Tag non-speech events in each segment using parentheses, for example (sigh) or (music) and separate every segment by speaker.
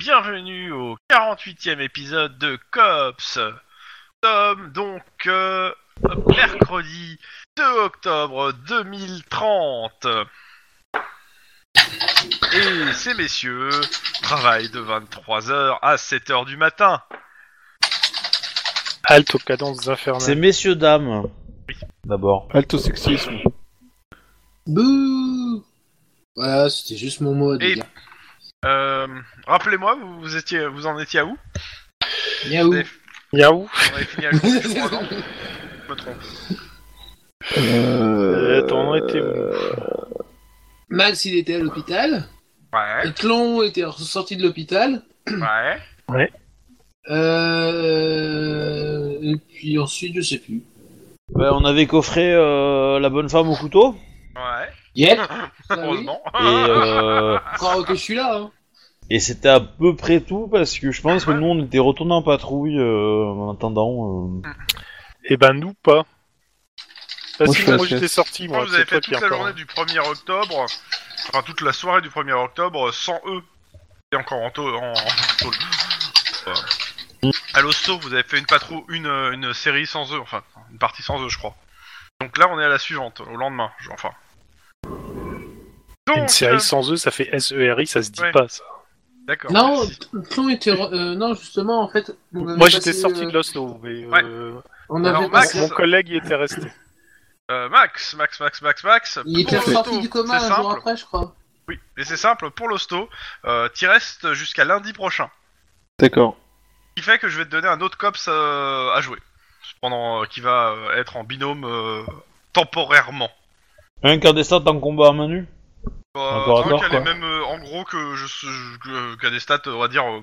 Speaker 1: bienvenue au 48e épisode de Cops. Nous sommes donc euh, mercredi 2 octobre 2030. Et ces messieurs travaillent de 23h à 7h du matin.
Speaker 2: Halte aux cadences infernales.
Speaker 3: C'est messieurs, dames. D'abord.
Speaker 4: Alto sexisme.
Speaker 5: Bouh Voilà, c'était juste mon mot à
Speaker 1: Et-
Speaker 5: dire.
Speaker 1: Euh, Rappelez-moi, vous, vous étiez, vous en étiez à où
Speaker 5: Miaou.
Speaker 1: Des-
Speaker 2: Yahoo
Speaker 1: On avait fini à quoi, je crois, non Je me trompe.
Speaker 4: Euh...
Speaker 2: Euh, attends, on était où
Speaker 5: Max, il était à l'hôpital.
Speaker 1: Ouais,
Speaker 5: Tlon était ressorti de l'hôpital.
Speaker 1: ouais.
Speaker 5: Euh... Et puis ensuite, je sais plus.
Speaker 3: Bah, on avait coffré euh, la bonne femme au couteau.
Speaker 1: Ouais, (laughs)
Speaker 5: Yep Ça, oui.
Speaker 1: heureusement.
Speaker 3: Et, euh,
Speaker 5: Encore que je suis là, hein.
Speaker 3: et c'était à peu près tout parce que je pense que nous on était retourné en patrouille euh, en attendant. euh.
Speaker 2: Eh ben, nous, pas. Parce
Speaker 4: Moi,
Speaker 2: que
Speaker 4: je suis
Speaker 2: moi,
Speaker 4: à
Speaker 2: j'étais sorti,
Speaker 1: Moi, Ah,
Speaker 2: moi.
Speaker 1: vous
Speaker 2: c'est
Speaker 1: avez
Speaker 2: toi
Speaker 1: fait
Speaker 2: qui
Speaker 1: toute
Speaker 2: es
Speaker 1: la
Speaker 2: encore-
Speaker 1: journée du 1er octobre, enfin toute la soirée du 1er octobre sans eux. Et encore en taux. En... en tôle. Euh, À l'hosto, vous avez fait une patrou, une, euh, une série sans eux, enfin une partie sans eux, je crois. Donc là, on est à la suivante, au lendemain, je- enfin. Donc,
Speaker 2: Une série
Speaker 1: euh,
Speaker 2: sans eux, ça fait SERI, ça se dit
Speaker 1: Ouais.
Speaker 2: pas, ça.
Speaker 1: D'accord.
Speaker 5: Non,
Speaker 1: merci.
Speaker 5: Tlon était... re- euh, non, justement, en fait... on avait
Speaker 2: Moi, j'étais
Speaker 5: passé,
Speaker 2: sorti
Speaker 5: euh,
Speaker 2: de l'Oslo, mais
Speaker 1: Ouais.
Speaker 2: euh,
Speaker 5: On
Speaker 1: Alors,
Speaker 5: avait
Speaker 1: Max,
Speaker 5: passé-
Speaker 2: mon collègue y était resté.
Speaker 1: Euh, Max, Max, Max, Max, Max.
Speaker 5: Il était
Speaker 1: pour
Speaker 5: ressorti
Speaker 1: l'hosto,
Speaker 5: du coma
Speaker 1: c'est
Speaker 5: un jour
Speaker 1: simple.
Speaker 5: après, je crois.
Speaker 1: Oui, et c'est simple, pour l'hosto, euh, t'y restes jusqu'à lundi prochain.
Speaker 4: D'accord.
Speaker 1: Ce qui fait que je vais te donner un autre cops euh, à jouer. Pendant euh, qui va euh, être en binôme euh, temporairement.
Speaker 3: Un cardestat en combat à main nue.
Speaker 1: Bah,
Speaker 3: Encore à
Speaker 1: un
Speaker 3: corps,
Speaker 1: qui a les
Speaker 3: quoi.
Speaker 1: mêmes, euh, en gros que je, je- que- qu'a des stats, on va dire euh,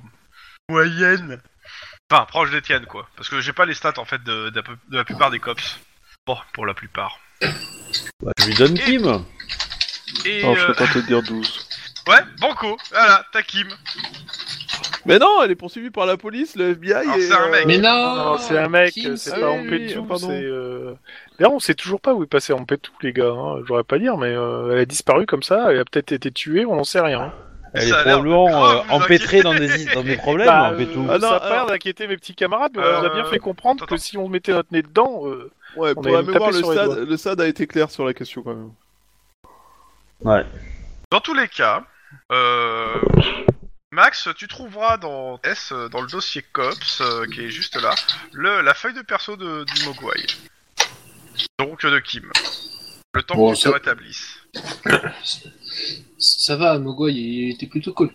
Speaker 1: moyennes. Enfin, proche des tiennes quoi. Parce que j'ai pas les stats en fait de, de la peu- de la plupart des cops. Bon, pour la plupart.
Speaker 3: Bah, je lui donne Kim.
Speaker 1: Et
Speaker 4: Alors, je
Speaker 1: euh,
Speaker 4: peux pas te dire 12.
Speaker 1: ouais, Banco, voilà, t'as Kim.
Speaker 4: (laughs) Mais non, elle est poursuivie par la police, le FBI
Speaker 1: Alors, Ah,
Speaker 4: et...
Speaker 1: c'est un mec.
Speaker 5: Mais
Speaker 4: euh,
Speaker 5: non
Speaker 2: Non, c'est un mec,
Speaker 5: Kim,
Speaker 2: c'est
Speaker 4: ah
Speaker 2: pas
Speaker 4: oui, oui,
Speaker 5: Oh,
Speaker 2: Ampetou,
Speaker 4: oui, pardon.
Speaker 2: c'est... euh, D'ailleurs, on sait toujours pas où est passé Ampetou, les gars, hein, j'aurais pas à dire, mais euh, elle a disparu comme ça, elle a peut-être été tuée, on n'en sait rien.
Speaker 3: Elle
Speaker 1: Ça a
Speaker 3: est
Speaker 1: l'air
Speaker 3: probablement
Speaker 1: de grave hein.
Speaker 3: euh,
Speaker 1: nous
Speaker 3: empêtrée dans des, dans des problèmes.
Speaker 2: Bah,
Speaker 3: en fait, tout.
Speaker 2: euh,
Speaker 4: Ah non,
Speaker 2: ça a pas
Speaker 4: alors-
Speaker 2: l'air d'inquiéter mes petits camarades, mais on nous a bien
Speaker 1: Euh,
Speaker 2: fait comprendre
Speaker 1: attends.
Speaker 2: que si on mettait notre nez dedans, euh,
Speaker 4: Ouais,
Speaker 2: On
Speaker 4: pour
Speaker 2: allait
Speaker 4: la
Speaker 2: me
Speaker 4: mémoire,
Speaker 2: taper
Speaker 4: le
Speaker 2: sur les
Speaker 4: SAD,
Speaker 2: doigts.
Speaker 4: le SAD a été clair sur la question, quand même.
Speaker 1: Dans tous les cas, euh, Max, tu trouveras dans S, euh, dans le dossier COPS, euh, qui est juste là, le, la feuille de perso de, du Mogwai. Donc euh, de Kim. Le temps
Speaker 5: Bon,
Speaker 1: que tu te
Speaker 5: ça-
Speaker 1: rétablisses.
Speaker 5: Ça va, Mogwai, il était plutôt cool.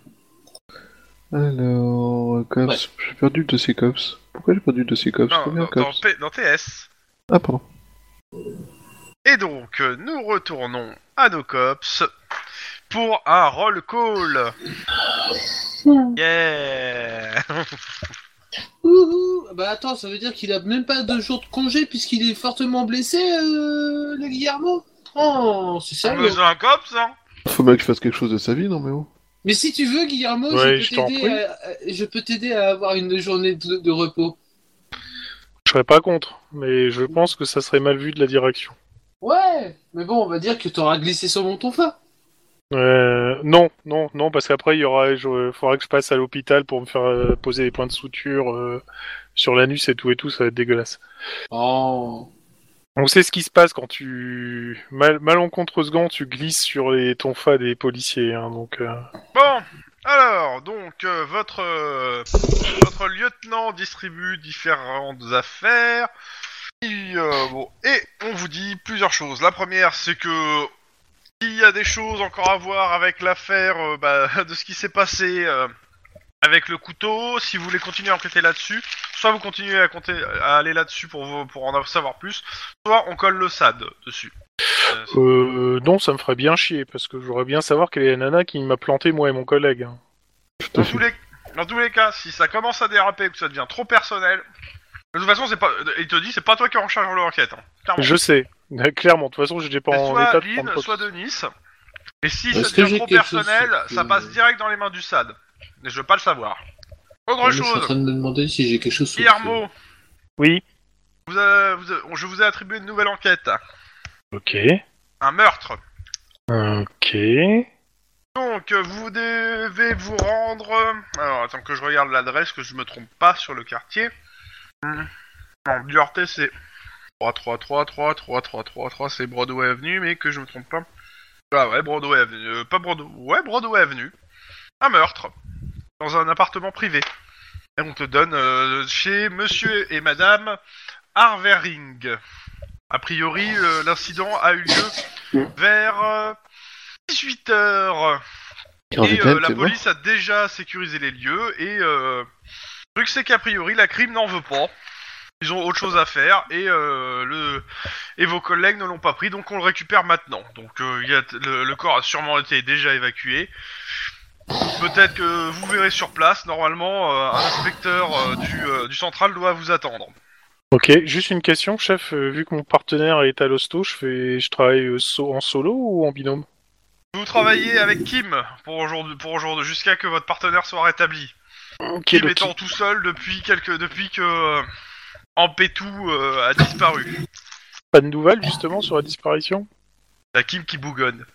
Speaker 4: Alors, euh, Cops, j'ai perdu le dossier Cops. Pourquoi j'ai perdu le dossier Cops
Speaker 1: Non,
Speaker 4: Combien
Speaker 1: dans, dans
Speaker 4: Cops
Speaker 1: P- dans TS.
Speaker 4: Ah, pardon.
Speaker 1: Et donc, euh, nous retournons à nos COPS pour un roll call. Yeah
Speaker 5: Ouhou Bah attends, ça veut dire qu'il a même pas deux jours de congé puisqu'il est fortement blessé, euh, le Guillermo Oh, c'est
Speaker 1: On a
Speaker 5: sérieux
Speaker 1: besoin d'un COPS, hein
Speaker 4: Faut bien que je fasse quelque chose de sa vie, non mais oh.
Speaker 5: Mais si tu veux, Guillermo,
Speaker 2: Ouais,
Speaker 5: je
Speaker 2: je
Speaker 5: peux
Speaker 2: t'en
Speaker 5: t'aider
Speaker 2: prie.
Speaker 5: à- à- je peux t'aider à avoir une journée de, de repos.
Speaker 2: je serais pas contre, mais je pense que ça serait mal vu de la direction.
Speaker 5: Ouais Mais bon, on va dire que t'auras glissé sur mon tonfa.
Speaker 2: Euh, non, non, non, parce qu'après, il y aura, je, faudra que je passe à l'hôpital pour me faire euh, poser des points de suture euh, sur l'anus et tout et tout, ça va être dégueulasse.
Speaker 5: Oh
Speaker 2: On sait ce qui se passe quand tu mal malencontreusement tu glisses sur les tonfas des policiers, hein, donc. euh,
Speaker 1: Bon, alors, donc, euh, votre, euh, votre lieutenant distribue différentes affaires. Et, euh, bon, et on vous dit plusieurs choses. La première, c'est que s'il y a des choses encore à voir avec l'affaire euh, bah, (laughs) de ce qui s'est passé euh, avec le couteau, si vous voulez continuer à enquêter là-dessus, soit vous continuez à, compter, à aller là-dessus pour, vous- pour en savoir plus, soit on colle le SAD dessus. Euh,
Speaker 2: Euh, non, ça me ferait bien chier parce que j'aurais bien savoir quelle est la nana qui m'a planté moi et mon collègue. hein.
Speaker 4: Tout à
Speaker 1: Dans
Speaker 4: fait.
Speaker 1: tous, les... dans tous les cas, si ça commence à déraper ou que ça devient trop personnel, de toute façon, c'est pas... il te dit, c'est pas toi qui es en charge de l'enquête. Hein. Clairement.
Speaker 2: Je sais, (laughs) clairement. De toute façon, j'étais pas
Speaker 1: C'est
Speaker 2: en
Speaker 1: Bah, soit
Speaker 2: état de
Speaker 1: Lynn,
Speaker 2: prendre.
Speaker 1: soit Denis. Et si
Speaker 5: Est-ce
Speaker 1: ça
Speaker 5: que
Speaker 1: devient
Speaker 5: j'ai
Speaker 1: trop
Speaker 5: quelque chose
Speaker 1: personnel,
Speaker 5: sur-
Speaker 1: ça passe direct dans les mains du SAD. Mais je veux pas le savoir. Autre
Speaker 5: Moi, Je suis en
Speaker 1: chose,
Speaker 5: train de me demander si j'ai quelque chose sous le
Speaker 1: Guillermo,
Speaker 2: Oui.
Speaker 1: vous avez- vous avez- je vous ai attribué une nouvelle enquête.
Speaker 2: Ok.
Speaker 1: Un meurtre.
Speaker 2: Ok.
Speaker 1: Donc, euh, vous devez vous rendre. euh, Alors, attends que je regarde l'adresse, que je me trompe pas sur le quartier. Hmm. Non, Duarte, c'est 3333 3333, c'est Broadway Avenue, mais que je me trompe pas. Ah ouais, Broadway Avenue. euh, pas Broadway. Ouais, Broadway Avenue. Un meurtre. Dans un appartement privé. Et on te donne euh, chez monsieur et madame Harvering. A priori, euh, l'incident a eu lieu vers. euh, 18 heures.
Speaker 4: Car
Speaker 1: et
Speaker 4: des
Speaker 1: euh,
Speaker 4: têtes,
Speaker 1: la
Speaker 4: c'est bon.
Speaker 1: police a déjà sécurisé les lieux et euh, le truc c'est qu'a priori la crime n'en veut pas. Ils ont autre chose à faire et euh, le et vos collègues ne l'ont pas pris donc on le récupère maintenant. Donc euh, il y a t- le, le corps a sûrement été déjà évacué. Peut-être que vous verrez sur place. Normalement, euh, un inspecteur euh, du, euh, du central doit vous attendre.
Speaker 2: Ok, juste une question, chef. euh, vu que mon partenaire est à l'hosto, je fais, je travaille euh, so- en solo ou en binôme
Speaker 1: Vous travaillez avec Kim pour aujourd'hui, pour aujourd'hui, jusqu'à que votre partenaire soit rétabli.
Speaker 2: Ok,
Speaker 1: Kim
Speaker 2: donc-
Speaker 1: étant tout seul depuis quelques depuis que euh, Ampetou euh, a disparu.
Speaker 2: pas de nouvelles justement sur la disparition
Speaker 1: La Kim qui bougonne.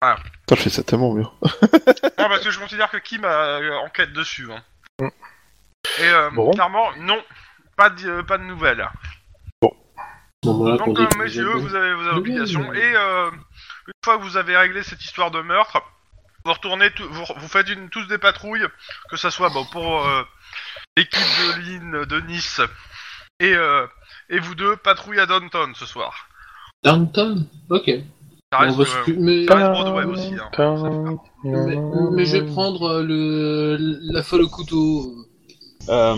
Speaker 1: Ah.
Speaker 4: Putain, je fais ça tellement bien.
Speaker 1: Non parce que je considère que Kim a euh, enquête dessus. hein. Et euh,
Speaker 2: Bon.
Speaker 1: clairement non, pas de euh, pas de nouvelles.
Speaker 5: Non, mais là, qu'on
Speaker 1: Donc
Speaker 5: Ah, dit
Speaker 1: euh,
Speaker 5: que vous
Speaker 1: messieurs,
Speaker 5: avez-
Speaker 1: vous avez vos obligations et euh, une fois que vous avez réglé cette histoire de meurtre, vous retournez, tout- vous, vous faites une, tous des patrouilles, que ça soit bon, pour euh, l'équipe de Lynn de Nice et euh, et vous deux patrouille à Downton ce soir.
Speaker 5: Downton Ok.
Speaker 1: Ça
Speaker 5: bah, On
Speaker 1: reste,
Speaker 5: va
Speaker 1: euh,
Speaker 5: s'occuper- mais,
Speaker 1: Ça reste Broadway aussi. Hein.
Speaker 2: Tin,
Speaker 5: mais- mais je vais prendre euh, le, la folle au couteau.
Speaker 3: Euh,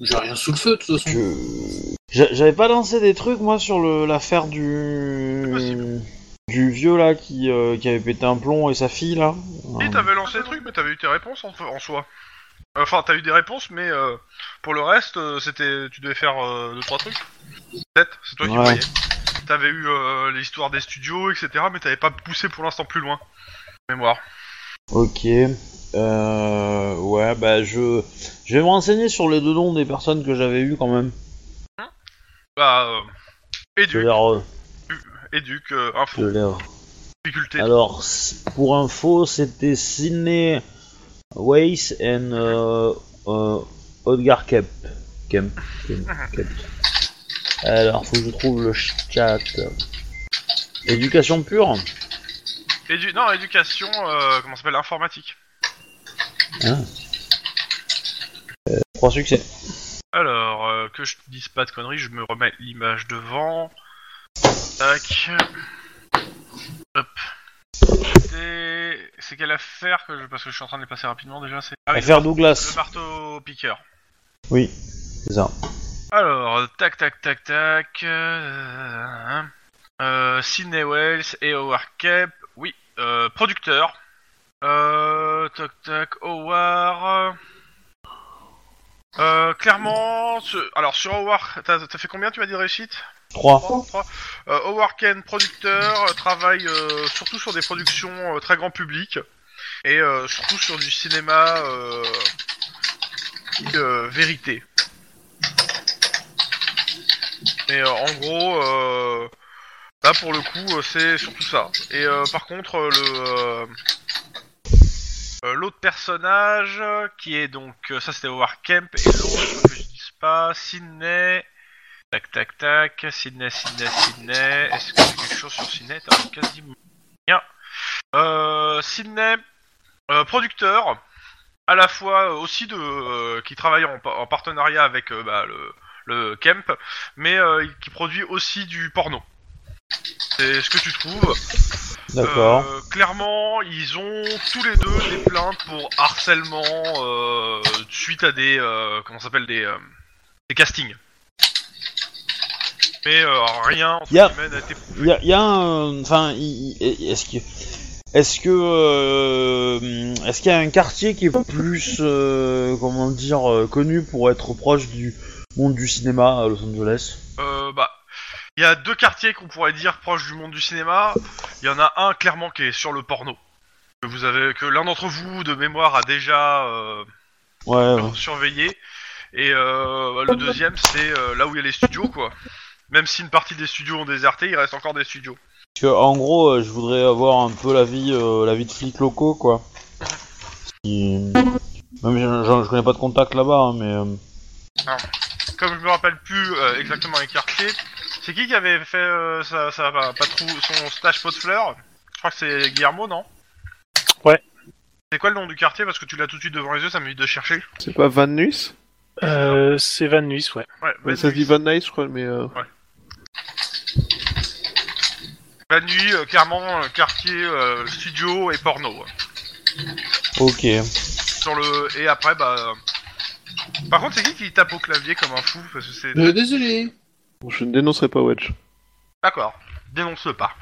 Speaker 5: J'ai rien sous le feu, de toute façon.
Speaker 3: je- j'a- J'avais pas lancé des trucs, moi, sur le- l'affaire
Speaker 1: C'est
Speaker 3: du... Du vieux, là, qui, euh, qui avait pété un plomb et sa fille, là.
Speaker 1: Si, t'avais lancé des trucs, mais t'avais eu tes réponses en, en soi. Enfin, t'as eu des réponses, mais euh, pour le reste, euh, c'était, tu devais faire euh, deux trois trucs. Peut-être, c'est toi qui
Speaker 3: Ouais.
Speaker 1: voyais. T'avais eu euh, l'histoire des studios, etc., mais t'avais pas poussé pour l'instant plus loin. Mémoire.
Speaker 3: Ok. Euh, ouais, bah je... Je vais me renseigner sur les deux noms des personnes que j'avais eues, quand même.
Speaker 1: Bah, euh,
Speaker 3: Je vais
Speaker 1: éduque,
Speaker 3: leur- euh,
Speaker 1: éduque, euh, info,
Speaker 3: je vais leur-
Speaker 1: difficulté.
Speaker 3: Alors, c- pour info, c'était Sidney Weiss et euh, euh, Odgar Kemp. Kemp. Kemp. Kemp. Alors, faut que je trouve le chat. Éducation pure
Speaker 1: Édu- non, éducation, euh, comment ça s'appelle, informatique.
Speaker 3: Trois succès.
Speaker 1: Alors, euh, que je te dise pas de conneries, je me remets l'image devant. Tac. Hop. C'est c'est quelle affaire que je... Parce que je suis en train de les passer rapidement déjà. C'est ah oui,
Speaker 3: Affaire
Speaker 1: le
Speaker 3: Douglas.
Speaker 1: marteau piqueur.
Speaker 3: Oui, c'est ça.
Speaker 1: Alors, tac, tac, tac, tac. euh, euh, Sidney Wells et Howard Kep. Oui, euh, producteur. Euh, tac, tac, Howard. Euh, clairement, ce- alors sur Howard, t'as t'as fait combien tu m'as dit de réussite
Speaker 3: Trois.
Speaker 1: Trois, trois. Euh, Howard Ken, producteur, euh, travaille euh, surtout sur des productions euh, très grand public et euh, surtout sur du cinéma euh, euh, vérité. Mais euh, en gros, euh, là pour le coup, euh, c'est surtout ça. Et euh, par contre, euh, le euh, euh, l'autre personnage euh, qui est donc euh, ça c'était Howard Kemp et l'autre que je dise pas, Sydney. Tac tac tac, Sydney, Sydney, Sydney. Est-ce que j'ai quelque chose sur Sydney T'as quasiment rien. Euh, Sydney, euh, producteur, à la fois euh, aussi de euh, qui travaille en, pa- en partenariat avec euh, bah, le, le Kemp, mais euh, il- qui produit aussi du porno. C'est ce que tu trouves.
Speaker 3: D'accord.
Speaker 1: Euh, clairement, ils ont tous les deux des plaintes pour harcèlement euh, suite à des euh, comment ça s'appelle des euh, des castings. Mais euh, rien entre
Speaker 3: Y'a-
Speaker 1: guillemets n'a été prouvé.
Speaker 3: Il y a, y a un. Enfin, il- il- est-ce que. Est-ce que. euh, est-ce qu'il y a un quartier qui est plus. euh, comment dire. euh, connu pour être proche du monde du cinéma à Los Angeles
Speaker 1: Euh, bah, il y a deux quartiers qu'on pourrait dire proches du monde du cinéma. Il y en a un clairement qui est sur le porno. Que vous avez, que l'un d'entre vous de mémoire a déjà euh,
Speaker 3: Ouais,
Speaker 4: Ah.
Speaker 3: ouais.
Speaker 1: surveillé. Et euh, bah, le deuxième, c'est euh, là où il y a les studios, quoi. Même si une partie des studios ont déserté, il reste encore des studios.
Speaker 3: Parce que, en gros, euh, je voudrais avoir un peu la vie, euh, la vie de flics locaux, quoi. Qui- Même je, je- je connais pas de contact là-bas, hein, mais euh,
Speaker 1: Comme je me rappelle plus euh, exactement les quartiers, c'est qui qui avait fait euh, sa, sa patrou- son stage pot de fleurs Je crois que c'est Guillermo, non
Speaker 2: Ouais.
Speaker 1: C'est quoi le nom du quartier Parce que tu l'as tout de suite devant les yeux, ça m'évite de chercher.
Speaker 4: C'est pas Van Nuys
Speaker 2: Euh, c'est Van Nuys, ouais.
Speaker 1: Ouais,
Speaker 4: Ouais,
Speaker 1: Van
Speaker 4: Ça se dit
Speaker 1: Nuys.
Speaker 4: Van Nuys, je crois, mais. euh,
Speaker 1: Van Nuys, euh, clairement, euh, quartier euh, studio et porno. ouais.
Speaker 3: ok.
Speaker 1: Sur le... Et après, bah. euh, Par contre, c'est qui qui tape au clavier comme un fou Parce que c'est.
Speaker 5: Euh, désolé.
Speaker 4: Je ne dénoncerai pas Wedge.
Speaker 1: D'accord, dénonce pas.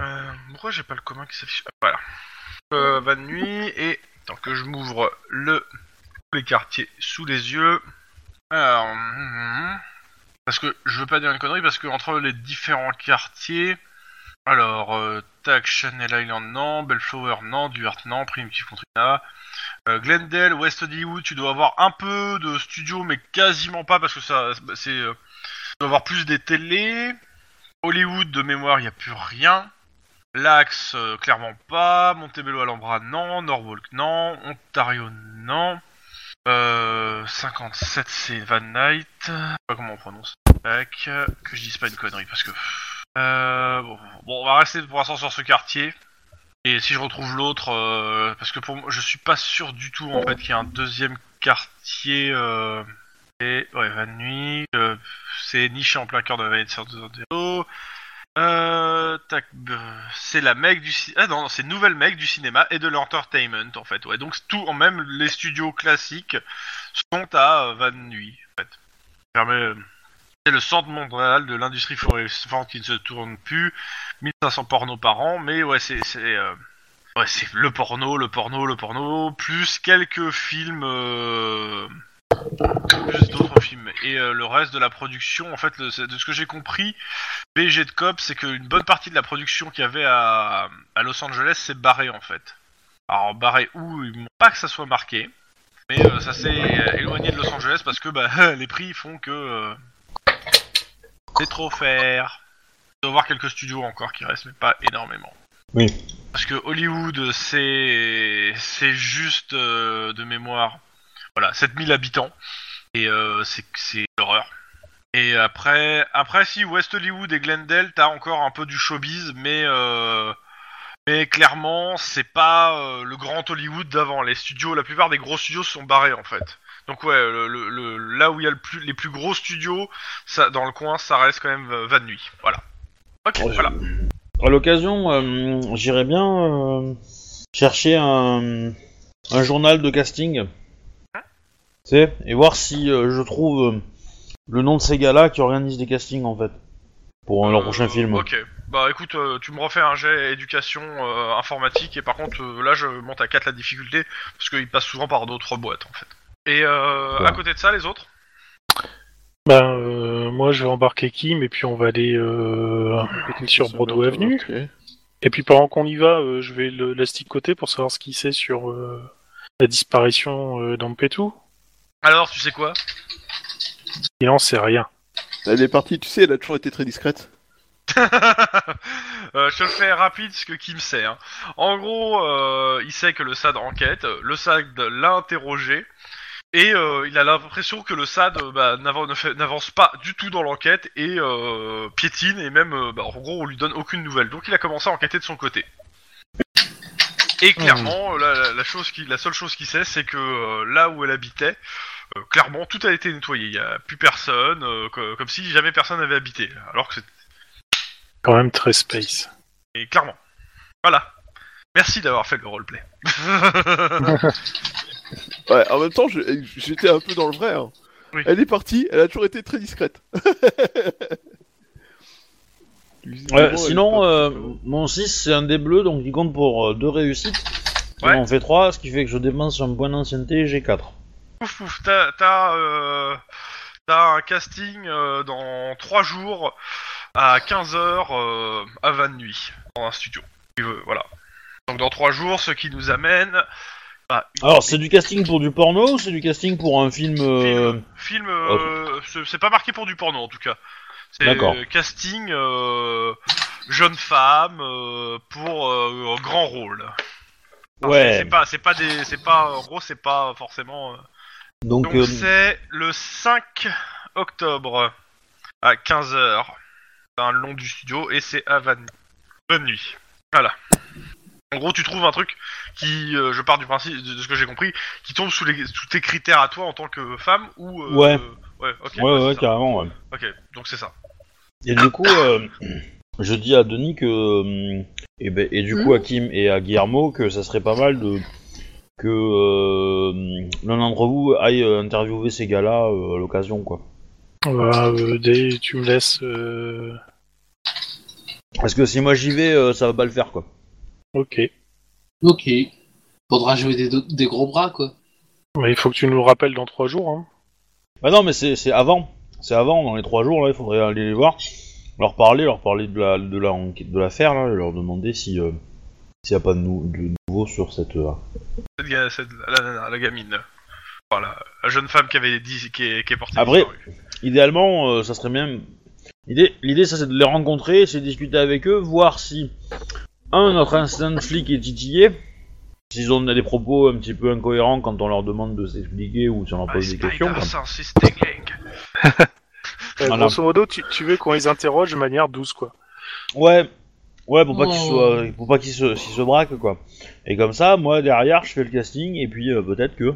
Speaker 1: Euh, pourquoi j'ai pas le commun qui s'affiche Ah, Voilà. Euh, van nuit et tant que je m'ouvre le les quartiers sous les yeux. Alors, hum, parce que je veux pas dire une connerie parce que entre les différents quartiers, alors euh, tac Chanel Island non, Bellflower non, Duart non, Primitive Contrina, euh, Glendale, West Hollywood, tu dois avoir un peu de studio mais quasiment pas parce que ça c'est euh, doit avoir plus des télés. Hollywood, de mémoire, il n'y a plus rien. L'Axe, euh, clairement pas. Montebello, Alhambra, non. Norwalk, non. Ontario, non. Euh, 57, c'est Van Night. Je sais pas comment on prononce. Tac. euh, Que je dise pas une connerie, parce que... Euh, bon, bon, on va rester pour l'instant sur ce quartier. Et si je retrouve l'autre, euh, parce que pour moi, je suis pas sûr du tout, en fait, qu'il y a un deuxième quartier... euh, et, ouais, Van Nuit, euh, c'est niché en plein cœur de la vallée de Sorrento. Euh, tac, euh, c'est la mec du ci- ah non, non, c'est nouvelle mec du cinéma et de l'entertainment en fait. Ouais, donc tout, même les studios classiques sont à euh, Van Nuys. En fait. Permet- C'est le centre mondial de l'industrie florissante qui ne se tourne plus. 1500 pornos par an, mais ouais, c'est c'est euh, ouais, c'est le porno, le porno, le porno, plus quelques films. euh, plus d'autres films. Et euh, le reste de la production, en fait, le- c'est- de ce que j'ai compris, BG de Cop, c'est qu'une bonne partie de la production qu'il y avait à, à Los Angeles s'est barrée, en fait. Alors, barrée où Ils m'ont pas que ça soit marqué, mais euh, ça s'est euh, éloigné de Los Angeles parce que bah, (laughs) les prix font que. euh, c'est trop faire. Il doit y avoir quelques studios encore qui restent, mais pas énormément.
Speaker 3: Oui.
Speaker 1: Parce que Hollywood, c'est c'est juste euh, de mémoire, voilà, 7000 habitants et euh, c'est c'est l'horreur. Et après, après si West Hollywood et Glendale, t'as encore un peu du showbiz, mais euh, mais clairement c'est pas euh, le grand Hollywood d'avant. Les studios, la plupart des gros studios se sont barrés en fait. Donc ouais, le, le- le- là où il y a le plus, les plus gros studios, ça, dans le coin, ça reste quand même euh, Van Nuys. Voilà. Ok,
Speaker 3: Ouais.
Speaker 1: voilà.
Speaker 3: À l'occasion, euh, j'irais bien euh, chercher un, un journal de casting.
Speaker 1: Ah.
Speaker 3: Tu sais, et voir si euh, je trouve euh, le nom de ces gars-là qui organisent des castings en fait. Pour euh, leur
Speaker 1: Euh,
Speaker 3: prochain film.
Speaker 1: Ok. Bah écoute, euh, tu me refais un jet éducation euh, informatique et par contre euh, là je monte à 4 la difficulté parce qu'il passe souvent par d'autres boîtes en fait. Et euh,
Speaker 3: Ouais.
Speaker 1: à côté de ça, les autres
Speaker 2: Ben, euh, moi, je vais embarquer Kim et puis on va aller euh, sur Broadway Avenue.
Speaker 4: Ah, Ok.
Speaker 2: Et puis pendant qu'on y va, euh, je vais le l'asticoter pour savoir ce qu'il sait sur euh, la disparition euh, d'Ampetou.
Speaker 1: Alors tu sais quoi
Speaker 2: Il en sait rien.
Speaker 4: Elle est partie, tu sais, elle a toujours été très discrète.
Speaker 1: (laughs) Euh, Je te le fais rapide ce que Kim sait. hein. En gros, euh, il sait que le SAD enquête, le SAD l'a interrogé. Et euh, il a l'impression que le SAD euh, bah, n'avan- ne fait- n'avance pas du tout dans l'enquête et euh, piétine et même euh, bah, en gros on lui donne aucune nouvelle. Donc il a commencé à enquêter de son côté. Et clairement, euh, la, la- la chose qui, la seule chose qu'il sait, c'est que euh, là où elle habitait, euh, clairement tout a été nettoyé. Il n'y a plus personne, euh, co- comme si jamais personne n'avait habité. Alors que c'est
Speaker 2: Quand même très space.
Speaker 1: et clairement. Voilà. Merci d'avoir fait le roleplay.
Speaker 3: (laughs)
Speaker 4: Ouais, en même temps, je- j'étais un peu dans le vrai. hein.
Speaker 1: Oui. Euh,
Speaker 4: Elle est partie, elle a toujours été
Speaker 1: (laughs)
Speaker 4: très discrète. Visiblement,
Speaker 3: Ouais,
Speaker 4: elle est
Speaker 3: sinon,
Speaker 4: pas-
Speaker 3: euh, mon 6 c'est un dé bleu donc il compte pour 2 réussites.
Speaker 1: Ouais.
Speaker 3: On en fait 3, ce qui fait que je dépense un point d'ancienneté et j'ai 4.
Speaker 1: pouf pouf, t'as t'as, euh, t'as un casting euh, dans 3 jours à 15h à 20 de nuit dans un studio. Et, euh, voilà. Donc dans 3 jours, ce qui nous amène à une-
Speaker 3: Alors, c'est du casting pour du porno ou c'est du casting pour un film. euh, oh.
Speaker 1: film. euh, c'est- C'est pas marqué pour du porno en tout cas. C'est
Speaker 3: D'accord.
Speaker 1: euh, casting euh, jeune femme euh, pour euh, grand rôle. Parce que
Speaker 3: Ouais.
Speaker 1: C'est Ah, pas, c'est pas des, c'est pas, en gros, c'est pas forcément. euh.
Speaker 3: Donc,
Speaker 1: Donc
Speaker 3: euh,
Speaker 1: c'est le 5 octobre à 15 h un long du studio et c'est à Van. Bonne nuit. Voilà. En gros, tu trouves un truc qui, euh, je pars du principe de de ce que j'ai compris, qui tombe sous, les, sous tes critères à toi en tant que femme ou. euh,
Speaker 3: Ouais.
Speaker 1: Ouais. Ok. ouais,
Speaker 3: ouais,
Speaker 1: c'est
Speaker 3: ouais,
Speaker 1: ça.
Speaker 3: carrément. ouais.
Speaker 1: Ok. Donc c'est ça.
Speaker 3: Et du coup, euh, je dis à Denis que euh, et, ben, et du
Speaker 5: Hmm.
Speaker 3: coup à Kim et à Guillermo que ça serait pas mal de que euh, l'un d'entre vous aille euh, interviewer ces gars-là euh, à l'occasion, quoi.
Speaker 2: Bah, euh, Dave, tu me laisses. euh,
Speaker 3: Parce que si moi j'y vais, euh, ça va pas le faire, quoi.
Speaker 2: Ok.
Speaker 5: Ok. Faudra jouer des, do- des gros bras, quoi.
Speaker 2: Mais il faut que tu nous le rappelles dans trois jours. Hein.
Speaker 3: Bah non, mais c'est c'est avant, c'est avant. Dans les trois jours, là, il faudrait aller les voir, leur parler, leur parler de la de la enquête- de l'affaire, là, et leur demander si euh, s'il y a pas de, nou- de nouveau sur cette. euh,
Speaker 1: Cette ga- cette- la, nana, la gamine. Voilà, la jeune femme qui avait dit qui est, qui est portée
Speaker 3: Après-
Speaker 1: disparue.
Speaker 3: Idéalement, euh, ça serait bien. L'idée, l'idée, ça, c'est de les rencontrer, c'est de discuter avec eux, voir si un notre instinct de flic est titillé, s'ils ont des propos un petit peu incohérents quand on leur demande de s'expliquer ou si on leur
Speaker 1: Ah,
Speaker 3: pose des questions. quoi.
Speaker 1: hein,
Speaker 2: Euh,
Speaker 3: Voilà.
Speaker 2: Grosso modo, tu, tu veux qu'on les interroge de manière douce, quoi.
Speaker 3: Ouais, ouais, pour pas qu'ils
Speaker 5: Oh.
Speaker 3: soient, pour pas qu'ils se, s'ils se braquent quoi. Et comme ça, moi derrière, je fais le casting et puis euh, peut-être que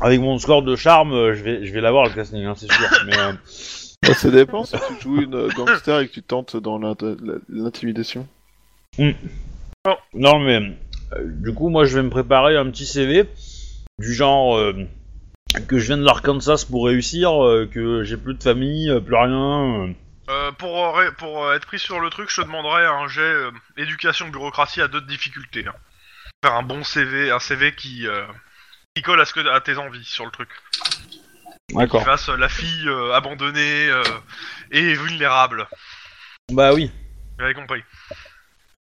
Speaker 3: avec mon score de charme, euh, je vais, je vais l'avoir le casting, hein, c'est sûr. Mais euh,
Speaker 4: Bah, ça dépend si tu joues une euh, gangster et que tu tentes dans l'int- la- l'intimidation.
Speaker 3: Non, mais euh, du coup, moi, je vais me préparer un petit CV du genre euh, que je viens de l'Arkansas pour réussir, euh, que j'ai plus de famille, euh, plus rien. euh.
Speaker 1: Euh, pour euh, ré- pour euh, être pris sur le truc, je te demanderais un jet euh, éducation bureaucratie à deux difficultés. hein. Faire un bon CV, un CV qui, euh, qui colle à ce que à tes envies sur le truc. Qui
Speaker 3: D'accord.
Speaker 1: fasse euh, la fille euh, abandonnée euh, et vulnérable.
Speaker 3: Bah oui.
Speaker 1: Vous avez compris.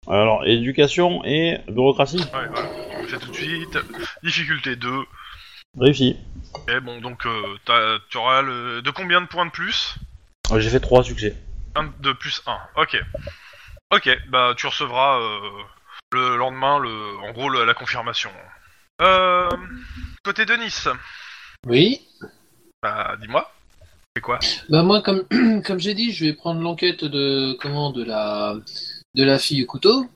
Speaker 3: Alors, éducation et bureaucratie.
Speaker 1: Ouais, voilà. Je fais tout de suite. Difficulté 2.
Speaker 3: Réussi.
Speaker 1: Et bon, donc euh, t'as- tu auras le... de combien de points de plus
Speaker 3: Euh, J'ai fait trois succès.
Speaker 1: Un de plus 1, ok. Ok, bah tu recevras euh, le lendemain, le, en gros, le- la confirmation. Euh, côté de Nice,
Speaker 5: Oui.
Speaker 1: bah dis-moi, c'est quoi
Speaker 5: Bah moi, comme, (clears throat) comme j'ai dit, je vais prendre l'enquête de comment de la de la fille au couteau.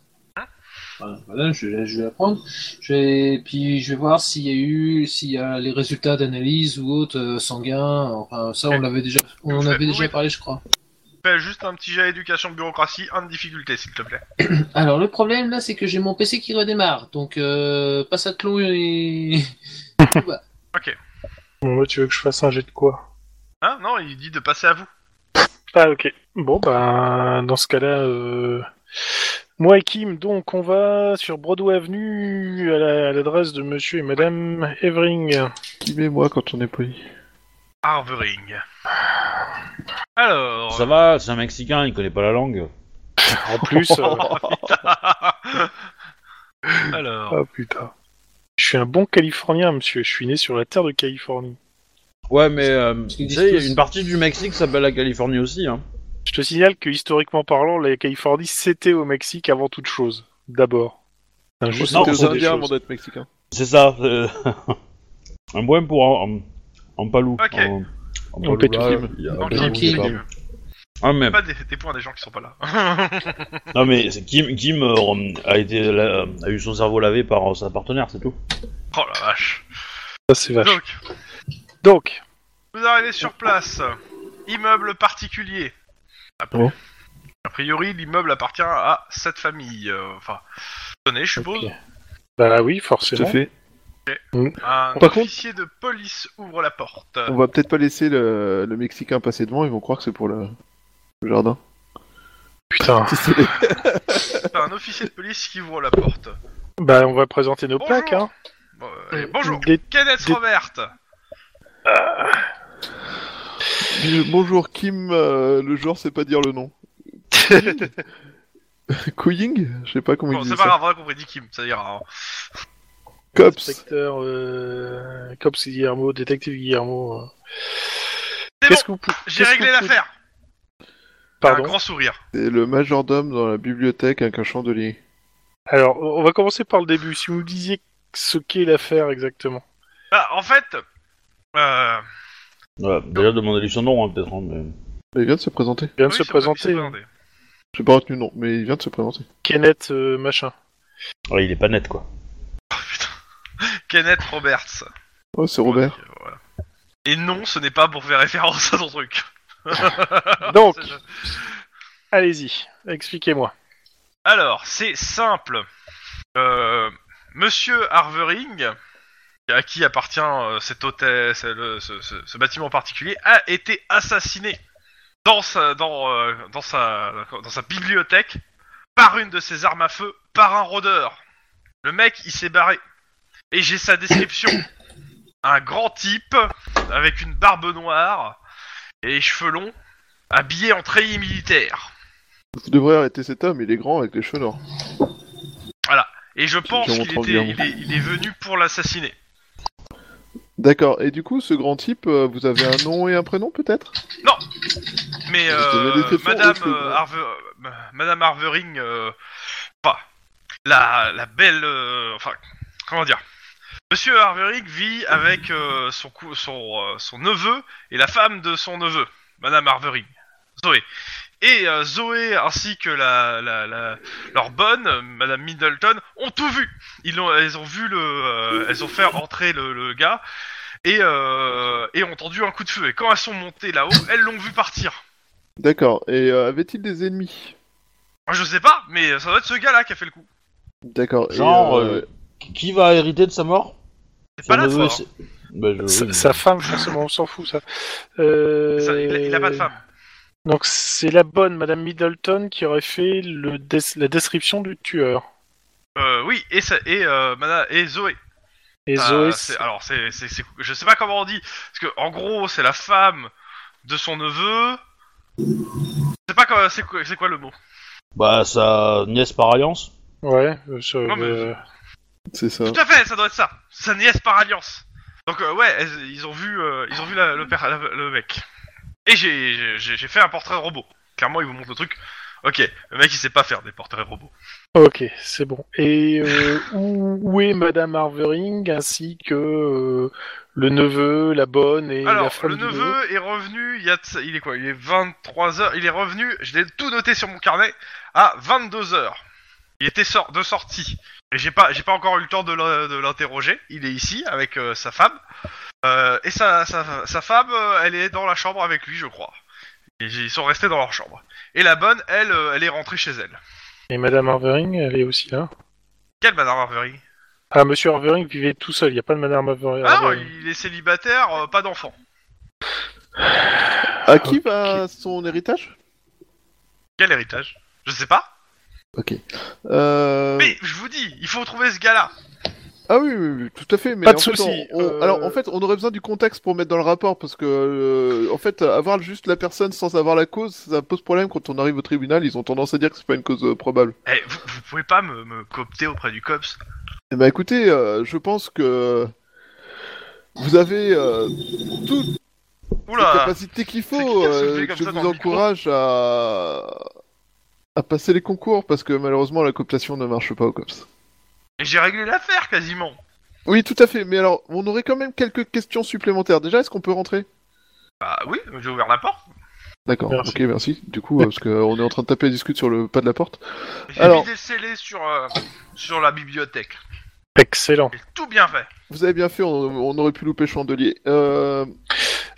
Speaker 5: Voilà, voilà, je, vais- je vais la prendre. Je vais, puis je vais voir s'il y a eu s'il y a les résultats d'analyse ou autres euh, sanguins. Enfin ça, on
Speaker 1: Ok.
Speaker 5: l'avait déjà on en
Speaker 1: Parfait.
Speaker 5: avait déjà
Speaker 1: Oui.
Speaker 5: parlé, je crois.
Speaker 1: Fais juste un petit jet éducation bureaucratie, un de difficulté s'il te plaît.
Speaker 5: Alors le problème là, c'est que j'ai mon PC qui redémarre, donc euh, Passatelon et
Speaker 2: Bon, moi, tu veux que je fasse un jet de quoi
Speaker 1: Hein Non, il dit de passer à vous.
Speaker 2: Ah, ok. Bon, ben, dans ce cas-là, euh, moi et Kim, donc, on va sur Broadway Avenue à la- à l'adresse de monsieur et madame Evering.
Speaker 4: Qui met moi quand on est poli
Speaker 1: Harvering. Alors,
Speaker 3: Ça va, c'est un Mexicain, il connaît pas la langue.
Speaker 2: En plus. euh,
Speaker 4: (laughs)
Speaker 1: alors,
Speaker 2: Ah, putain. Je suis un bon Californien, monsieur. Je suis né sur la terre de Californie.
Speaker 3: Ouais, mais euh,
Speaker 5: qu'ils
Speaker 3: tu sais, il y
Speaker 5: disent
Speaker 3: a
Speaker 5: tous.
Speaker 3: une partie du Mexique s'appelle la Californie aussi. Hein.
Speaker 2: Je te signale que, historiquement parlant, la Californie, c'était au Mexique avant toute chose. D'abord. C'est un juste
Speaker 3: Non,
Speaker 4: C'était
Speaker 2: ordre
Speaker 4: aux
Speaker 2: des
Speaker 4: Indiens
Speaker 2: choses.
Speaker 4: avant d'être mexicain.
Speaker 3: C'est (laughs) ça. euh, un point pour un, un, un palou.
Speaker 1: Ok.
Speaker 3: Un, un palou,
Speaker 2: pétou.
Speaker 3: là, il y a un
Speaker 1: donc,
Speaker 3: palou,
Speaker 5: Kim,
Speaker 1: il-
Speaker 3: je sais
Speaker 5: Kim.
Speaker 3: pas.
Speaker 1: il-
Speaker 3: Ah, mais
Speaker 1: pas des, des points à des gens qui sont pas là. (laughs)
Speaker 3: Non mais c'est- Kim, Kim euh, rem- a, été, la- euh, a eu son cerveau lavé par euh, sa partenaire, c'est tout.
Speaker 1: oh la vache.
Speaker 2: Ça, c'est vache.
Speaker 1: Donc,
Speaker 2: Donc,
Speaker 1: Vous arrivez sur place, immeuble particulier. A pri-
Speaker 2: Oh.
Speaker 4: Bon.
Speaker 1: A priori, l'immeuble appartient à cette famille. euh, enfin, donné, je suppose.
Speaker 2: Ok. bah oui,
Speaker 4: Tout à
Speaker 2: forcément.
Speaker 4: fait.
Speaker 1: Un
Speaker 4: Par contre-
Speaker 1: officier de police ouvre la porte.
Speaker 4: On va peut-être pas laisser le, le mexicain passer devant, ils vont croire que c'est pour le,
Speaker 2: (laughs)
Speaker 4: le jardin.
Speaker 2: Putain.
Speaker 1: C'est un officier de police qui ouvre la porte.
Speaker 2: Bah, on va présenter nos
Speaker 1: Bonjour.
Speaker 2: plaques, hein.
Speaker 1: Bon, euh, bonjour,
Speaker 2: Des-
Speaker 1: Kenneth
Speaker 2: des-
Speaker 1: Robert.
Speaker 4: Dis- Bonjour Kim, euh, le genre c'est pas dire le nom.
Speaker 2: (laughs)
Speaker 4: Couilling Je sais pas comment
Speaker 1: Bon,
Speaker 4: il
Speaker 1: c'est
Speaker 4: dit
Speaker 1: pas
Speaker 4: ça.
Speaker 1: grave, on a compris, dit Kim, ça ira. hein.
Speaker 4: Cops
Speaker 2: Inspecteur euh, Cops Guillermo, détective Guillermo. euh.
Speaker 1: C'est
Speaker 2: Qu'est-ce
Speaker 1: bon,
Speaker 2: que vous pou-
Speaker 1: J'ai
Speaker 2: qu'est-ce
Speaker 1: réglé
Speaker 2: que vous pou-
Speaker 1: l'affaire. Un
Speaker 2: Pardon.
Speaker 1: grand sourire.
Speaker 4: C'est le majordome dans la bibliothèque avec un chandelier.
Speaker 2: Alors, on va commencer par le début. Si vous me disiez ce qu'est l'affaire exactement.
Speaker 1: Bah, en fait, euh,
Speaker 3: Ouais, déjà demander son nom, hein, peut-être. hein, mais...
Speaker 4: Il vient de se présenter.
Speaker 2: Il vient de
Speaker 1: oui,
Speaker 2: se
Speaker 1: c'est pas- il s'est
Speaker 2: présenter.
Speaker 1: présenté.
Speaker 4: J'ai pas retenu le nom, mais il vient de se présenter.
Speaker 2: Kenneth euh,
Speaker 1: (laughs)
Speaker 2: machin.
Speaker 3: Ouais, il est pas net, quoi.
Speaker 1: Kenneth Roberts.
Speaker 4: Oh, c'est Robert.
Speaker 1: Donc, euh, voilà. Et non, ce n'est pas pour faire référence à ton truc.
Speaker 2: Donc,
Speaker 1: Ah, (laughs) C'est-
Speaker 2: allez-y, expliquez-moi.
Speaker 1: Alors, c'est simple. Euh, Monsieur Harvering, à qui appartient euh, cet hôtel, ce, le- ce- ce- ce bâtiment en particulier, a été assassiné dans sa, dans, euh, dans sa, dans sa bibliothèque par une de ses armes à feu, par un rôdeur. Le mec, il s'est barré. Et j'ai sa description. (coughs) Un grand type, avec une barbe noire et les cheveux longs, habillé en treillis militaire.
Speaker 4: Vous devrez arrêter cet homme, il est grand avec les cheveux noirs.
Speaker 1: Et je pense
Speaker 4: J'ai
Speaker 1: qu'il
Speaker 4: montré
Speaker 1: était,
Speaker 4: Guillaume.
Speaker 1: il est, il est venu pour l'assassiner.
Speaker 4: D'accord, et du coup, ce grand type, euh, vous avez un nom et un prénom peut-être
Speaker 1: Mais
Speaker 4: Je te
Speaker 1: euh,
Speaker 4: mets des questions
Speaker 1: Madame,
Speaker 4: autres,
Speaker 1: euh,
Speaker 4: ouais.
Speaker 1: Harve- euh, Madame Harvering, euh, pas la, la belle, euh, enfin, comment dire Monsieur Harvering vit avec euh, son, cou- son, euh, son neveu et la femme de son neveu, Madame Harvering, Zoé. Et euh, Zoé ainsi que la, la, la- leur bonne, euh, Madame Middleton, ont tout vu. Ils ont, elles ont vu le, euh, elles ont fait entrer le, le gars et, euh, et ont entendu un coup de feu. Et quand elles sont montées là-haut, elles l'ont vu partir.
Speaker 4: D'accord, et euh, avait-il des ennemis
Speaker 1: Moi, Je sais pas, mais ça doit être ce gars-là qui a fait le coup.
Speaker 4: D'accord, et,
Speaker 3: Genre,
Speaker 4: euh,
Speaker 3: euh, qui va hériter de sa mort
Speaker 1: C'est pas là,
Speaker 3: Son neveu,
Speaker 1: toi, hein.
Speaker 3: c'est- Bah, je-
Speaker 2: Sa,
Speaker 3: oui,
Speaker 2: sa femme, forcément, on s'en fout, ça. Euh,
Speaker 1: Ça, il, a, il a pas de femme.
Speaker 2: Donc, c'est la bonne Madame Middleton qui aurait fait le des- la description du tueur.
Speaker 1: Euh, oui, et, ça, et, euh, Mana- et Zoé.
Speaker 2: Et
Speaker 1: Euh,
Speaker 2: Zoé,
Speaker 1: c'est- alors, c'est, c'est, c'est- je sais pas comment on dit. Parce que, en gros, c'est la femme de son neveu. Je sais pas comment, c'est, quoi- c'est quoi le mot.
Speaker 3: Bah, sa nièce par alliance.
Speaker 2: Ouais, euh, ça,
Speaker 1: Non, mais-
Speaker 2: euh,
Speaker 4: c'est ça.
Speaker 1: Tout à fait, ça doit être ça. Sa nièce par alliance. Donc, euh, ouais, elles- ils ont vu, euh, ils ont vu la- le, père, la- le mec. Et j'ai, j'ai- j'ai, j'ai fait un portrait robot. Clairement, ils vous montrent le truc. Ok, le mec, il sait pas faire des portraits robots.
Speaker 2: Ok, c'est bon. Et euh, où, où est Madame Harvering ainsi que euh, le neveu, la bonne et la
Speaker 1: Alors,
Speaker 2: femme
Speaker 1: le
Speaker 2: du neveu
Speaker 1: neveu est revenu, il, y a de ça- il est quoi Il est 23h, il est revenu, je l'ai tout noté sur mon carnet, à 22h. Il était sor- de sortie. Et j'ai pas, j'ai pas encore eu le temps de l'in- de l'interroger, il est ici avec euh, sa femme. Euh, et sa, sa, sa femme, euh, elle est dans la chambre avec lui, je crois. Et j- ils sont restés dans leur chambre. Et la bonne, elle, euh, elle est rentrée chez elle.
Speaker 2: Et Madame Harvering, elle est aussi là.
Speaker 1: Quelle Madame Harvey
Speaker 2: Ah, Monsieur Harvering vivait tout seul, il n'y a pas de Madame Harvering.
Speaker 1: Ah non, il est célibataire, euh, pas d'enfant.
Speaker 4: À qui va son héritage
Speaker 1: Quel héritage Je sais pas.
Speaker 4: Ok. Euh...
Speaker 1: Mais je vous dis, il faut trouver ce gars-là.
Speaker 4: Ah oui, oui, oui, tout à fait. Mais
Speaker 2: Pas de
Speaker 4: en fait,
Speaker 2: souci,
Speaker 4: on- on-
Speaker 2: euh,
Speaker 4: Alors, en fait, on aurait besoin du contexte pour mettre dans le rapport parce que, euh, en fait, avoir juste la personne sans savoir la cause, ça pose problème quand on arrive au tribunal. Ils ont tendance à dire que c'est pas une cause euh, probable.
Speaker 1: Eh, vous, vous pouvez pas me, me coopter auprès du COPS
Speaker 4: Eh ben, écoutez, euh, je pense que vous avez euh, toutes les
Speaker 1: Oula
Speaker 4: capacités qu'il
Speaker 1: C'est qui
Speaker 4: faut.
Speaker 1: qui a soufflé
Speaker 4: euh,
Speaker 1: comme
Speaker 4: je
Speaker 1: ça dans
Speaker 4: vous
Speaker 1: le micro
Speaker 4: encourage à à passer les concours parce que malheureusement la cooptation ne marche pas au COPS.
Speaker 1: Et J'ai réglé l'affaire quasiment
Speaker 4: Oui, tout à fait. Mais alors, on aurait quand même quelques questions supplémentaires. Déjà, est-ce qu'on peut rentrer
Speaker 1: Bah oui, j'ai ouvert la porte.
Speaker 4: D'accord,
Speaker 2: Merci.
Speaker 4: ok, merci. Du coup, euh, parce qu'on est en train de taper et discute sur le pas de la porte.
Speaker 1: J'ai
Speaker 4: Alors.
Speaker 1: vidé le scellé sur, euh, sur la bibliothèque.
Speaker 2: Excellent.
Speaker 1: J'ai tout bien fait.
Speaker 4: Vous avez bien fait, on, on aurait pu louper Chandelier. Euh,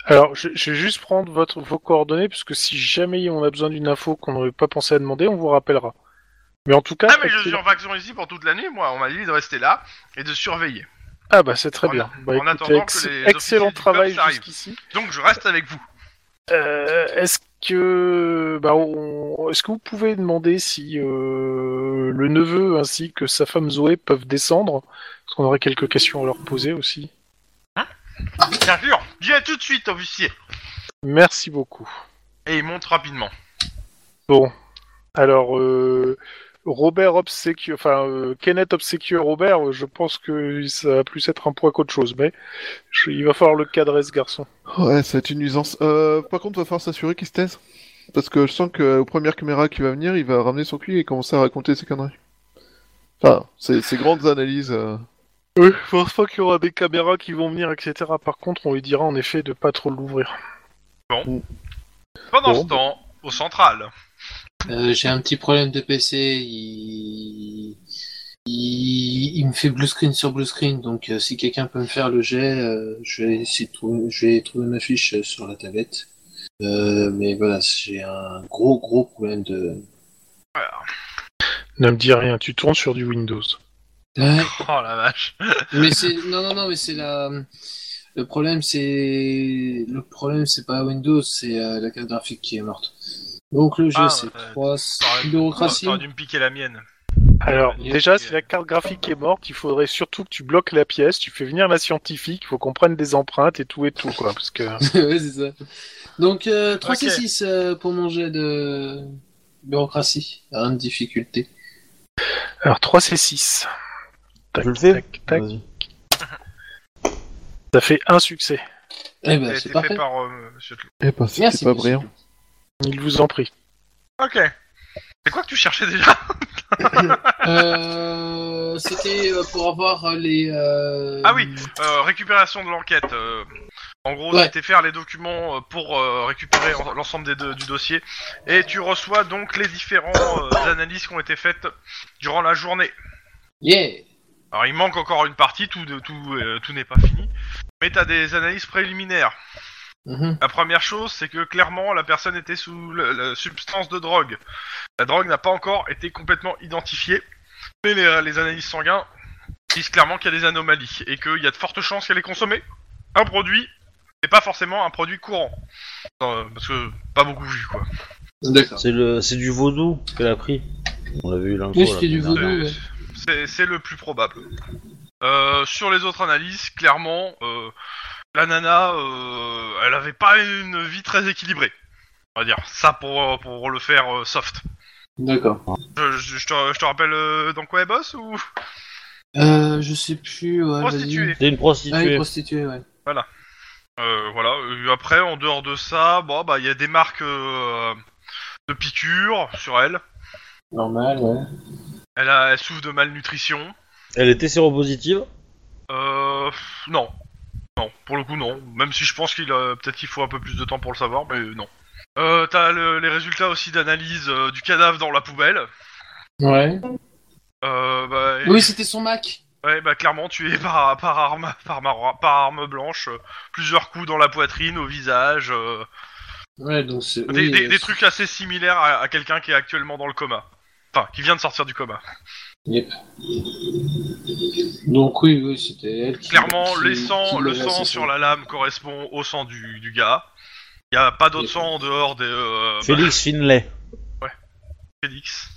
Speaker 2: Alors, je, je vais juste prendre votre, vos coordonnées, puisque si jamais on a besoin d'une info qu'on n'aurait pas pensé à demander, on vous rappellera. Mais en tout cas,
Speaker 1: Ah mais je suis
Speaker 2: excellent.
Speaker 1: en faction ici pour toute la nuit, moi. On m'a dit de rester là et de surveiller.
Speaker 2: Ah bah c'est très
Speaker 1: En-
Speaker 2: bien. Bah,
Speaker 1: en
Speaker 2: écoutez,
Speaker 1: attendant que
Speaker 2: ex-
Speaker 1: les officiers
Speaker 2: excellent
Speaker 1: du
Speaker 2: travail
Speaker 1: COPS arrivent.
Speaker 2: jusqu'ici.
Speaker 1: Donc je reste avec vous.
Speaker 2: Euh, est-ce que bah, on- est-ce que vous pouvez demander si euh, le neveu ainsi que sa femme Zoé peuvent descendre Parce qu'on aurait quelques questions à leur poser aussi.
Speaker 1: Bien sûr Viens tout de suite, officier
Speaker 2: Merci beaucoup.
Speaker 1: Et il monte rapidement.
Speaker 2: Bon, alors euh, Robert obséquie, enfin euh, Kenneth obséquieux Robert, euh, je pense que ça va plus être un poids qu'autre chose, mais je- il va falloir le cadrer ce garçon.
Speaker 4: Ouais, ça va être une nuisance. Euh, par contre, va falloir s'assurer qu'il se taise. Parce que je sens que aux premières caméras qui va venir, il va ramener son cul et commencer à raconter ses conneries. Enfin, ses, ses grandes analyses. euh.
Speaker 2: Oui, je pense pas qu'il y aura des caméras qui vont venir, etc. Par contre, on lui dira en effet de pas trop l'ouvrir.
Speaker 1: Pendant
Speaker 4: Bon.
Speaker 1: ce temps, au central. (laughs)
Speaker 5: Euh, j'ai un petit problème de PC. Il... Il... il me fait blue screen sur blue screen. Donc, euh, si quelqu'un peut me faire le jet, euh, je, vais essayer de trouver... je vais trouver ma fiche euh, sur la tablette. Euh, mais voilà, j'ai un gros gros problème de.
Speaker 2: Ne me dis rien, tu tournes sur du Windows.
Speaker 5: Ouais,
Speaker 1: Oh la vache.
Speaker 5: mais c'est non non non mais c'est la le problème c'est le problème c'est pas Windows c'est euh, la carte graphique qui est morte. Donc le jeu
Speaker 1: Ah,
Speaker 5: c'est
Speaker 1: euh,
Speaker 5: 3
Speaker 1: T'aurais-
Speaker 5: bureaucratie.
Speaker 1: T'aurais dû me piquer la mienne.
Speaker 2: Alors,
Speaker 1: Il y a-
Speaker 2: déjà, si la carte graphique est morte, il faudrait surtout que tu bloques la pièce, tu fais venir la scientifique, il faut qu'on prenne des empreintes et tout et tout, quoi. Parce que.
Speaker 5: (laughs) ouais, c'est ça. Donc, euh, 3
Speaker 1: Ok.
Speaker 5: C6 euh, pour manger de bureaucratie. Rien de difficulté.
Speaker 2: Alors, 3 C6. Tac,
Speaker 3: Je le fais
Speaker 2: tac, tac.
Speaker 3: Vas-y.
Speaker 2: Ça fait un succès.
Speaker 5: Eh
Speaker 1: Ça a
Speaker 5: ben,
Speaker 1: été
Speaker 5: c'est
Speaker 1: fait
Speaker 5: parfait.
Speaker 1: par euh, Monsieur Tlou.
Speaker 4: Eh ben, c'est
Speaker 5: Merci,
Speaker 4: pas
Speaker 5: monsieur.
Speaker 4: brillant.
Speaker 2: Il vous en prie.
Speaker 1: Ok. C'est quoi que tu cherchais déjà
Speaker 5: Euh, C'était euh, pour avoir euh, les. euh,
Speaker 1: Ah oui. Euh, Récupération de l'enquête. euh, en gros,
Speaker 5: Ouais.
Speaker 1: c'était faire les documents euh, pour euh, récupérer en- l'ensemble des deux- du dossier. Et tu reçois donc les différents euh, analyses qui ont été faites durant la journée.
Speaker 5: Yeah!
Speaker 1: Alors, il manque encore une partie, tout, de- tout, euh, tout n'est pas fini. Mais t'as des analyses préliminaires.
Speaker 5: Mhm.
Speaker 1: La première chose, c'est que clairement, la personne était sous le- la substance de drogue. La drogue n'a pas encore été complètement identifiée, mais les, les analyses sanguines disent clairement qu'il y a des anomalies et qu'il y a de fortes chances qu'elle ait consommé un produit, mais pas forcément un produit courant. Euh, parce que pas beaucoup vu, quoi.
Speaker 5: D'accord.
Speaker 3: C'est le, c'est du vaudou qu'elle a pris. On l'a vu l'info.
Speaker 5: Oui,
Speaker 3: la
Speaker 5: c'était du
Speaker 3: semaine
Speaker 5: vaudou.
Speaker 3: dernière.
Speaker 1: Euh,
Speaker 5: ouais.
Speaker 1: C'est c'est le plus probable. Euh, sur les autres analyses, clairement, euh, la nana, euh, elle avait pas une vie très équilibrée. On va dire ça pour, pour le faire euh, soft.
Speaker 5: D'accord.
Speaker 1: Je, Euh, je- je te, je te rappelle euh, dans quoi elle bosse ou
Speaker 5: Euh, je sais plus. Ouais,
Speaker 1: prostituée.
Speaker 3: C'est une
Speaker 5: vas-y. Ah, oui,
Speaker 3: prostituée.
Speaker 5: prostituée, ouais.
Speaker 1: Euh, voilà. euh, Après, en dehors de ça, bon bah il y a des marques euh, de piqûres sur elle.
Speaker 5: Normal, ouais.
Speaker 1: Elle, a, elle souffre de malnutrition.
Speaker 3: Elle était séropositive.
Speaker 1: Euh, pff, non, non, pour le coup non. Même si je pense qu'il euh, peut-être qu'il faut un peu plus de temps pour le savoir, mais non. Euh, T'as le- les résultats aussi d'analyse euh, du cadavre dans la poubelle.
Speaker 5: Ouais.
Speaker 1: Euh, bah, et-
Speaker 5: Oui, c'était son Mac.
Speaker 1: Ouais, bah clairement, tué par, par, arme, par, mar- par arme blanche, euh, plusieurs coups dans la poitrine, au visage, euh,
Speaker 5: Ouais, donc c'est.
Speaker 1: des,
Speaker 5: oui,
Speaker 1: des-
Speaker 5: euh,
Speaker 1: des trucs assez similaires à, à quelqu'un qui est actuellement dans le coma. Enfin, qui vient de sortir du coma.
Speaker 5: Donc, oui, oui, c'était elle qui.
Speaker 1: Clairement,
Speaker 5: qui-
Speaker 1: les sangs,
Speaker 5: qui
Speaker 1: le
Speaker 5: l'avait
Speaker 1: sang
Speaker 5: assassiné.
Speaker 1: sur la lame correspond au sang du, du gars. Il a pas d'autre sang en dehors des... Euh, bah,
Speaker 3: Félix Finlay.
Speaker 1: Félix.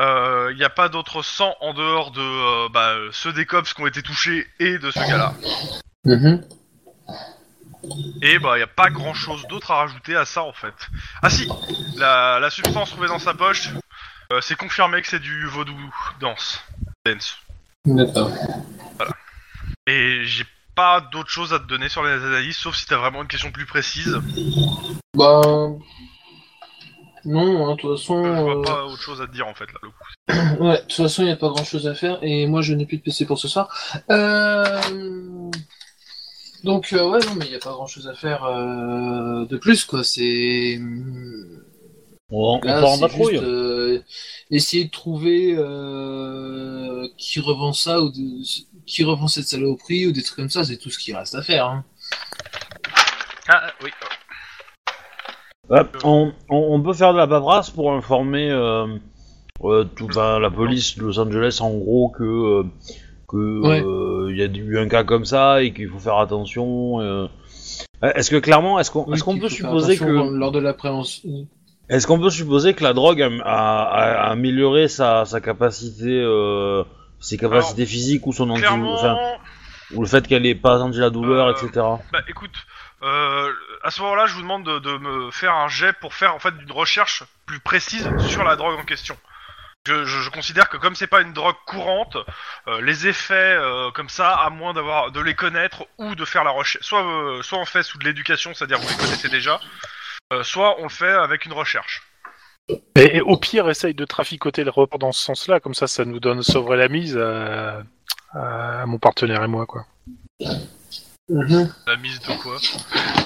Speaker 1: Euh, Il n'y a pas d'autre sang en dehors de euh, bah, ceux des cops qui ont été touchés et de ce gars-là.
Speaker 5: Mhm.
Speaker 1: Et bah, y a pas grand chose d'autre à rajouter à ça en fait. Ah si, la, la substance trouvée dans sa poche, euh, c'est confirmé que c'est du vaudou dance. Dance.
Speaker 5: D'accord.
Speaker 1: Et j'ai pas d'autre chose à te donner sur les analyses, sauf si t'as vraiment une question plus précise.
Speaker 5: Bah. Non, hein, de toute façon.
Speaker 1: Je vois
Speaker 5: euh,
Speaker 1: pas autre chose à te dire en fait là. le coup.
Speaker 5: Ouais, de toute façon, il n'y a pas grand chose à faire et moi je n'ai plus de PC pour ce soir. Euh... Donc, euh, ouais, non, mais il n'y a pas grand chose à faire euh, de plus, quoi. C'est.
Speaker 3: On, on
Speaker 5: Là,
Speaker 3: part en
Speaker 5: Ah, c'est
Speaker 3: patrouille.
Speaker 5: juste, euh, essayer de trouver euh, qui revend ça ou de- qui revend cette saloperie ou des trucs comme ça, c'est tout ce qui reste à faire. hein.
Speaker 1: Ah oui. Euh,
Speaker 3: Hop, on, on- on peut faire de la paperasse pour informer euh, euh, tout, bah, la police de Los Angeles en gros que euh, que
Speaker 5: Ouais.
Speaker 3: euh, il y a eu un cas comme ça et qu'il faut faire attention. euh. Est-ce que clairement, est-ce qu'on
Speaker 5: Oui,
Speaker 3: est-ce qu'on
Speaker 5: qu'il
Speaker 3: peut
Speaker 5: faut faire
Speaker 3: supposer
Speaker 5: attention
Speaker 3: que
Speaker 5: dans- Lors de l'appréhension.
Speaker 3: Est-ce qu'on peut supposer que la drogue a, a- a amélioré sa, sa capacité, euh, ses capacités physiques ou son anti,
Speaker 1: Clairement,
Speaker 3: enfin, ou le fait qu'elle ait pas senti la douleur,
Speaker 1: Euh,
Speaker 3: etc.
Speaker 1: bah écoute, euh, à ce moment-là, je vous demande de, de me faire un jet pour faire en fait une recherche plus précise sur la drogue en question. Je, je- je considère que comme c'est pas une drogue courante, euh, les effets euh, comme ça, à moins d'avoir de les connaître ou de faire la recherche, soit euh, soit en fait sous de l'éducation, c'est-à-dire vous les connaissez déjà, Euh, soit on le fait avec une recherche.
Speaker 2: Et, et au pire, essaye de traficoter le report dans ce sens-là, comme ça, ça nous donne sauver la mise à, à mon partenaire et moi, quoi.
Speaker 3: Mhm.
Speaker 1: La mise de quoi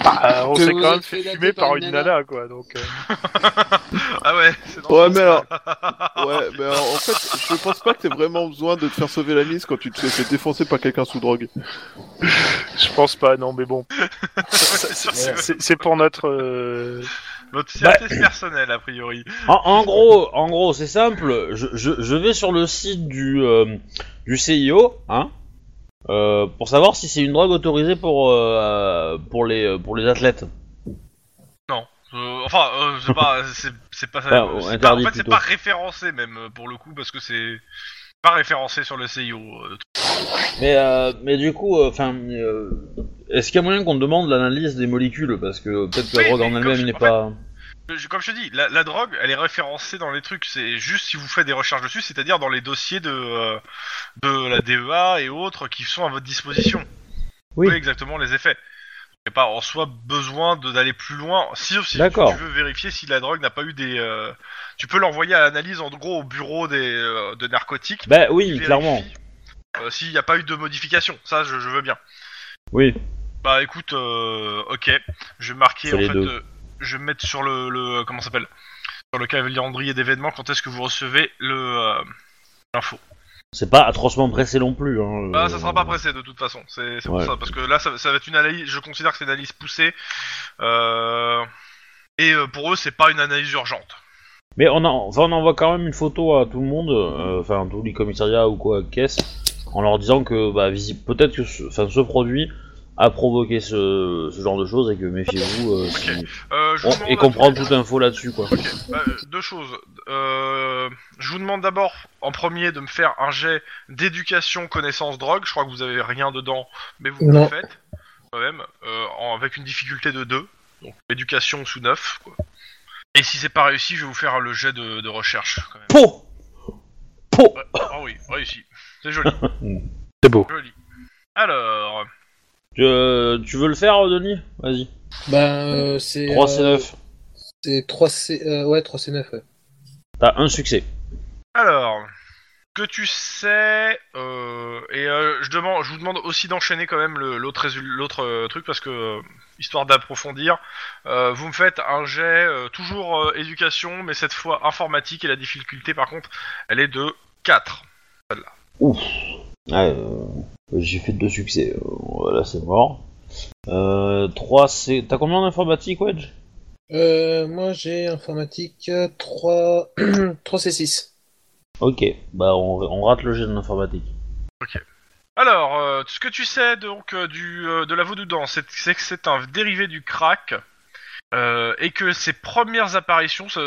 Speaker 2: Bah, on
Speaker 5: Que
Speaker 2: s'est
Speaker 5: vous
Speaker 2: quand même
Speaker 5: êtes
Speaker 2: fait
Speaker 5: fait
Speaker 2: fumer
Speaker 5: dater
Speaker 2: par une nana, quoi. Donc, euh,
Speaker 1: Ah ouais, c'est dans
Speaker 4: Ouais,
Speaker 1: ce
Speaker 4: mais
Speaker 1: sens-là.
Speaker 4: (laughs) alors. Ouais, mais alors, en fait, je pense pas que t'aies vraiment besoin de te faire sauver la mise quand tu te fais défoncer par quelqu'un sous drogue.
Speaker 2: je pense pas, non, mais (laughs) bon.
Speaker 1: C'est sûr, c'est
Speaker 2: C'est c'est pour notre. euh,
Speaker 1: Notre fierté
Speaker 4: Bah-
Speaker 1: personnelle, a priori.
Speaker 3: En, Ah, en gros, en gros, c'est simple. Je, je- je vais sur le site du euh, du CIO, hein, euh, pour savoir si c'est une drogue autorisée pour euh, pour les pour les athlètes.
Speaker 1: Euh, enfin, euh, c'est pas, c'est, c'est pas ça.
Speaker 4: Bah,
Speaker 3: Ah, ouais,
Speaker 1: c'est pas-
Speaker 3: interdit
Speaker 1: en fait, c'est
Speaker 3: plutôt.
Speaker 1: pas référencé même euh, pour le coup parce que c'est pas référencé sur le CIO. euh, tout.
Speaker 3: Mais euh, mais du coup, enfin, euh, est-ce qu'il y a moyen qu'on demande l'analyse des molécules parce que peut-être que la
Speaker 1: Oui,
Speaker 3: drogue
Speaker 1: mais
Speaker 3: en
Speaker 1: comme je-
Speaker 3: elle-même n'est
Speaker 1: en
Speaker 3: pas.
Speaker 1: Euh, je- Comme je te dis, la, la drogue, elle est référencée dans les trucs. C'est juste si vous faites des recherches dessus, c'est-à-dire dans les dossiers de euh, de la DEA et autres qui sont à votre disposition.
Speaker 3: Oui.
Speaker 1: Vous voyez exactement les effets. Il n'y a pas en soi besoin de- d'aller plus loin, sauf si
Speaker 3: D'accord.
Speaker 1: tu veux vérifier si la drogue n'a pas eu des. euh, tu peux l'envoyer à l'analyse en gros au bureau des, euh, de narcotiques.
Speaker 3: Bah oui,
Speaker 1: vérifie,
Speaker 3: clairement.
Speaker 1: euh, S'il n'y a pas eu de modification, ça je, je veux bien.
Speaker 3: Oui.
Speaker 1: Bah écoute, euh, ok, je vais marquer
Speaker 3: C'est
Speaker 1: en
Speaker 3: les
Speaker 1: fait,
Speaker 3: deux.
Speaker 1: euh, je vais mettre sur le, le euh, comment ça s'appelle, sur le calendrier d'événements quand est-ce que vous recevez le euh, l'info.
Speaker 3: C'est pas atrocement pressé non plus. Hein,
Speaker 1: Ah,
Speaker 3: euh,
Speaker 1: ça sera pas pressé de toute façon, c'est c'est pour
Speaker 3: Ouais.
Speaker 1: ça parce que là ça, ça va être une analyse, je considère que c'est une analyse poussée euh, et euh, pour eux c'est pas une analyse urgente.
Speaker 3: Mais on, en, enfin, on envoie quand même une photo à tout le monde, euh, enfin tous les commissariats ou quoi, caisse, en leur disant que bah, visi- peut-être que ce, enfin, ce produit a provoqué ce, ce genre de choses et que méfiez-vous euh, si-
Speaker 1: Euh, je
Speaker 3: on-
Speaker 1: vous demande
Speaker 3: et
Speaker 1: à
Speaker 3: qu'on
Speaker 1: tous-
Speaker 3: prend toute info là-dessus quoi.
Speaker 1: Ok, bah, euh, deux choses. Euh, je vous demande d'abord, en premier, de me faire un jet d'éducation connaissance drogue. Je crois que vous avez rien dedans, mais vous
Speaker 5: Non.
Speaker 1: le faites quand même, euh, en- avec une difficulté de 2. Donc éducation sous 9. Quoi. Et si c'est pas réussi, je vais vous faire le jet de, de recherche. Quand même.
Speaker 3: Po Po
Speaker 1: Ouais. Ah oui, réussi. C'est joli,
Speaker 2: C'est beau.
Speaker 1: joli. Alors,
Speaker 3: tu, euh, tu veux le faire euh, Denis Vas-y.
Speaker 5: Ben, euh, c'est.
Speaker 3: 3 c'est
Speaker 5: euh,
Speaker 3: 9.
Speaker 5: C'est 3 C. euh, ouais, 3 C9, ouais.
Speaker 3: T'as un succès.
Speaker 1: alors, que tu sais, euh, et euh, je demande, je vous demande aussi d'enchaîner quand même le- l'autre résul- l'autre euh, truc parce que euh, histoire d'approfondir, euh, vous me faites un jet euh, toujours euh, éducation, mais cette fois informatique et la difficulté par contre, elle est de 4.
Speaker 3: Ah, euh, J'ai fait deux succès, euh, voilà c'est mort. Euh, 3 c'est... T'as combien en informatique Wedge
Speaker 5: Euh, moi, j'ai informatique euh, (clears throat) 3... 3 C6.
Speaker 3: Ok, bah on, on rate le jet de l'informatique.
Speaker 1: Alors, euh, ce que tu sais donc euh, du euh, de la vaudou-dent, c'est c'est que c'est un dérivé du crack. euh, et que ses premières apparitions, ça,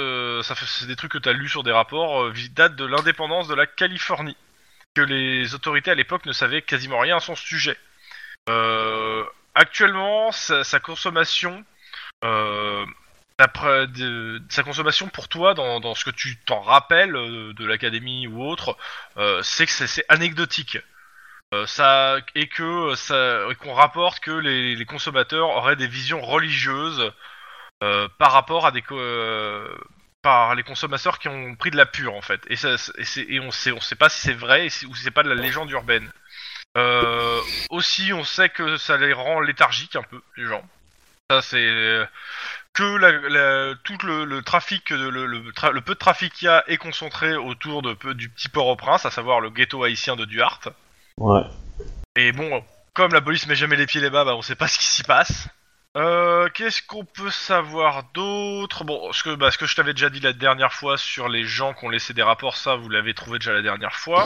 Speaker 1: ça fait- c'est des trucs que t'as lu sur des rapports, euh, datent de l'indépendance de la Californie. Que les autorités à l'époque ne savaient quasiment rien à son sujet. Euh, actuellement, sa, sa consommation, euh, d'après- de- sa consommation pour toi, dans, dans ce que tu t'en rappelles euh, de l'académie ou autre, euh, c'est que c'est- c'est anecdotique. Euh, ça et que euh, ça et qu'on rapporte que les, les consommateurs auraient des visions religieuses euh, par rapport à des co- euh, par les consommateurs qui ont pris de la pure en fait et ça et, c'est- et on sait on sait pas si c'est vrai et si- ou si c'est pas de la légende urbaine Euh, aussi on sait que ça les rend léthargiques un peu les gens ça c'est euh, que la- la- tout le, le trafic le, le- le tra- le peu de trafic qu'il y a est concentré autour de peu- du petit Port-au-Prince à savoir le ghetto haïtien de Duarte
Speaker 3: Ouais.
Speaker 1: et bon, comme la police met jamais les pieds là-bas, bah on sait pas ce qui s'y passe. Euh, Qu'est-ce qu'on peut savoir d'autre Bon, ce que, bah, ce que je t'avais déjà dit la dernière fois sur les gens qui ont laissé des rapports, ça vous l'avez trouvé déjà la dernière fois.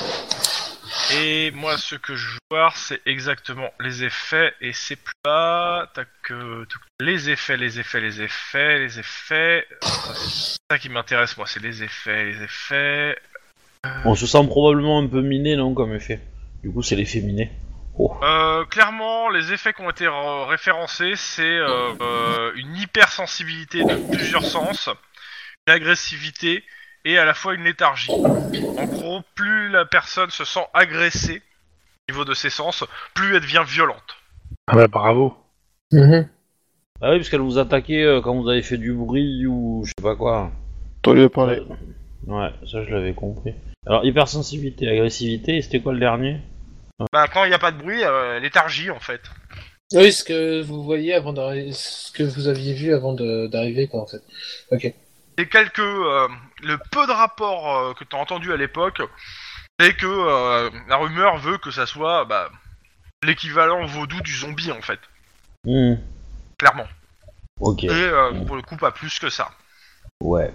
Speaker 1: Et moi, ce que je veux voir, c'est exactement les effets, et c'est plus pas. Tac, euh, tac. les effets, les effets, les effets, les effets. Ça, C'est ça qui m'intéresse, moi, c'est les effets, les effets.
Speaker 3: On se sent probablement un peu miné, non, comme effet. Du coup, c'est l'effet miné. Oh.
Speaker 1: Euh, clairement, les effets qui ont été re- référencés, c'est euh, euh, une hypersensibilité de plusieurs sens, une agressivité et à la fois une léthargie. En gros, plus la personne se sent agressée au niveau de ses sens, plus elle devient violente.
Speaker 5: Mm-hmm.
Speaker 2: Ah bah, bravo.
Speaker 3: Ah oui, parce qu'elle vous attaquait euh, quand vous avez fait du bruit ou je sais pas quoi.
Speaker 4: T'en lui as parlé.
Speaker 3: Ouais, ça je l'avais compris. Alors, hypersensibilité, agressivité, et c'était quoi le dernier
Speaker 1: Bah, quand il n'y a pas de bruit, euh, léthargie en fait.
Speaker 5: Oui, ce que vous voyez avant d'arri- ce que vous aviez vu avant de- d'arriver, quoi, en fait.
Speaker 1: les quelques euh, le peu de rapports euh, que t'as entendu à l'époque, c'est que euh, la rumeur veut que ça soit bah, l'équivalent vaudou du zombie en fait,
Speaker 3: Hmm,
Speaker 1: clairement.
Speaker 3: Ok,
Speaker 1: Et euh, pour le coup pas plus que ça.
Speaker 3: ouais.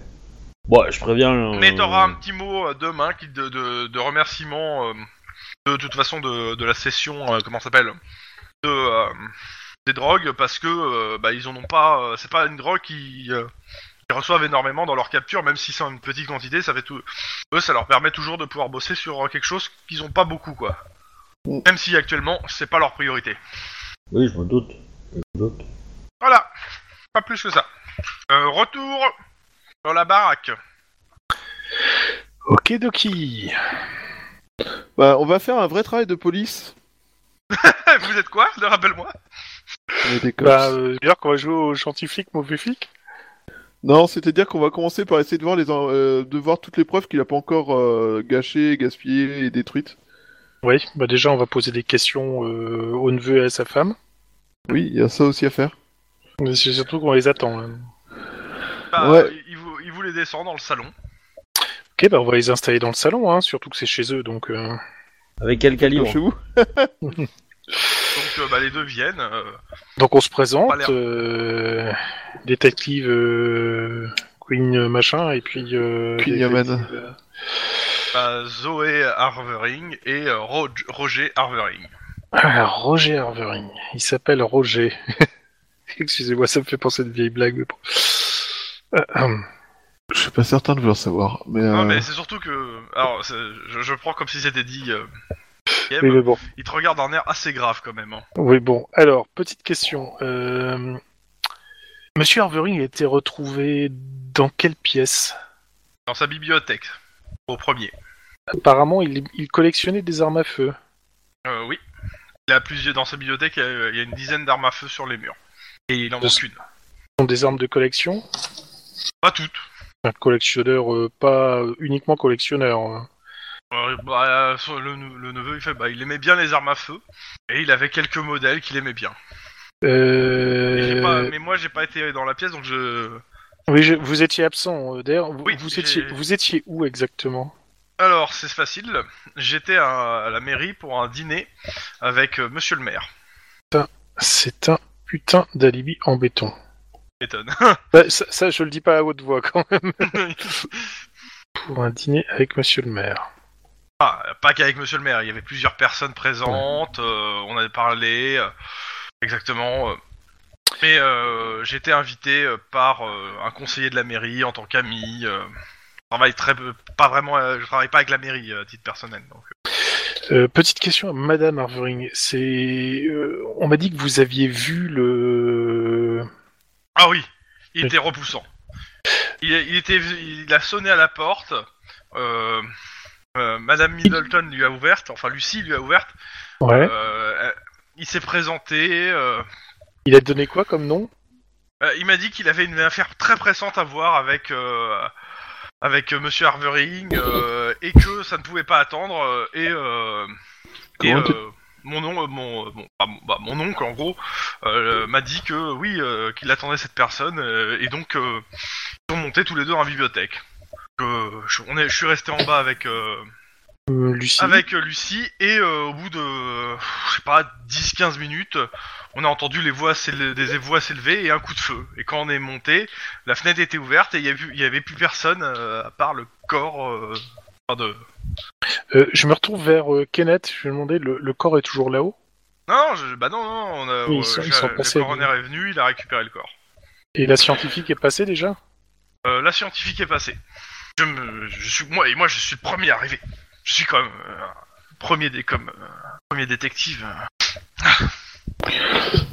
Speaker 3: Bon, je préviens. euh,
Speaker 1: Mais t'auras un petit mot euh, demain qui de, de, de remerciement euh, de, toute façon de, de la session euh, comment ça s'appelle de euh, des drogues parce que euh, bah, ils en ont pas euh, c'est pas une drogue qui euh, ils reçoivent énormément dans leur capture même si c'est une petite quantité ça fait tout eux ça leur permet toujours de pouvoir bosser sur euh, quelque chose qu'ils ont pas beaucoup quoi
Speaker 4: Mm.
Speaker 1: même si actuellement c'est pas leur priorité
Speaker 3: Oui, je me doute. Je me doute.
Speaker 1: voilà pas plus que ça Euh, retour dans la baraque (laughs)
Speaker 2: Ok, Doki.
Speaker 4: Bah, on va faire un vrai travail de police.
Speaker 1: vous êtes quoi rappelle-moi
Speaker 4: On est des cops.
Speaker 2: Bah, euh, d'ailleurs, qu'on va jouer au chantiflic, mauvais flic.
Speaker 4: Non, c'est-à-dire qu'on va commencer par essayer de voir, les, en- euh, de voir toutes les preuves qu'il a pas encore euh, gâchées, gaspillées et détruites.
Speaker 2: Oui, bah déjà, on va poser des questions euh, au neveu et à sa femme.
Speaker 4: Oui, il y a ça aussi à faire.
Speaker 2: Mais C'est surtout qu'on les attend. hein. là.
Speaker 1: Bah,
Speaker 4: Ouais.
Speaker 1: euh, ils, vous- ils voulaient descendre dans le salon
Speaker 2: Ok, bah on va les installer dans le salon, hein, surtout que c'est chez eux, donc... euh,
Speaker 3: Avec quel
Speaker 4: Comme
Speaker 3: calibre
Speaker 4: chez vous
Speaker 1: Donc euh, bah, les deux viennent. euh,
Speaker 2: Donc on se
Speaker 1: Pas l'air.
Speaker 2: présente, euh, détective euh, Queen euh, machin, et puis... euh,
Speaker 4: Queen
Speaker 2: détective,
Speaker 4: Yaman.
Speaker 2: euh,
Speaker 1: bah, Zoé Harvering et euh, Rog- Roger Harvering.
Speaker 2: Ah, Roger Harvering. Il s'appelle Roger. (laughs) Excusez-moi, ça me fait penser à une vieille blague. mais bon. Ah, hum.
Speaker 4: Je suis pas certain de vouloir savoir, mais...
Speaker 1: Non
Speaker 4: euh,
Speaker 1: mais c'est surtout que... Alors c'est- je, je prends comme si c'était dit... euh,
Speaker 2: Oui,
Speaker 1: game.
Speaker 2: mais bon.
Speaker 1: Ils te regardent d'un air assez grave quand même. hein.
Speaker 2: Oui, bon. Alors, petite question. Euh, Monsieur Harvering a été retrouvé dans quelle pièce
Speaker 1: Dans sa bibliothèque. Au premier.
Speaker 2: Apparemment, il, il collectionnait des armes à feu.
Speaker 1: Euh, oui. Il a plusieurs... Dans sa bibliothèque, il y a- il y a une dizaine d'armes à feu sur les murs. Et il en
Speaker 2: De-
Speaker 1: manque une.
Speaker 2: Ce sont des armes de collection
Speaker 1: Pas toutes.
Speaker 2: un collectionneur, euh, pas euh, uniquement collectionneur. hein.
Speaker 1: Euh, bah, euh, le, le neveu, il fait... Bah, il aimait bien les armes à feu. Et il avait quelques modèles qu'il aimait bien. Mais j'ai
Speaker 2: Euh,
Speaker 1: pas- mais moi, j'ai pas été dans la pièce, donc je...
Speaker 2: Oui, je- vous étiez absent. euh, D'ailleurs, vous,
Speaker 1: Oui,
Speaker 2: vous
Speaker 1: j'ai-
Speaker 2: étiez, vous étiez où exactement
Speaker 1: Alors, c'est facile. J'étais à, à la mairie pour un dîner avec euh, monsieur le maire.
Speaker 2: C'est un putain d'alibi en béton.
Speaker 1: Étonne.
Speaker 2: Bah, ça, ça, je le dis pas à haute voix quand même. Pour un dîner avec Monsieur le maire.
Speaker 1: (laughs) Ah, pas qu'avec monsieur le maire, il y avait plusieurs personnes présentes, euh, on a parlé, euh, exactement. euh. Mais euh, j'étais invité euh, par euh, un conseiller de la mairie en tant qu'ami. euh. Je travaille très peu- pas vraiment, euh, je travaille pas avec la mairie euh, à titre personnel. Donc.
Speaker 2: Euh, petite question à Madame Harvering. C'est, euh, on m'a dit que vous aviez vu le.
Speaker 1: Ah oui, il
Speaker 2: Oui.
Speaker 1: était repoussant. Il, il était, il a sonné à la porte. euh, euh, Madame Middleton lui a ouverte, enfin Lucie lui a ouverte.
Speaker 2: Ah Ouais.
Speaker 1: Euh, euh, il s'est présenté. euh,
Speaker 2: Il a donné quoi comme nom
Speaker 1: euh, il m'a dit qu'il avait une affaire très pressante à voir avec euh, avec euh, Monsieur Harvering euh, et que ça ne pouvait pas attendre. euh, et euh, et,
Speaker 4: Comment tu-
Speaker 1: euh, mon nom, euh, mon, euh, mon, bah, mon- bah, mon oncle en gros euh, m'a dit que oui, euh, qu'il attendait cette personne euh, et donc euh, ils sont montés tous les deux dans la bibliothèque. Que je, on est, je suis resté en bas avec euh,
Speaker 2: Euh, Lucie.
Speaker 1: avec euh, Lucie et euh, au bout de euh, je sais pas 10-15 minutes, euh, on a entendu les voix s'éle- des voix s'élever et un coup de feu. Et quand on est monté, la fenêtre était ouverte et il y, a eu- il y avait plus personne euh, à part le corps euh, enfin, de
Speaker 2: Euh, je me retrouve vers euh, Kenneth. Je lui ai demandé, le, le corps est toujours là-haut
Speaker 1: non, je- bah non, non, on a,
Speaker 2: Oui, ils
Speaker 1: euh,
Speaker 2: sont- ils
Speaker 1: j'ai-
Speaker 2: sont
Speaker 1: le
Speaker 2: passés,
Speaker 1: coroner est venu, il a récupéré le corps.
Speaker 2: Et la scientifique est passée déjà
Speaker 1: Euh, la scientifique est passée. Je, me, je suis moi et moi je suis le premier arrivé. Je suis quand même euh, premier des comme euh, premier détective.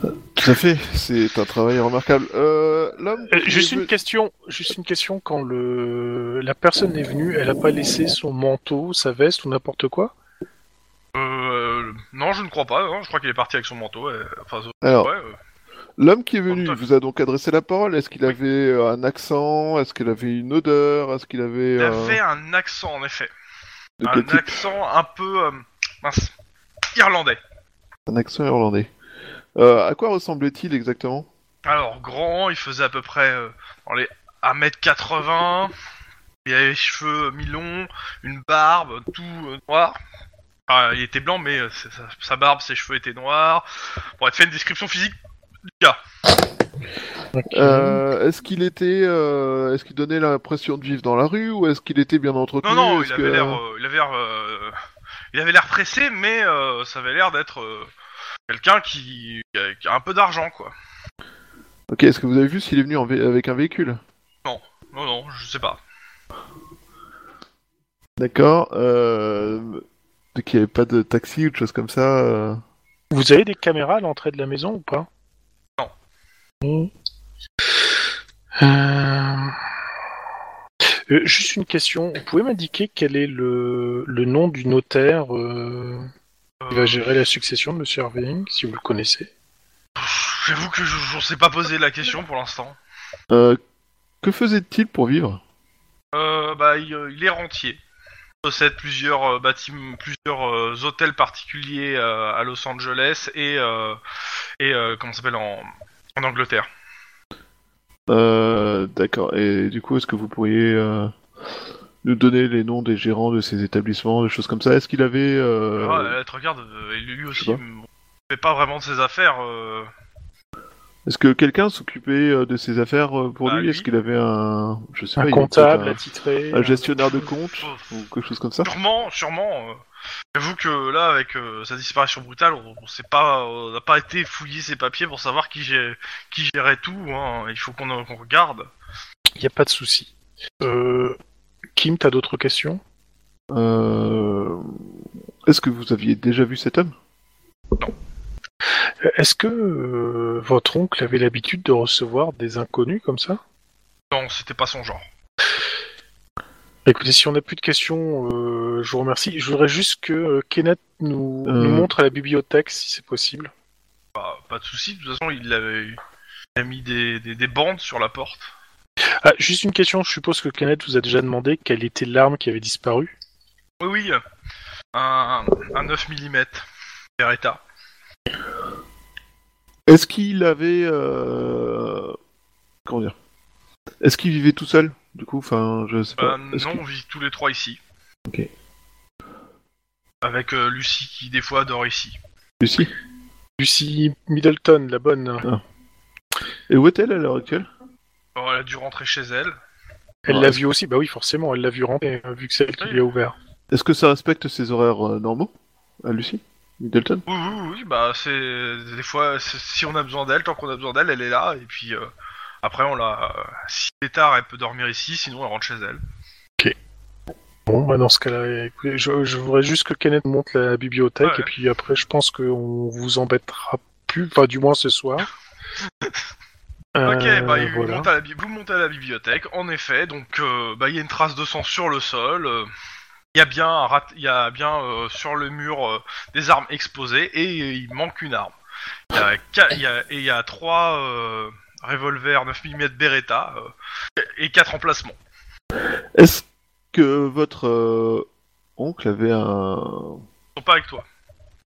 Speaker 4: Tout à fait, c'est un travail remarquable. Euh, l'homme...
Speaker 2: Euh,
Speaker 4: qui
Speaker 2: juste
Speaker 4: est
Speaker 2: une
Speaker 4: ve-
Speaker 2: question, juste une question. Quand le la personne est venue, elle a pas laissé son manteau, sa veste ou n'importe quoi
Speaker 1: hein, Euh, non, je ne crois pas. non, je crois qu'il est parti avec son manteau. euh, enfin,
Speaker 4: Alors,
Speaker 1: ouais, euh,
Speaker 4: L'homme qui est venu
Speaker 1: Antoine.
Speaker 4: vous a donc adressé la parole. Est-ce qu'il avait euh, un accent Est-ce qu'il avait une odeur Est-ce qu'il avait
Speaker 1: Il
Speaker 4: euh,
Speaker 1: avait un accent, en effet.
Speaker 4: de quel
Speaker 1: Un
Speaker 4: type
Speaker 1: accent un peu... euh, mince. Irlandais.
Speaker 4: un accent irlandais Euh, À quoi ressemblait-il exactement
Speaker 1: Alors, grand, il faisait à peu près euh, dans les 1m80. Il avait les cheveux euh, mi-longs, une barbe, tout euh, noir. Ah, il était blanc, mais euh, c'est- sa, sa barbe, ses cheveux étaient noirs. Bon, il te fait une description physique du gars.
Speaker 4: Euh, Est-ce qu'il était, euh, est-ce qu'il donnait l'impression de vivre dans la rue ou est-ce qu'il était bien entretenu
Speaker 1: Non, non,
Speaker 4: Est-ce
Speaker 1: il
Speaker 4: que-
Speaker 1: avait l'air... euh, il avait l'air... euh, il avait l'air pressé, mais euh, ça avait l'air d'être euh, quelqu'un qui, qui a un peu d'argent, quoi.
Speaker 4: Ok, est-ce que vous avez vu s'il est venu en vé- avec un véhicule
Speaker 1: Non, non, je sais pas.
Speaker 4: D'accord. Euh... donc il n'y avait pas de taxi ou de choses comme ça. euh.
Speaker 2: Vous avez des caméras à l'entrée de la maison ou pas
Speaker 1: Non.
Speaker 2: Non. Euh, euh, juste une question. Vous pouvez m'indiquer quel est le, le nom du notaire euh, qui va
Speaker 1: Euh,
Speaker 2: gérer la succession de Monsieur Irving, si vous le connaissez
Speaker 1: J'avoue que je ne sais pas poser la question pour l'instant.
Speaker 4: Euh, que faisait-il pour vivre
Speaker 1: Euh, bah, il, euh, il est rentier. Il possède plusieurs euh, bâtiments, plusieurs euh, hôtels particuliers euh, à Los Angeles et euh, et euh, comment ça s'appelle en, en Angleterre.
Speaker 4: Euh, D'accord. Et du coup, est-ce que vous pourriez euh, nous donner les noms des gérants de ces établissements, des choses comme ça Est-ce qu'il avait euh,
Speaker 1: Alors, elle te regarde euh, et lui aussi
Speaker 4: sais pas.
Speaker 1: m- fait pas vraiment de ses affaires. euh,
Speaker 4: Est-ce que quelqu'un s'occupait euh, de ses affaires euh, pour
Speaker 1: Bah,
Speaker 4: lui,
Speaker 1: lui.
Speaker 4: Est-ce qu'il avait un, je sais pas,
Speaker 2: Un
Speaker 4: Ah il y a
Speaker 2: comptable
Speaker 4: peut-être
Speaker 2: attitré
Speaker 4: un, un gestionnaire de
Speaker 1: euh,
Speaker 4: compte
Speaker 1: euh,
Speaker 4: ou quelque chose comme ça
Speaker 1: Sûrement, sûrement. euh, J'avoue que là, avec euh, sa disparition brutale, on on sait pas, on n'a pas été fouiller ses papiers pour savoir qui, gé- qui gérait tout. hein. Il faut qu'on qu'on regarde.
Speaker 2: Il n'y a pas de souci. Euh, Kim, t'as d'autres questions
Speaker 4: Euh, Est-ce que vous aviez déjà vu cet homme
Speaker 2: Euh, Est-ce que euh, votre oncle avait l'habitude de recevoir des inconnus comme ça
Speaker 1: Non, c'était pas son genre.
Speaker 2: Écoutez, si on n'a plus de questions, euh, je vous remercie. Je voudrais juste que euh, Kenneth nous,
Speaker 4: Euh.
Speaker 2: nous montre à la bibliothèque, si c'est possible.
Speaker 1: Pas, pas de souci. De toute façon, il avait il a mis des, des- des bandes sur la porte.
Speaker 2: Ah, juste une question, je suppose que Kenneth vous a déjà demandé quelle était l'arme qui avait disparu.
Speaker 1: Oui, oui. euh, Un, un 9 mm. Beretta.
Speaker 4: Est-ce qu'il avait euh... comment dire Est-ce qu'il vivait tout seul Du coup, enfin, je sais
Speaker 1: Euh,
Speaker 4: pas. Est-ce
Speaker 1: non, on vit tous les trois ici.
Speaker 4: Ok.
Speaker 1: Avec euh, Lucie qui, des fois, dort ici.
Speaker 4: que- Lucie
Speaker 2: Lucy Middleton, la bonne,
Speaker 4: Et où est-elle à l'heure actuelle
Speaker 1: Alors, elle a dû rentrer chez elle.
Speaker 2: elle
Speaker 4: Ouais.
Speaker 2: l'a vue aussi, bah oui, forcément, elle l'a vue rentrer, euh, vu que c'est elle qui
Speaker 1: Oui.
Speaker 2: lui a ouvert.
Speaker 4: Est-ce que ça respecte ses horaires euh, normaux à Lucie Middleton
Speaker 1: Oui, oui, oui, bah c'est des fois c'est- si on a besoin d'elle, tant qu'on a besoin d'elle, elle est là et puis euh, après on la euh, si il est tard, elle peut dormir ici, sinon elle rentre chez elle.
Speaker 2: Bon, bah dans ce cas-là, écoutez, je, je voudrais juste que Kenneth monte la bibliothèque,
Speaker 1: Ouais.
Speaker 2: et puis après, je pense qu'on vous embêtera plus, enfin, du moins
Speaker 1: (laughs)
Speaker 2: ce soir.
Speaker 1: Ok,
Speaker 2: Euh,
Speaker 1: bah il
Speaker 2: voilà.
Speaker 1: monte à la bi- vous montez à la bibliothèque, en effet, donc euh, bah il y a une trace de sang sur le sol. euh, Il y a bien, un rat- il y a bien euh, sur le mur euh, des armes exposées et euh, il manque une arme. Il y a, qua- il y a- et il y a trois euh, revolvers 9 mm Beretta euh, et quatre emplacements.
Speaker 4: Est-ce que votre euh, oncle avait un
Speaker 1: Ils sont pas avec toi.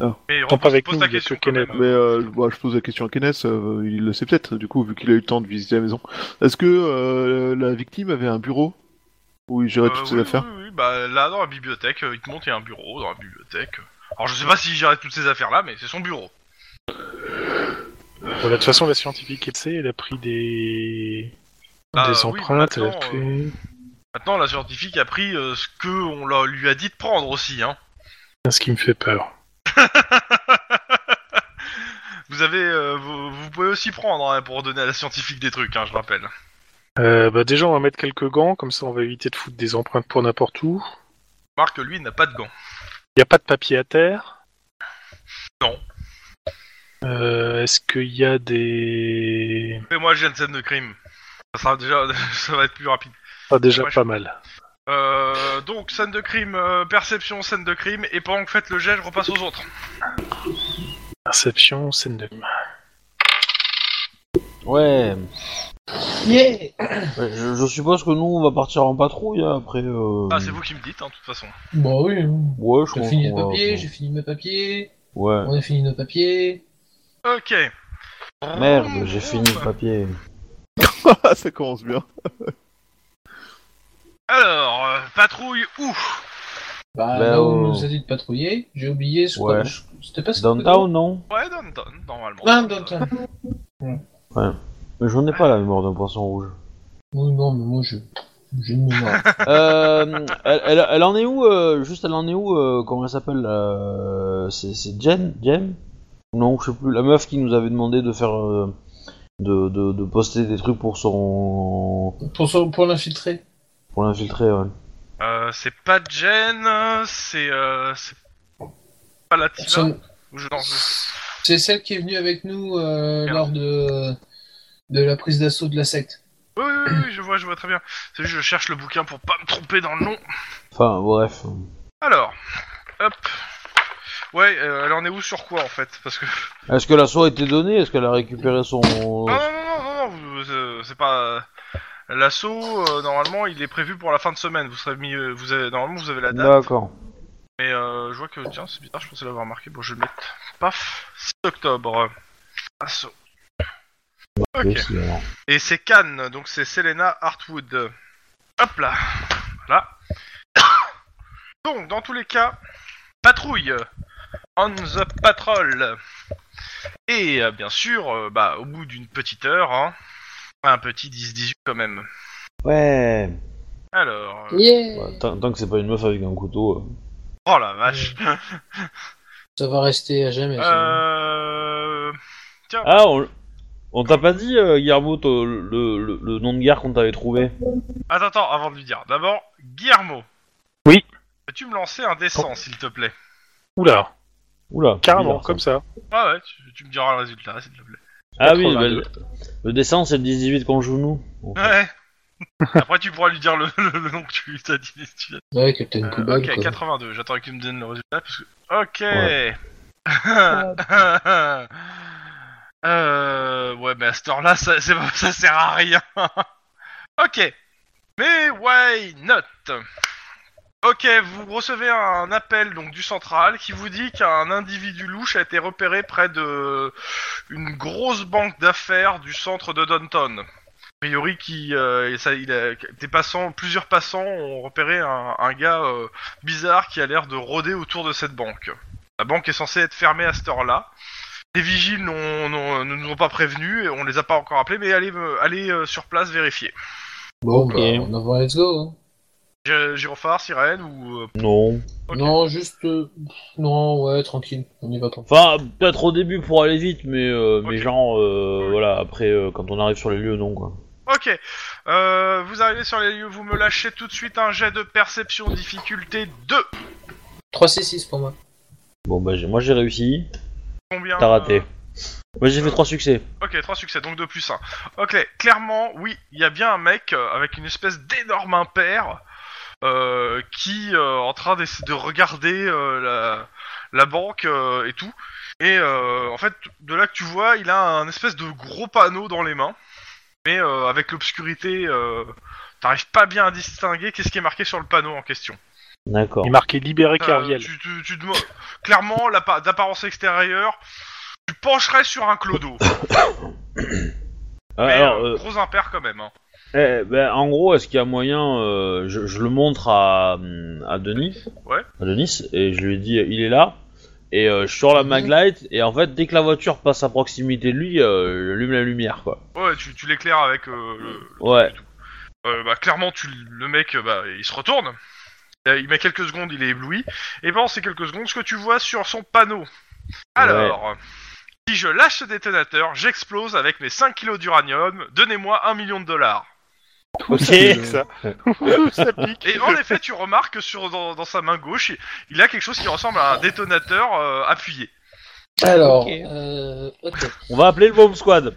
Speaker 4: Ah.
Speaker 1: Mais
Speaker 2: sont pas avec
Speaker 1: pose
Speaker 2: nous,
Speaker 1: ta
Speaker 2: il y a que
Speaker 1: question quand
Speaker 2: Kenneth.
Speaker 1: même.
Speaker 4: Mais euh, bah, je pose la question à Kenneth, euh, il le sait peut-être du coup vu qu'il a eu le temps de visiter la maison. Est-ce que euh, la victime avait un bureau où il gérait
Speaker 1: Euh,
Speaker 4: toutes ses
Speaker 1: oui,
Speaker 4: affaires
Speaker 1: (laughs) oui, oui, bah là dans la bibliothèque, euh, il te montre il y a un bureau dans la bibliothèque. Alors je sais pas si gère toutes ces affaires là, mais c'est son bureau.
Speaker 2: Voilà, de toute façon, la scientifique, elle sait, elle a pris des,
Speaker 1: Ah,
Speaker 2: des
Speaker 1: oui,
Speaker 2: empreintes, elle a
Speaker 1: maintenant,
Speaker 2: fait...
Speaker 1: Maintenant la scientifique a pris euh, ce que on l'a- lui a dit de prendre aussi. Hein.
Speaker 2: ce qui me fait peur.
Speaker 1: Vous avez, euh, vous, vous pouvez aussi prendre hein, pour donner à la scientifique des trucs, hein, je rappelle.
Speaker 2: Euh, bah déjà, on va mettre quelques gants, comme ça on va éviter de foutre des empreintes pour n'importe où.
Speaker 1: Marc lui n'a pas de gants.
Speaker 2: Il n'y a pas de papier à terre
Speaker 1: Non.
Speaker 2: Euh, Est-ce qu'il y a des...
Speaker 1: Fais-moi le jet de scène de crime. Ça sera déjà, (laughs) ça va être plus rapide.
Speaker 2: Ah, déjà
Speaker 1: Moi, je-
Speaker 2: pas mal.
Speaker 1: Euh, donc scène de crime, euh, perception, scène de crime, et pendant que vous faites le jet, je repasse aux autres.
Speaker 2: Perception, scène de...
Speaker 3: Ouais.
Speaker 5: Yeah
Speaker 3: Ouais, Je, je suppose que nous, on va partir en patrouille hein, après. Euh...
Speaker 1: Ah, c'est vous qui me dites, hein, de toute façon.
Speaker 5: Bah oui.
Speaker 3: Ouais, je
Speaker 5: J'ai
Speaker 3: pense
Speaker 5: fini les
Speaker 3: qu'on va-
Speaker 5: papiers, j'ai fini mes papiers,
Speaker 3: Ouais.
Speaker 5: on a fini nos papiers.
Speaker 1: Ok.
Speaker 5: Ah.
Speaker 3: Merde, j'ai fini le papier.
Speaker 4: Ah, ça commence bien.
Speaker 1: Alors, euh, patrouille où
Speaker 3: Bah,
Speaker 5: Bah, là où on
Speaker 3: oh.
Speaker 5: nous a dit de patrouiller, j'ai oublié ce
Speaker 3: Ouais.
Speaker 5: quoi, je- C'était pas ce que-
Speaker 3: Downtown, non
Speaker 1: Ouais, downtown, normalement.
Speaker 5: Ah, downtown.
Speaker 3: Mais j'en ai pas la mémoire d'un poisson rouge.
Speaker 5: Oui, non, mais moi je. J'ai une mémoire.
Speaker 3: euh, elle, elle, elle en est où euh, Juste, elle en est où euh, Comment elle s'appelle euh, C'est c'est Jen Jen Non, je sais plus. La meuf qui nous avait demandé de faire. euh, de, de, de poster des trucs pour son.
Speaker 5: pour son- pour l'infiltrer.
Speaker 3: pour l'infiltrer, ouais.
Speaker 1: Euh, c'est pas Jen, euh, c'est... Euh, c'est pas Latina.
Speaker 5: Son-
Speaker 1: Ou je- non, je-
Speaker 5: C'est celle qui est venue avec nous euh,
Speaker 1: Merde.
Speaker 5: lors de, de la prise d'assaut de la secte.
Speaker 1: Oui, oui, oui, oui, je vois, je vois très bien. C'est juste, je cherche le bouquin pour pas me tromper dans le nom.
Speaker 3: Enfin, bref.
Speaker 1: Alors, hop. Ouais, euh, elle en est où sur quoi, en fait Parce que...
Speaker 3: Est-ce que l'assaut a été donné Est-ce qu'elle a récupéré son.
Speaker 1: Non,
Speaker 3: Ah,
Speaker 1: non, non, non, non, non, vous- euh, c'est pas... L'assaut, euh, normalement, il est prévu pour la fin de semaine. Vous serez mis... euh, Vous avez... Normalement, vous avez la date.
Speaker 3: D'accord.
Speaker 1: Mais euh, je vois que, tiens, c'est bizarre, je pensais l'avoir marqué. Bon, je vais le mettre. Paf 6 octobre. Assaut. Ok.
Speaker 3: Merci, alors.
Speaker 1: Et c'est Cannes, donc c'est Selena Hartwood. Hop là Voilà. (coughs) Donc, dans tous les cas, patrouille On the patrol Et euh, bien sûr, euh, bah, au bout d'une petite heure, hein, un petit 10-18 quand même.
Speaker 3: Ouais.
Speaker 1: Alors, euh,
Speaker 5: Yeah
Speaker 3: Bah, tant, tant que c'est pas une meuf avec un couteau. euh.
Speaker 1: oh la vache
Speaker 5: Ça va rester à jamais. ça.
Speaker 1: Euh... Tiens,
Speaker 3: Ah, on, on t'a pas dit, euh, Guillermo, t'o- le, le, le nom de guerre qu'on t'avait trouvé
Speaker 1: attends, attends, avant de lui dire. D'abord, Guillermo.
Speaker 2: Oui.
Speaker 1: Peux-tu me lancer un dessin, s'il te plaît
Speaker 2: Oula,
Speaker 3: Oula.
Speaker 2: carrément,
Speaker 3: bizarre, ça.
Speaker 2: comme ça.
Speaker 1: Ah ouais, tu, tu me diras le résultat, s'il te plaît.
Speaker 3: Ah oui,
Speaker 2: 82.
Speaker 3: bah, le, le dessin, c'est le 18 qu'on joue nous. en fait.
Speaker 1: Ouais. Après, tu pourras lui dire le, le- le nom que tu t'as dit. tu-
Speaker 5: Ouais, Captain
Speaker 1: Euh,
Speaker 5: Poubelle,
Speaker 1: ok,
Speaker 5: quoi.
Speaker 1: 82. J'attends qu'il me donne le résultat parce que. Ok.
Speaker 3: Ouais.
Speaker 1: (laughs) euh... Ouais, mais à cette heure-là, ça, c'est pas- ça sert à rien. (laughs) ok. Mais why not Ok, vous recevez un appel donc du central qui vous dit qu'un individu louche a été repéré près de une grosse banque d'affaires du centre de Downton. A priori, qui, euh, et ça, il a- des passants, plusieurs passants ont repéré un, un gars euh, bizarre qui a l'air de rôder autour de cette banque. La banque est censée être fermée à cette heure-là. Les vigiles n'ont- n'ont- ne nous ont pas prévenus et on les a pas encore appelés, mais allez, euh, allez euh, sur place vérifier.
Speaker 5: Bon,
Speaker 3: Ok.
Speaker 5: bah, en avant, let's go. hein.
Speaker 1: Gé- Gyrophare, sirène ou euh,
Speaker 3: Non.
Speaker 1: Ok.
Speaker 5: Non, juste. euh, Non, ouais, tranquille, on y va pas.
Speaker 3: Enfin, peut-être au début pour aller vite, mais, euh, mais
Speaker 1: Ok.
Speaker 3: genre, euh, voilà, après, euh, quand on arrive sur les lieux, non, quoi.
Speaker 1: Ok. Euh, vous arrivez sur les lieux, vous me lâchez tout de suite un jet de perception difficulté 2.
Speaker 5: 3C6 pour moi.
Speaker 3: Bon, bah, j'ai- moi j'ai réussi.
Speaker 1: Combien
Speaker 3: T'as raté. Moi j'ai fait trois succès.
Speaker 1: Ok, 3 succès, donc 2 plus 1. Ok, clairement, oui, il y a bien un mec euh, avec une espèce d'énorme impair euh, qui euh, en train d'essayer de regarder euh, la, la banque euh, et tout. Et euh, en fait, de là que tu vois, il a un espèce de gros panneau dans les mains. Mais euh, avec l'obscurité, euh, t'arrives pas bien à distinguer qu'est-ce qui est marqué sur le panneau en question.
Speaker 3: D'accord.
Speaker 2: Il marquait libéré
Speaker 1: Euh,
Speaker 2: Kerviel.
Speaker 1: tu, tu, tu demandes- clairement, l'appa- d'apparence extérieure, tu pencherais sur un clodo.
Speaker 3: Ah,
Speaker 1: Mais,
Speaker 3: Alors,
Speaker 1: euh,
Speaker 3: euh,
Speaker 1: gros impair quand même. Hein.
Speaker 3: Eh ben, en gros, est-ce qu'il y a moyen euh, je, je le montre à, à Denis.
Speaker 1: Ouais.
Speaker 3: À Denis et je lui dis il est là. Et euh, je
Speaker 1: Mhm.
Speaker 3: sors la maglite et en fait dès que la voiture passe à proximité de lui, euh, j'allume la lumière quoi.
Speaker 1: Ouais, tu, tu l'éclaires avec euh, le-
Speaker 3: Ouais.
Speaker 1: euh, bah, clairement, tu, le mec, euh, bah, il se retourne. Euh, Il met quelques secondes, il est ébloui. Et pendant ces quelques secondes, ce que tu vois sur son panneau. Alors, si je lâche ce détonateur, j'explose avec mes 5 kilos d'uranium. Donnez-moi un million de dollars.
Speaker 2: Ouh, ça
Speaker 4: Euh,
Speaker 2: pique, ça. Ouh, ça pique.
Speaker 1: Et en effet, tu remarques que sur, dans, dans sa main gauche, il, il a quelque chose qui ressemble à un détonateur euh, appuyé.
Speaker 5: Alors,
Speaker 3: Ok.
Speaker 5: euh, ok.
Speaker 3: On va appeler le bomb squad.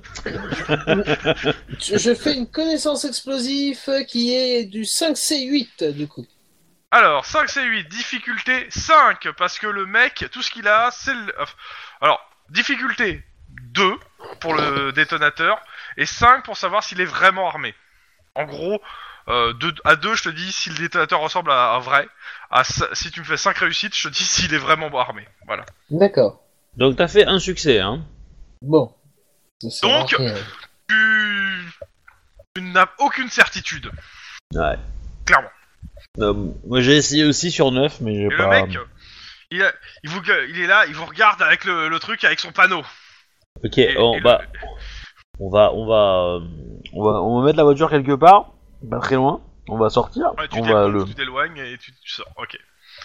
Speaker 5: Je je fais une connaissance explosive qui est du 5C8 du coup.
Speaker 1: Alors, 5 c'est 8, difficulté 5, parce que le mec, tout ce qu'il a, c'est le... enfin, Alors, difficulté 2, pour le détonateur et 5 pour savoir s'il est vraiment armé. En gros, euh, deux- à 2, je te dis si le détonateur ressemble à un vrai. À, c- si tu me fais 5 réussites, je te dis s'il est vraiment armé. Voilà.
Speaker 5: D'accord.
Speaker 3: Donc t'as fait un succès, hein
Speaker 5: Bon. Ça sert à
Speaker 1: Donc-
Speaker 5: rien.
Speaker 1: Tu, tu n'as aucune certitude.
Speaker 3: Ouais.
Speaker 1: Clairement.
Speaker 3: Euh, moi j'ai essayé aussi sur 9, mais j'ai
Speaker 1: Et
Speaker 3: pas...
Speaker 1: le mec, il, a- il, vous, gue- il est là, il vous regarde avec le, le truc, avec son panneau.
Speaker 3: Ok,
Speaker 1: Et-
Speaker 3: on,
Speaker 1: et le-
Speaker 3: bah, on va, on va, euh, on va, on va mettre la voiture quelque part, pas très loin. On va sortir,
Speaker 1: Ouais, tu
Speaker 3: on va
Speaker 1: t'éloignes
Speaker 3: le,
Speaker 1: tu t'éloignes et tu, tu sors. Ok.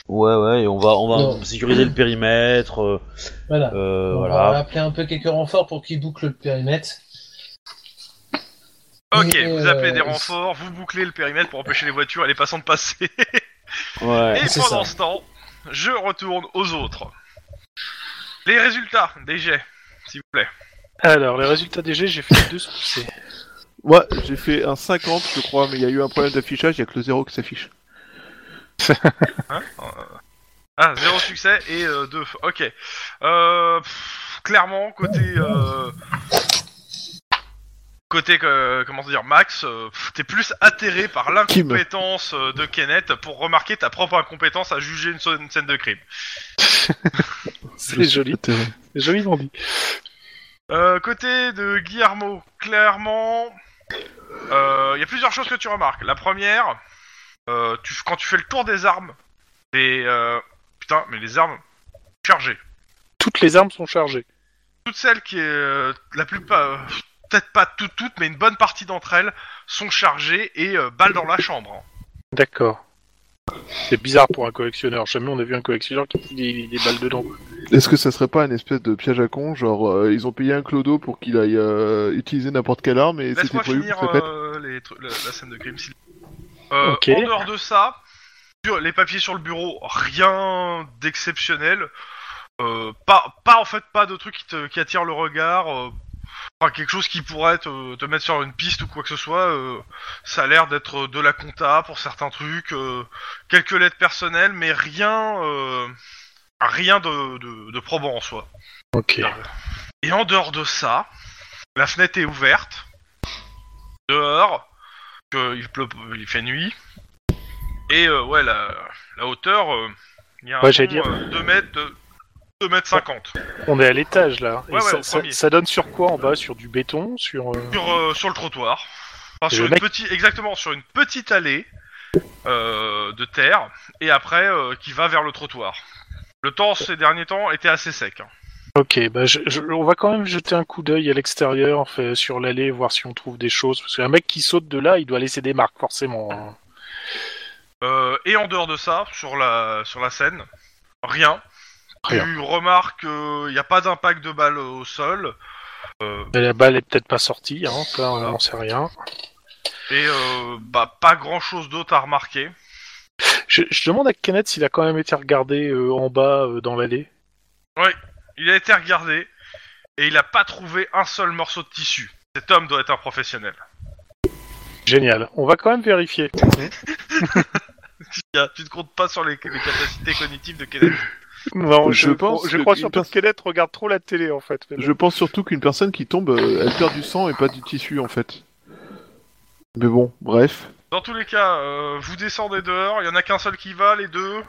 Speaker 3: ouais, ouais, et on va, on va
Speaker 5: Non.
Speaker 3: sécuriser le périmètre, euh,
Speaker 5: Voilà.
Speaker 3: euh,
Speaker 5: On va
Speaker 3: voilà.
Speaker 5: appeler un peu quelques renforts pour qu'ils bouclent le périmètre.
Speaker 1: Ok,
Speaker 5: Et,
Speaker 1: vous appelez des
Speaker 5: euh,
Speaker 1: renforts, vous bouclez le périmètre pour empêcher les voitures et les passants de passer.
Speaker 3: Ouais.
Speaker 1: Et
Speaker 5: c'est
Speaker 1: pendant
Speaker 5: ça.
Speaker 1: ce temps, je retourne aux autres. Les résultats des jets, s'il vous plaît.
Speaker 2: Alors, les résultats des jets, j'ai fait deux succès.
Speaker 4: Moi, j'ai fait un 50, je crois, mais il y a eu un problème d'affichage, il y a que le 0
Speaker 1: (laughs)
Speaker 4: qui s'affiche.
Speaker 1: Ah, zéro succès et euh, deux. Ok. Euh, pff, clairement, côté. euh, Côté, euh, comment dire, Max, euh, pff, t'es plus atterré par l'incompétence euh, de Kenneth pour remarquer ta propre incompétence à juger une, so- une scène de crime.
Speaker 2: C'est joli, c'est joliment dit.
Speaker 1: Euh, côté de Guillermo, clairement, euh, il y a plusieurs choses que tu remarques. La première, euh, tu, quand tu fais le tour des armes, et euh, putain, mais les armes chargées.
Speaker 2: Toutes les armes sont chargées.
Speaker 1: Toutes celles qui, euh, la plupart, euh, peut-être pas toutes, toutes, mais une bonne partie d'entre elles sont chargées et euh, balles dans la chambre. hein.
Speaker 2: D'accord. C'est bizarre pour un collectionneur. Jamais on a vu un collectionneur qui fout des, des balles dedans.
Speaker 4: Est-ce que ça serait pas une espèce de piège à con, genre euh, ils ont payé un clodo pour qu'il aille euh, utiliser n'importe quelle arme et c'était
Speaker 1: Laisse-moi
Speaker 4: prévu
Speaker 1: finir
Speaker 4: pour que ça pète
Speaker 1: euh, les tru- la, la scène de crime. s'il- Euh,
Speaker 2: Ok.
Speaker 1: En dehors de ça, sur les papiers sur le bureau, rien d'exceptionnel. Euh, pas, pas en fait pas de truc qui, te- qui attire le regard. euh, enfin quelque chose qui pourrait te, te mettre sur une piste ou quoi que ce soit. euh, ça a l'air d'être de la compta pour certains trucs, euh, quelques lettres personnelles, mais rien, euh, rien de, de- de probant en soi.
Speaker 2: Ok.
Speaker 1: Et en dehors de ça, la fenêtre est ouverte. Dehors, que il pleut, il fait nuit. Et euh, ouais, la, la hauteur, euh, il y a un
Speaker 2: Ouais,
Speaker 1: pont,
Speaker 2: j'allais dire.
Speaker 1: euh, 2 mètres, de- 2 mètres 50.
Speaker 2: On est à l'étage là. Et
Speaker 1: Ouais, ouais,
Speaker 2: ça,
Speaker 1: au
Speaker 2: ça-
Speaker 1: premier.
Speaker 2: ça donne sur quoi en bas Sur du béton Sur. euh,
Speaker 1: Sur, euh, sur le trottoir. Enfin,
Speaker 2: Et
Speaker 1: sur
Speaker 2: le
Speaker 1: une
Speaker 2: mec-
Speaker 1: petite, exactement, sur une petite allée euh, de terre. Et après, euh, qui va vers le trottoir. Le temps, ces derniers temps, était assez sec. hein.
Speaker 2: Ok, bah je- je- on va quand même jeter un coup d'œil à l'extérieur, enfin, sur l'allée, voir si on trouve des choses. Parce qu'un mec qui saute de là, il doit laisser des marques, forcément. hein.
Speaker 1: Euh, et en dehors de ça, sur la, sur la scène, rien.
Speaker 2: Rien.
Speaker 1: Tu remarques qu'il n'y a pas d'impact de balle au sol. euh,
Speaker 2: Mais La balle est peut-être pas sortie, hein, ça on n'en sait rien.
Speaker 1: et euh, bah, pas grand chose d'autre à remarquer.
Speaker 2: Je, je demande à Kenneth s'il a quand même été regardé euh, en bas euh, dans l'allée.
Speaker 1: Il a été regardé et il n'a pas trouvé un seul morceau de tissu. Cet homme doit être un professionnel. (laughs)
Speaker 2: Génial. On va quand même
Speaker 4: (laughs)
Speaker 2: vérifier.
Speaker 1: Y a- Tu ne comptes pas sur les, les capacités cognitives de Kenneth.
Speaker 2: Non,
Speaker 4: Je pense
Speaker 2: je
Speaker 4: que-
Speaker 2: crois
Speaker 4: qu'une
Speaker 2: surtout que Kenneth regarde trop la télé en fait.
Speaker 1: euh,
Speaker 2: Mais bon.
Speaker 4: Je pense surtout qu'une personne qui tombe, euh, elle perd du sang et pas du tissu en fait. Mais bon, bref.
Speaker 1: Dans tous les cas, euh, vous descendez dehors, il n'y en a qu'un seul qui va, les deux.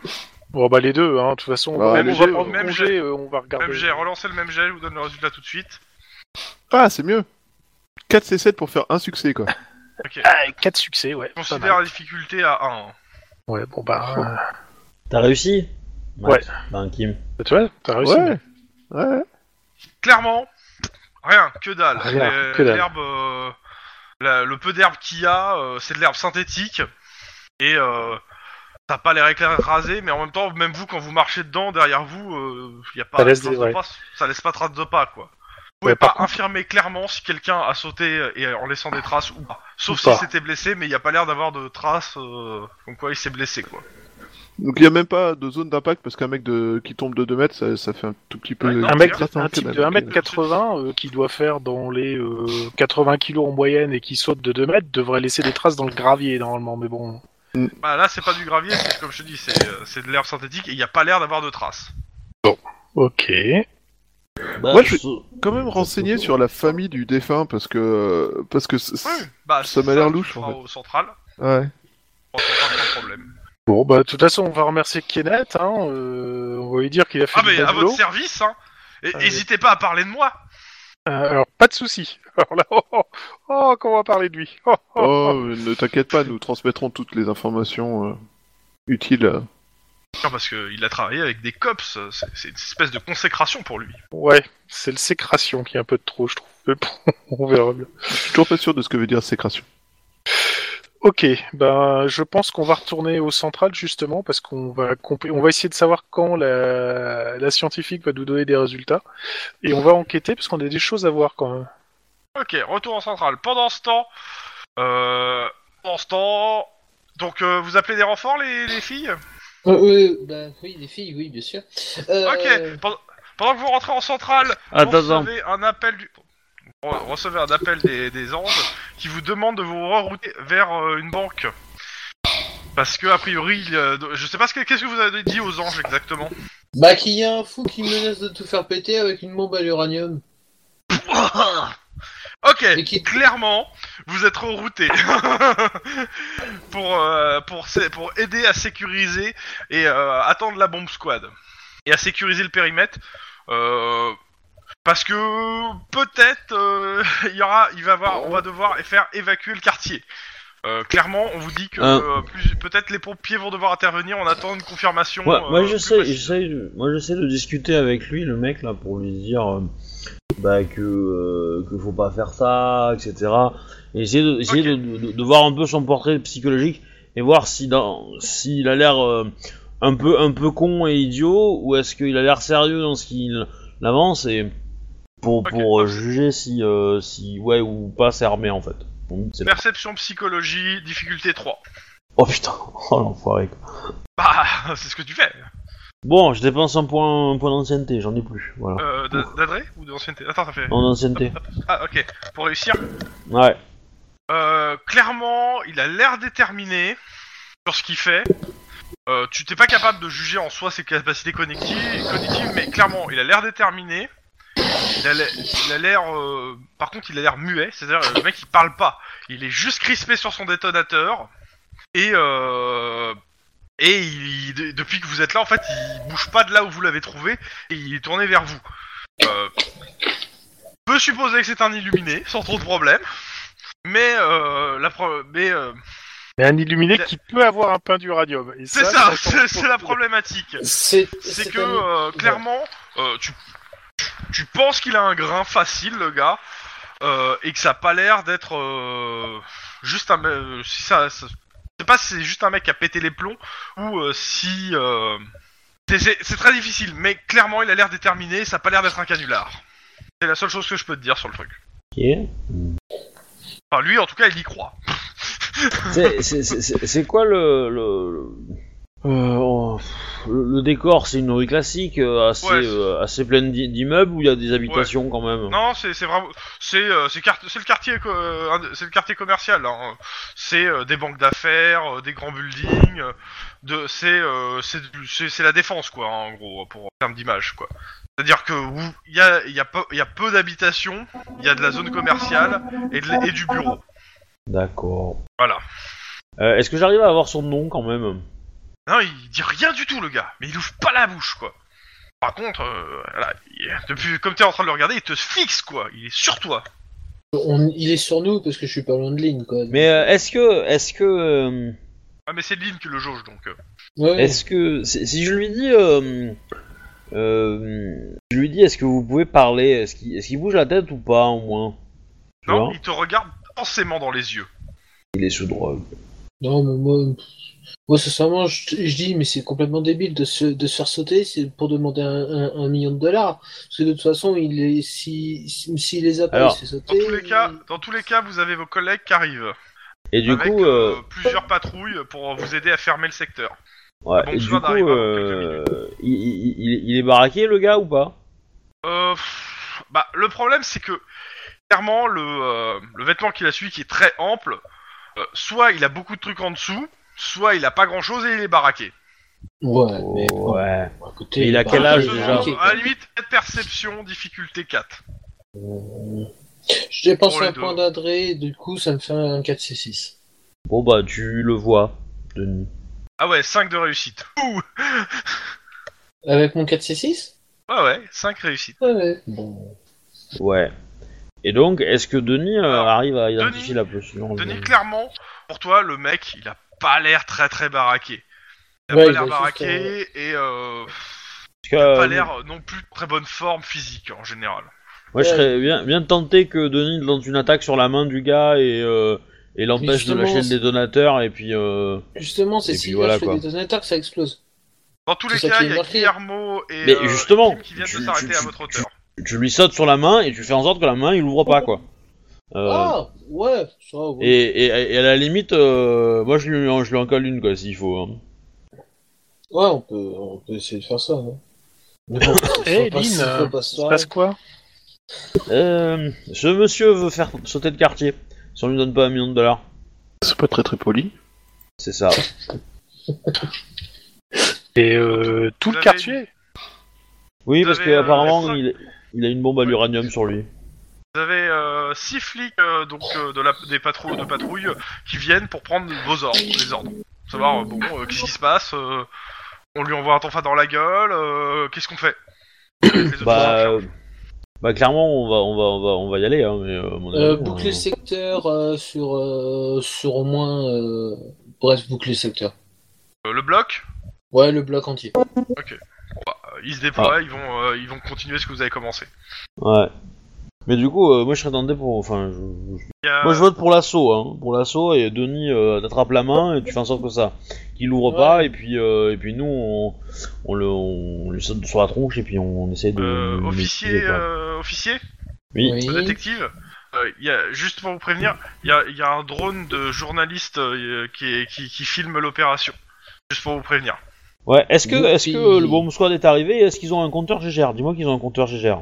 Speaker 2: Bon bah les deux, hein, de toute façon, on va-
Speaker 4: Ah,
Speaker 2: même
Speaker 4: les
Speaker 2: on va
Speaker 4: jets,
Speaker 2: prendre
Speaker 1: même
Speaker 2: congé, euh, on va regarder.
Speaker 1: Même jet, relancez le même jet, je vous donne le résultat tout de suite.
Speaker 4: Ah, c'est mieux 4 C7 pour faire un succès quoi.
Speaker 2: Ah, quatre succès, ouais. pas
Speaker 1: Considère
Speaker 2: mal.
Speaker 1: la difficulté à 1.
Speaker 2: Ouais, bon bah, euh,
Speaker 3: T'as réussi
Speaker 2: Ouais.
Speaker 3: Ben Kim.
Speaker 2: Bah, tu vois, t'as réussi. Hein.
Speaker 4: ouais. Ouais.
Speaker 1: clairement, rien, que dalle.
Speaker 2: Rien,
Speaker 1: Les-
Speaker 2: que dalle.
Speaker 1: L'herbe, euh, la- le peu d'herbe qu'il y a, euh, c'est de l'herbe synthétique. Et euh, t'as pas l'air éclairé rasé, mais en même temps, même vous, quand vous marchez dedans, derrière vous, euh, y a pas
Speaker 2: Ça laisse
Speaker 1: trace
Speaker 2: des-
Speaker 1: de
Speaker 2: ouais.
Speaker 1: pas, ça laisse pas trace de pas, quoi. Vous pouvez
Speaker 2: Ouais,
Speaker 1: pas
Speaker 2: par contre-
Speaker 1: infirmer clairement si quelqu'un a sauté euh, et en laissant des traces ou pas. Sauf
Speaker 2: Ou
Speaker 1: si
Speaker 2: pas.
Speaker 1: c'était blessé, mais il y a pas l'air d'avoir de traces euh, comme quoi il s'est blessé, quoi.
Speaker 4: Donc il y a même pas de zone d'impact parce qu'un mec de... qui tombe de 2 mètres, ça, ça fait un tout petit peu.
Speaker 1: Ouais, non,
Speaker 2: Un mec,
Speaker 1: Regarde,
Speaker 2: un type de 1m80 euh, qui doit faire dans les euh, 80 kg en moyenne et qui saute de 2 mètres devrait laisser des traces dans le gravier normalement, mais bon.
Speaker 1: Bah, là, c'est pas du gravier, c'est comme je te dis, c'est euh, c'est de l'herbe synthétique et il y a pas l'air d'avoir de traces.
Speaker 2: Ok.
Speaker 3: Bah,
Speaker 4: Moi, je-
Speaker 3: ce-
Speaker 4: Quand même renseigné sur la famille du défunt parce que parce que c'est-
Speaker 1: Oui, bah,
Speaker 4: Ça
Speaker 1: c'est
Speaker 4: m'a l'air
Speaker 1: tu
Speaker 4: louche,
Speaker 1: feras
Speaker 4: en fait.
Speaker 1: au central,
Speaker 4: ouais.
Speaker 1: on s'entend sans problème.
Speaker 2: Bon, bah, de toute façon, on va remercier Kenneth, hein, euh, on va lui dire qu'il a fait
Speaker 1: Ah,
Speaker 2: du
Speaker 1: mais
Speaker 2: bon
Speaker 1: à
Speaker 2: boulot.
Speaker 1: votre service, hein. Et
Speaker 2: Ah, oui.
Speaker 1: n'hésitez pas à parler de moi.
Speaker 2: Euh, alors, pas de souci. (laughs) Alors là, oh, oh, oh, qu'on va parler de lui. Oh, oh.
Speaker 4: Oh, mais ne t'inquiète pas, nous transmettrons toutes les informations euh, utiles. euh.
Speaker 1: Non, parce qu'il a travaillé avec des cops, c'est- c'est une espèce de consécration pour lui.
Speaker 2: Ouais, c'est le sécration qui est un peu de trop, je trouve. Mais bon, (laughs) on verra bien.
Speaker 4: Je suis toujours pas sûr de ce que veut dire sécration.
Speaker 2: Ok, ben, je pense qu'on va retourner au central justement parce qu'on va compl- on va essayer de savoir quand la, la scientifique va nous donner des résultats et on va enquêter parce qu'on a des choses à voir quand même.
Speaker 1: Ok, retour en centrale. Pendant ce temps, euh, pendant ce temps, donc euh, vous appelez des renforts les, les filles
Speaker 5: Euh, euh, bah, oui, des filles, oui, bien sûr. Euh,
Speaker 1: Ok, pendant, pendant que vous rentrez en centrale,
Speaker 3: Attends,
Speaker 1: vous
Speaker 3: attends.
Speaker 1: recevez un appel du... Re- recevez un appel des, des anges qui vous demande de vous rerouter vers euh, une banque. Parce que, a priori, euh, je sais pas ce que, qu'est-ce que vous avez dit aux anges exactement.
Speaker 5: Bah, qu'il y a un fou qui menace de tout faire péter avec une bombe à l'uranium.
Speaker 1: Ok,
Speaker 5: Et qui-
Speaker 1: clairement, vous êtes rerouté (laughs) pour, euh, pour, sé- pour aider à sécuriser et euh, attendre la bombe squad. Et à sécuriser le périmètre. euh, parce que peut-être euh, (laughs) il y aura, il va y avoir, on va devoir faire évacuer le quartier. Euh, clairement, on vous dit que
Speaker 3: Hein.
Speaker 1: euh, plus- peut-être les pompiers vont devoir intervenir. On attend une confirmation.
Speaker 3: Moi,
Speaker 1: euh,
Speaker 3: moi
Speaker 1: plus
Speaker 3: j'essaie,
Speaker 1: précise.
Speaker 3: j'essaie de- moi j'essaie de discuter avec lui, le mec là, pour lui dire euh, bah, que euh, que faut pas faire ça, etc. Et essayer de essayer
Speaker 1: Ok.
Speaker 3: de, de- de voir un peu son portrait psychologique et voir si dans s'il a l'air euh, un peu un peu con et idiot ou est-ce qu'il a l'air sérieux dans ce qu'il avance et pour
Speaker 1: Ok.
Speaker 3: pour euh, juger si euh, si ouais ou pas c'est armé en fait. Mon but, c'est-
Speaker 1: Perception psychologie, difficulté 3.
Speaker 3: Oh putain, (laughs) oh l'enfoiré. quoi.
Speaker 1: Bah, (laughs) c'est ce que tu fais.
Speaker 3: Bon, je dépense un point un point d'ancienneté, j'en ai plus, voilà.
Speaker 1: Euh, d'a- d'adré ou d'ancienneté Attends, ça fait.
Speaker 3: En ancienneté.
Speaker 1: Ah, ok. Pour réussir.
Speaker 3: Ouais.
Speaker 1: Euh, clairement, il a l'air déterminé sur ce qu'il fait. Euh, tu t'es pas capable de juger en soi ses capacités cognitives, cognitives, mais clairement, il a l'air déterminé. Il a l'air. il a l'air, euh, Par contre, il a l'air muet. C'est-à-dire, euh, le mec, il parle pas. Il est juste crispé sur son détonateur. Et. Euh... Et il- de- depuis que vous êtes là, en fait, il bouge pas de là où vous l'avez trouvé et il est tourné vers vous. Euh, on peut supposer que c'est un illuminé, sans trop de problème. Mais euh, la pro- mais euh,
Speaker 2: Mais un illuminé qui peut avoir un pain d'uranium. et
Speaker 1: c'est ça,
Speaker 2: change
Speaker 1: c'est
Speaker 2: beaucoup.
Speaker 1: c'est la problématique.
Speaker 5: C'est
Speaker 1: C'est
Speaker 5: c'est
Speaker 1: que
Speaker 5: un-
Speaker 1: euh, clairement, euh, tu, tu penses qu'il a un grain facile, le gars, euh, et que ça a pas l'air d'être euh, juste un. me- euh, si ça, ça- je sais pas si c'est juste un mec qui a pété les plombs ou euh, si. euh, c'est- c'est c'est très difficile, mais clairement, il a l'air déterminé. Ça a pas l'air d'être un canular. C'est la seule chose que je peux te dire sur le truc.
Speaker 3: Ok.
Speaker 1: Enfin, lui, en tout cas, il y croit.
Speaker 3: C'est- c'est- c'est c'est- c'est quoi le. le, le- euh, oh, le- le décor, c'est une rue classique, euh, assez,
Speaker 1: Ouais.
Speaker 3: euh, assez pleine d'i- d'immeubles, où il y a des habitations quand même.
Speaker 1: Non, c'est c'est vraiment c'est euh, c'est quart- c'est le quartier co- euh, un- c'est le quartier commercial. hein. C'est euh, des banques d'affaires, euh, des grands buildings, euh, de c'est euh, c'est du- c'est c'est la défense quoi hein, en gros pour en termes d'image quoi. C'est-à-dire que où- il y a il y a peu il y a peu d'habitations, il y a de la zone commerciale et, de la- et du bureau.
Speaker 3: D'accord.
Speaker 1: Voilà.
Speaker 3: Euh, Est-ce que j'arrive à avoir son nom quand même
Speaker 1: Non, il dit rien du tout le gars, mais il ouvre pas la bouche quoi. Par contre, euh, voilà, il- depuis comme t'es en train de le regarder, il te fixe quoi, il est sur toi.
Speaker 5: on- il est sur nous parce que je suis pas loin de ligne, quoi.
Speaker 3: Mais euh, est-ce que. Est-ce que. euh,
Speaker 1: Ah mais c'est Lynn qui le jauge donc. euh.
Speaker 5: Ouais.
Speaker 3: Est-ce que si si je lui dis, euh, euh, je lui dis, est-ce que vous pouvez parler Est-ce qu'il est-ce qu'il bouge la tête ou pas au moins Tu
Speaker 1: Non,
Speaker 3: vois
Speaker 1: il te regarde densément dans les yeux.
Speaker 3: Il est sous drogue.
Speaker 5: Non, mais moi, moi sincèrement, je, je dis, mais c'est complètement débile de se, de se faire sauter c'est pour demander un, un- un million de dollars. Parce que de toute façon, il est, si, si, s'il les a pas,
Speaker 3: Alors,
Speaker 5: il se fait
Speaker 1: Dans
Speaker 5: sauter.
Speaker 1: tous les cas, dans tous les cas, vous avez vos collègues qui arrivent
Speaker 3: Et du
Speaker 1: avec
Speaker 3: coup, euh,
Speaker 1: euh, plusieurs patrouilles pour vous aider à fermer le secteur.
Speaker 3: Ouais,
Speaker 1: Bon,
Speaker 3: et
Speaker 1: je
Speaker 3: du
Speaker 1: viens
Speaker 3: coup,
Speaker 1: d'arriver,
Speaker 3: euh, il, il- il- il est baraqué le gars ou pas
Speaker 1: Euh, pff, bah, le problème c'est que clairement le, euh, le vêtement qu'il a suivi qui est très ample, euh, soit il a beaucoup de trucs en dessous, soit il a pas grand chose et il est baraqué.
Speaker 5: Ouais, mais bon,
Speaker 3: Oh, ouais.
Speaker 5: écoutez,
Speaker 3: Il a
Speaker 5: bah,
Speaker 3: quel âge,
Speaker 5: euh,
Speaker 3: déjà
Speaker 5: ok.
Speaker 1: À la limite, perception, difficulté 4.
Speaker 5: Euh, Je dépense
Speaker 1: Pour les
Speaker 5: un
Speaker 1: deux.
Speaker 5: point d'adré, du coup ça me fait un 4C6.
Speaker 3: Bon bah tu le vois, Denis.
Speaker 1: Ah ouais, 5 de réussite. Ouh
Speaker 5: Avec mon 4C6
Speaker 1: Ah ouais, 5 réussites.
Speaker 5: Ouais, ouais. Bon.
Speaker 3: Ouais. Et donc, est-ce que Denis euh,
Speaker 1: Alors,
Speaker 3: arrive à identifier
Speaker 1: Denis-
Speaker 3: la position
Speaker 1: Denis,
Speaker 3: de-
Speaker 1: clairement, pour toi, le mec, il a pas l'air très très baraqué. Il a
Speaker 5: Ouais,
Speaker 1: pas
Speaker 5: il a
Speaker 1: l'air
Speaker 5: juste,
Speaker 1: baraqué et euh,
Speaker 3: Parce que, euh,
Speaker 1: pas l'air non plus de très bonne forme physique en général.
Speaker 3: Moi, je serais bien, bien tenté que Denis lance une attaque sur la main du gars et, euh, et l'empêche de
Speaker 5: Justement,
Speaker 3: lâcher le
Speaker 5: c'est-
Speaker 3: détonateur et puis. Euh...
Speaker 5: Justement, c'est
Speaker 3: Et
Speaker 5: si
Speaker 3: puis
Speaker 5: là,
Speaker 3: voilà,
Speaker 5: je fais
Speaker 3: quoi.
Speaker 5: des détonateurs que ça explose.
Speaker 1: Dans tous les
Speaker 5: C'est ça
Speaker 1: cas,
Speaker 5: qui est
Speaker 1: il y a
Speaker 5: marqué.
Speaker 1: Guillermo et
Speaker 3: Mais
Speaker 1: euh,
Speaker 3: justement,
Speaker 1: Kim qui viennent
Speaker 3: tu-
Speaker 1: de s'arrêter
Speaker 3: tu-
Speaker 1: à
Speaker 3: tu-
Speaker 1: votre hauteur.
Speaker 3: Tu lui sautes sur la main et tu fais en sorte que la main il ouvre pas quoi. Euh,
Speaker 5: Ah Ouais, ça ouais.
Speaker 3: et, et- et à la limite, euh, moi je lui, en- je lui en colle une quoi s'il faut. hein.
Speaker 5: Ouais, on peut, on peut essayer de faire ça, non Mais
Speaker 3: (coughs)
Speaker 5: bon, faut
Speaker 2: Eh,
Speaker 5: pas-
Speaker 2: Lynn,
Speaker 5: faut pas se
Speaker 2: Il se
Speaker 5: faire-
Speaker 2: passe quoi
Speaker 3: Euh, ce monsieur veut faire sauter le quartier si on lui donne pas un million de dollars.
Speaker 4: C'est pas très très poli.
Speaker 3: C'est ça.
Speaker 2: Et euh, tout
Speaker 1: Vous
Speaker 2: le
Speaker 1: avez-
Speaker 2: quartier
Speaker 3: Oui,
Speaker 1: Vous
Speaker 3: parce
Speaker 1: avez,
Speaker 3: que
Speaker 1: euh,
Speaker 3: apparemment
Speaker 1: la
Speaker 3: il, il a une bombe à l'uranium sur lui.
Speaker 1: Vous avez euh, six flics euh, donc euh, de la, des patrou de patrouille euh, qui viennent pour prendre vos ordres, les ordres. Pour savoir euh, bon euh, qu'est-ce qui se passe, euh, on lui envoie un tonfa dans la gueule, euh, qu'est-ce qu'on fait (coughs) Les autres
Speaker 3: Bah,
Speaker 1: sont en
Speaker 3: euh, bah clairement on va on va on va on va y aller hein, mais euh, à mon
Speaker 5: Euh,
Speaker 3: avis,
Speaker 5: boucler le
Speaker 3: euh,
Speaker 5: secteur euh, sur, euh, sur au moins. euh, Bref, boucler le secteur.
Speaker 1: charge. Euh, le bloc,
Speaker 5: Ouais, le bloc entier.
Speaker 1: euh, ils se
Speaker 5: Ah.
Speaker 1: déploient, ils vont euh, ils vont continuer ce que vous avez commencé.
Speaker 3: Ouais. Mais du coup, euh, moi je serais tenté pour. Enfin, je- je-
Speaker 1: Il y a-
Speaker 3: moi je vote pour l'assaut, hein. Pour l'assaut et Denis euh, t'attrape la main et tu fais en sorte que ça, qu'il ouvre
Speaker 5: Ouais.
Speaker 3: pas et puis euh, et puis nous on on le on lui saute sur la tronche et puis on, essaie de.
Speaker 1: euh,
Speaker 3: de
Speaker 1: officier
Speaker 3: maîtriser, quoi.
Speaker 1: euh, officier
Speaker 3: Oui.
Speaker 1: détective. euh, il y a, juste pour vous prévenir, il y a, il y a un drone de journaliste euh, qui, est- qui, qui filme l'opération. Juste pour vous prévenir.
Speaker 3: Ouais. Est-ce que est-ce que
Speaker 5: Youpi.
Speaker 3: le bomb squad est arrivé et est-ce qu'ils ont un compteur GGR Dis-moi qu'ils ont un compteur GGR.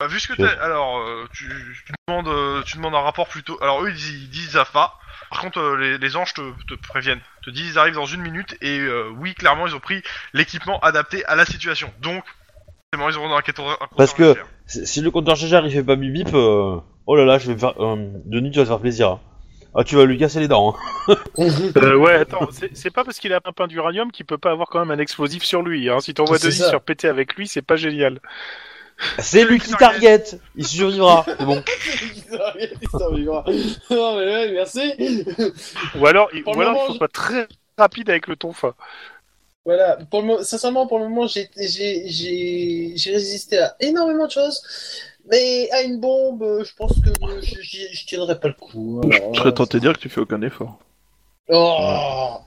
Speaker 1: Bah, vu ce que
Speaker 3: Sure.
Speaker 1: t'as- Alors, euh, tu, tu demandes, euh, tu demandes un rapport plutôt. Alors, eux, ils, disent- ils disent AFA. Par contre, euh, les, les anges te, te préviennent. Te disent ils arrivent dans une minute. Et euh, oui, clairement, ils ont pris l'équipement adapté à la situation. Donc, forcément, ils auront un 14 un
Speaker 3: Parce
Speaker 1: 14
Speaker 3: que- Si si le compteur GGR il fait pas bip bip, euh, oh là là, je vais faire. euh, Denis, tu vas te faire plaisir. hein. Ah, tu vas lui casser les
Speaker 4: (laughs)
Speaker 3: dents. hein.
Speaker 2: Euh, ouais, attends, c'est c'est pas parce qu'il a un pain d'uranium qu'il peut pas avoir quand même un explosif sur lui. Hein. Si t'envoies
Speaker 5: C'est
Speaker 2: Denis
Speaker 5: ça.
Speaker 2: sur péter avec lui, c'est pas génial.
Speaker 3: C'est lui qui target. Il survivra. C'est bon.
Speaker 5: (laughs) Non, mais ouais, merci.
Speaker 2: Ou alors, il-
Speaker 5: Pour
Speaker 2: ou
Speaker 5: le
Speaker 2: alors il
Speaker 5: moment,
Speaker 2: faut
Speaker 5: je-
Speaker 2: pas très rapide avec le tonfa.
Speaker 5: Voilà, pour le mo- sincèrement, pour le moment, j'ai- j'ai j'ai- j'ai résisté à énormément de choses, mais à une bombe, euh, je pense que euh, je, je- je tiendrai pas le coup.
Speaker 4: Je
Speaker 5: alors,
Speaker 4: serais
Speaker 5: euh,
Speaker 4: tenté de dire que tu fais aucun effort.
Speaker 5: Oh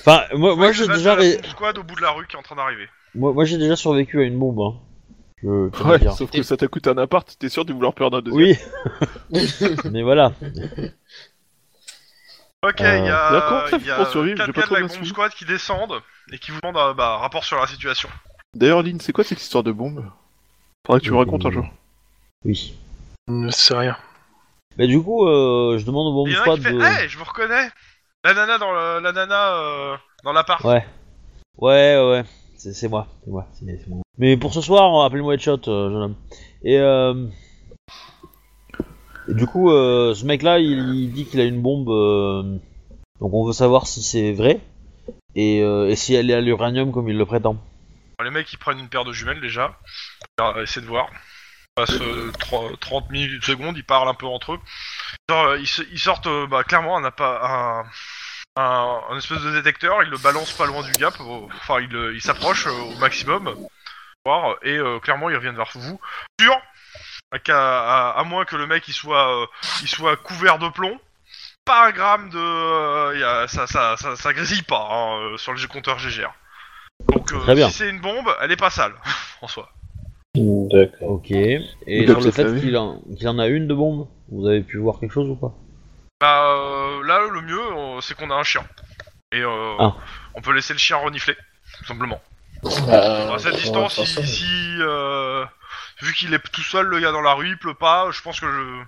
Speaker 3: Enfin, moi, moi j'ai
Speaker 1: Là,
Speaker 3: déjà.
Speaker 1: t'as la
Speaker 3: ré-
Speaker 1: bombe squad au bout de la rue qui est en train d'arriver.
Speaker 3: Moi, moi j'ai déjà survécu à une bombe. Hein. Je, je peux
Speaker 4: Ouais,
Speaker 3: dire.
Speaker 4: sauf que ça t'a coûté un appart, t'es sûr de vouloir perdre un deuxième.
Speaker 3: Oui. (laughs) Mais voilà.
Speaker 1: Ok, il
Speaker 3: Euh,
Speaker 1: y a,
Speaker 4: d'accord, ça
Speaker 1: il y a
Speaker 4: fait pour survivre,
Speaker 1: quatre
Speaker 4: j'ai pas
Speaker 1: gars
Speaker 4: trop
Speaker 1: de la
Speaker 4: bien
Speaker 1: bombe
Speaker 4: suivi.
Speaker 1: squad qui descendent et qui vous demandent un bah, rapport sur la situation.
Speaker 4: D'ailleurs, Lynn, c'est quoi cette histoire de bombe Faudrait que tu me racontes un jour.
Speaker 3: Oui.
Speaker 2: C'est rien.
Speaker 3: Mais du coup, euh, je demande au bomb
Speaker 1: Il y en a
Speaker 3: squad
Speaker 1: qui Eh, fait
Speaker 3: de.
Speaker 1: Hey, je vous reconnais La nana dans le, la nana euh, dans l'appart.
Speaker 3: Ouais. Ouais, ouais. ouais. C'est c'est moi. C'est moi. c'est- c'est moi. Mais pour ce soir, appelez-moi Headshot, euh, jeune homme. Et euh... et du coup, euh, ce mec-là, il, il dit qu'il a une bombe. euh, Donc on veut savoir si c'est vrai et, euh, et si elle est à l'uranium comme il le prétend.
Speaker 1: Les mecs ils prennent une paire de jumelles déjà. Essayez de voir. Ils passent euh, tro- 30 minutes secondes, ils parlent un peu entre eux. Ils sortent, euh, Ils, se- ils sortent euh, bah, clairement un, appa- un, un, un espèce de détecteur, ils le balancent pas loin du gap, euh, enfin ils le- ils s'approchent euh, au maximum. Voir, Et euh, clairement ils reviennent vers vous. Sûr qu'à- à, à moins que le mec il soit, euh, il soit couvert de plomb. Pas un gramme de. euh, y a- ça, ça, ça, ça grésille pas hein, euh, sur le compteur GGR. Donc euh,
Speaker 3: Très bien.
Speaker 1: si c'est une bombe, elle est pas sale, (laughs) en soi.
Speaker 5: D'accord.
Speaker 3: Ok. Et
Speaker 4: Donc,
Speaker 3: sur le
Speaker 4: c'est
Speaker 3: fait
Speaker 4: prévu.
Speaker 3: qu'il en, qu'il en a une de bombe, vous avez pu voir quelque chose ou pas
Speaker 1: Bah euh, là, le mieux, euh, c'est qu'on a un chien. Et euh,
Speaker 3: Ah.
Speaker 1: on peut laisser le chien renifler, tout simplement.
Speaker 5: Bah,
Speaker 1: à cette distance, euh, il- si, euh, vu qu'il est tout seul, le gars dans la rue, il pleut pas, je pense que le-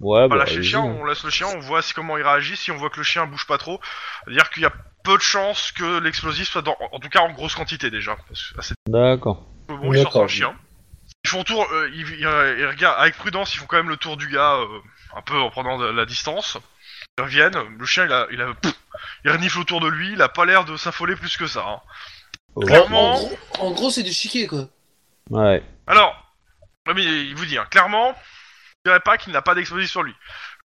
Speaker 3: Ouais,
Speaker 1: On
Speaker 3: Ah bah,
Speaker 1: lâche les
Speaker 3: allez-y,
Speaker 1: chiens,
Speaker 3: hein.
Speaker 1: on laisse le chien, on voit si- comment il réagit. Si on voit que le chien bouge pas trop, c'est-à-dire qu'il y a peu de chances que l'explosif soit dans, en tout cas en grosse quantité déjà. Parce que, ah, c'est-
Speaker 3: D'accord.
Speaker 1: bon, ils sortent
Speaker 5: D'accord.
Speaker 1: un chien. Ils font tour, euh, ils, ils- euh, ils regardent avec prudence, ils font quand même le tour du gars, euh, un peu en prenant de la distance. Ils reviennent, le chien il a, il a, pff, il renifle autour de lui, il a pas l'air de s'affoler plus que ça. hein.
Speaker 3: Ok.
Speaker 1: Clairement.
Speaker 5: En gros, en gros, c'est du chiquet, quoi.
Speaker 3: Ouais.
Speaker 1: Alors, non, mais il vous dit, hein, clairement, je dirais pas qu'il n'a pas d'explosif sur lui.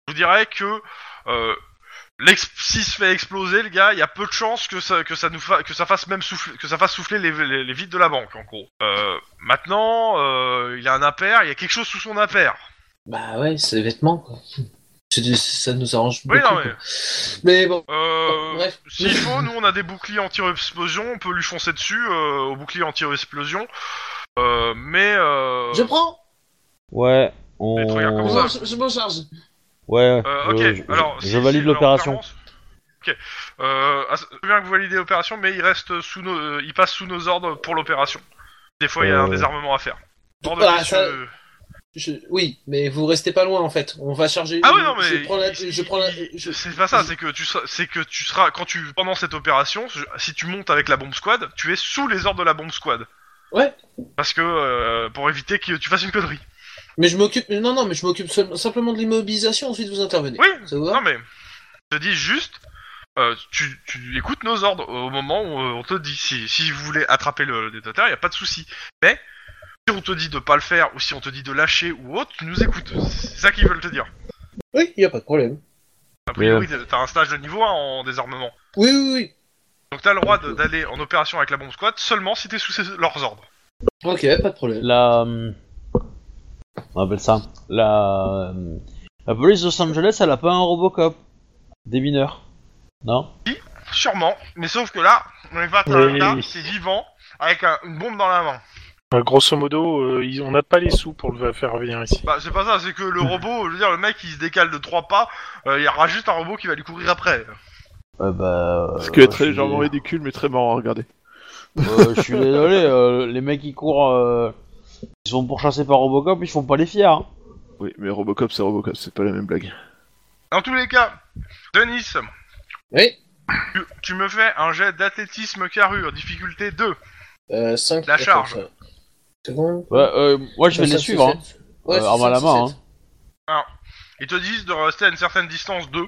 Speaker 1: Je vous dirais que euh, l'ex- s'il se fait exploser, le gars, il y a peu de chances que ça, que ça, nous fa- que ça fasse même souffler, que ça fasse souffler les, les- les vides de la banque, en gros. Euh, maintenant, euh, il a un impair, il y a quelque chose sous son impair.
Speaker 5: Bah ouais, c'est les vêtements, quoi. C'est du- ça nous arrange
Speaker 1: Oui,
Speaker 5: beaucoup,
Speaker 1: non, mais-
Speaker 5: quoi. mais bon,
Speaker 1: Euh,
Speaker 5: Bref.
Speaker 1: S'il faut, nous on a des boucliers anti-explosion, on peut lui foncer dessus euh, au bouclier anti-explosion. Euh, mais euh,
Speaker 5: je prends
Speaker 3: Ouais. On...
Speaker 1: Les trucs comme
Speaker 3: Ouais,
Speaker 1: ça.
Speaker 5: Je- je m'en charge.
Speaker 3: ouais.
Speaker 1: Euh, ok,
Speaker 3: je- je-
Speaker 1: alors.
Speaker 3: Je
Speaker 1: si-
Speaker 3: valide
Speaker 1: si, alors,
Speaker 3: l'opération.
Speaker 1: clairement, Ok. Euh, ah, c'est bien que vous validez l'opération, mais il reste sous nos, euh, il passe sous nos ordres pour l'opération. Des fois, il y a un
Speaker 3: Euh.
Speaker 1: désarmement à faire. Hors de
Speaker 5: Ah,
Speaker 1: question,
Speaker 5: ça-
Speaker 1: euh,
Speaker 5: Je- Oui, mais vous restez pas loin en fait. On va charger.
Speaker 1: Ah ouais, non, mais
Speaker 5: Je prends la.
Speaker 1: il-
Speaker 5: Je prends la...
Speaker 1: il-
Speaker 5: je-
Speaker 1: c'est pas ça. C'est que tu seras, c'est que tu seras quand tu pendant cette opération, si tu montes avec la bombe squad, tu es sous les ordres de la bombe squad.
Speaker 5: Ouais.
Speaker 1: Parce que euh, pour éviter que tu fasses une connerie.
Speaker 5: Mais je m'occupe. Non, non, mais je m'occupe seul- simplement de l'immobilisation. Ensuite, vous intervenez.
Speaker 1: Oui,
Speaker 5: Ça vous va
Speaker 1: Non mais, je te dis juste, euh, tu, tu écoutes nos ordres au moment où euh, on te dit si, si vous voulez attraper le, le détentateur, y a pas de souci. Mais si on te dit de pas le faire ou si on te dit de lâcher ou autre, tu nous écoutes. C'est ça qu'ils veulent te dire.
Speaker 5: Oui, y a pas de problème.
Speaker 1: A priori, t'as un stage de niveau 1 en désarmement.
Speaker 5: Oui, oui, oui.
Speaker 1: Donc t'as le droit de- d'aller en opération avec la bombe squad seulement si t'es sous ses- leurs ordres.
Speaker 5: Ok, pas de problème.
Speaker 3: La. hum, On appelle ça. La. hum, La police de Los Angeles, elle a pas un Robocop. Des mineurs. Non
Speaker 1: Sûrement. Mais sauf que là, on est face à un
Speaker 2: Oui.
Speaker 1: gars qui est vivant avec un- une bombe dans la main.
Speaker 2: Euh, grosso modo, euh, ils- on n'a pas les sous pour le faire venir ici.
Speaker 1: Bah c'est pas ça, c'est que
Speaker 3: (laughs)
Speaker 1: le robot, je veux dire, le mec il se décale de trois pas, euh, il y aura juste un robot qui va lui courir après.
Speaker 3: euh, bah,
Speaker 4: Ce qui est
Speaker 3: euh,
Speaker 4: très
Speaker 3: je suis-
Speaker 4: légèrement ridicule, mais très marrant à regarder.
Speaker 3: euh, Je suis désolé, euh, les mecs qui courent. euh, Ils sont pourchassés par Robocop, ils font pas les fiers. hein.
Speaker 4: Oui, mais Robocop, c'est Robocop, c'est pas la même blague.
Speaker 1: Dans tous les cas, Denis,
Speaker 5: Oui.
Speaker 1: tu, tu me fais un jet d'athlétisme carrure, difficulté 2.
Speaker 5: Euh, 5
Speaker 1: La charge.
Speaker 5: C'est bon. Bah,
Speaker 3: Ouais, euh, moi je vais les suivre. hein.
Speaker 5: Ouais,
Speaker 3: Euh, arme à la main,
Speaker 1: Ils te disent de rester à une certaine distance d'eux,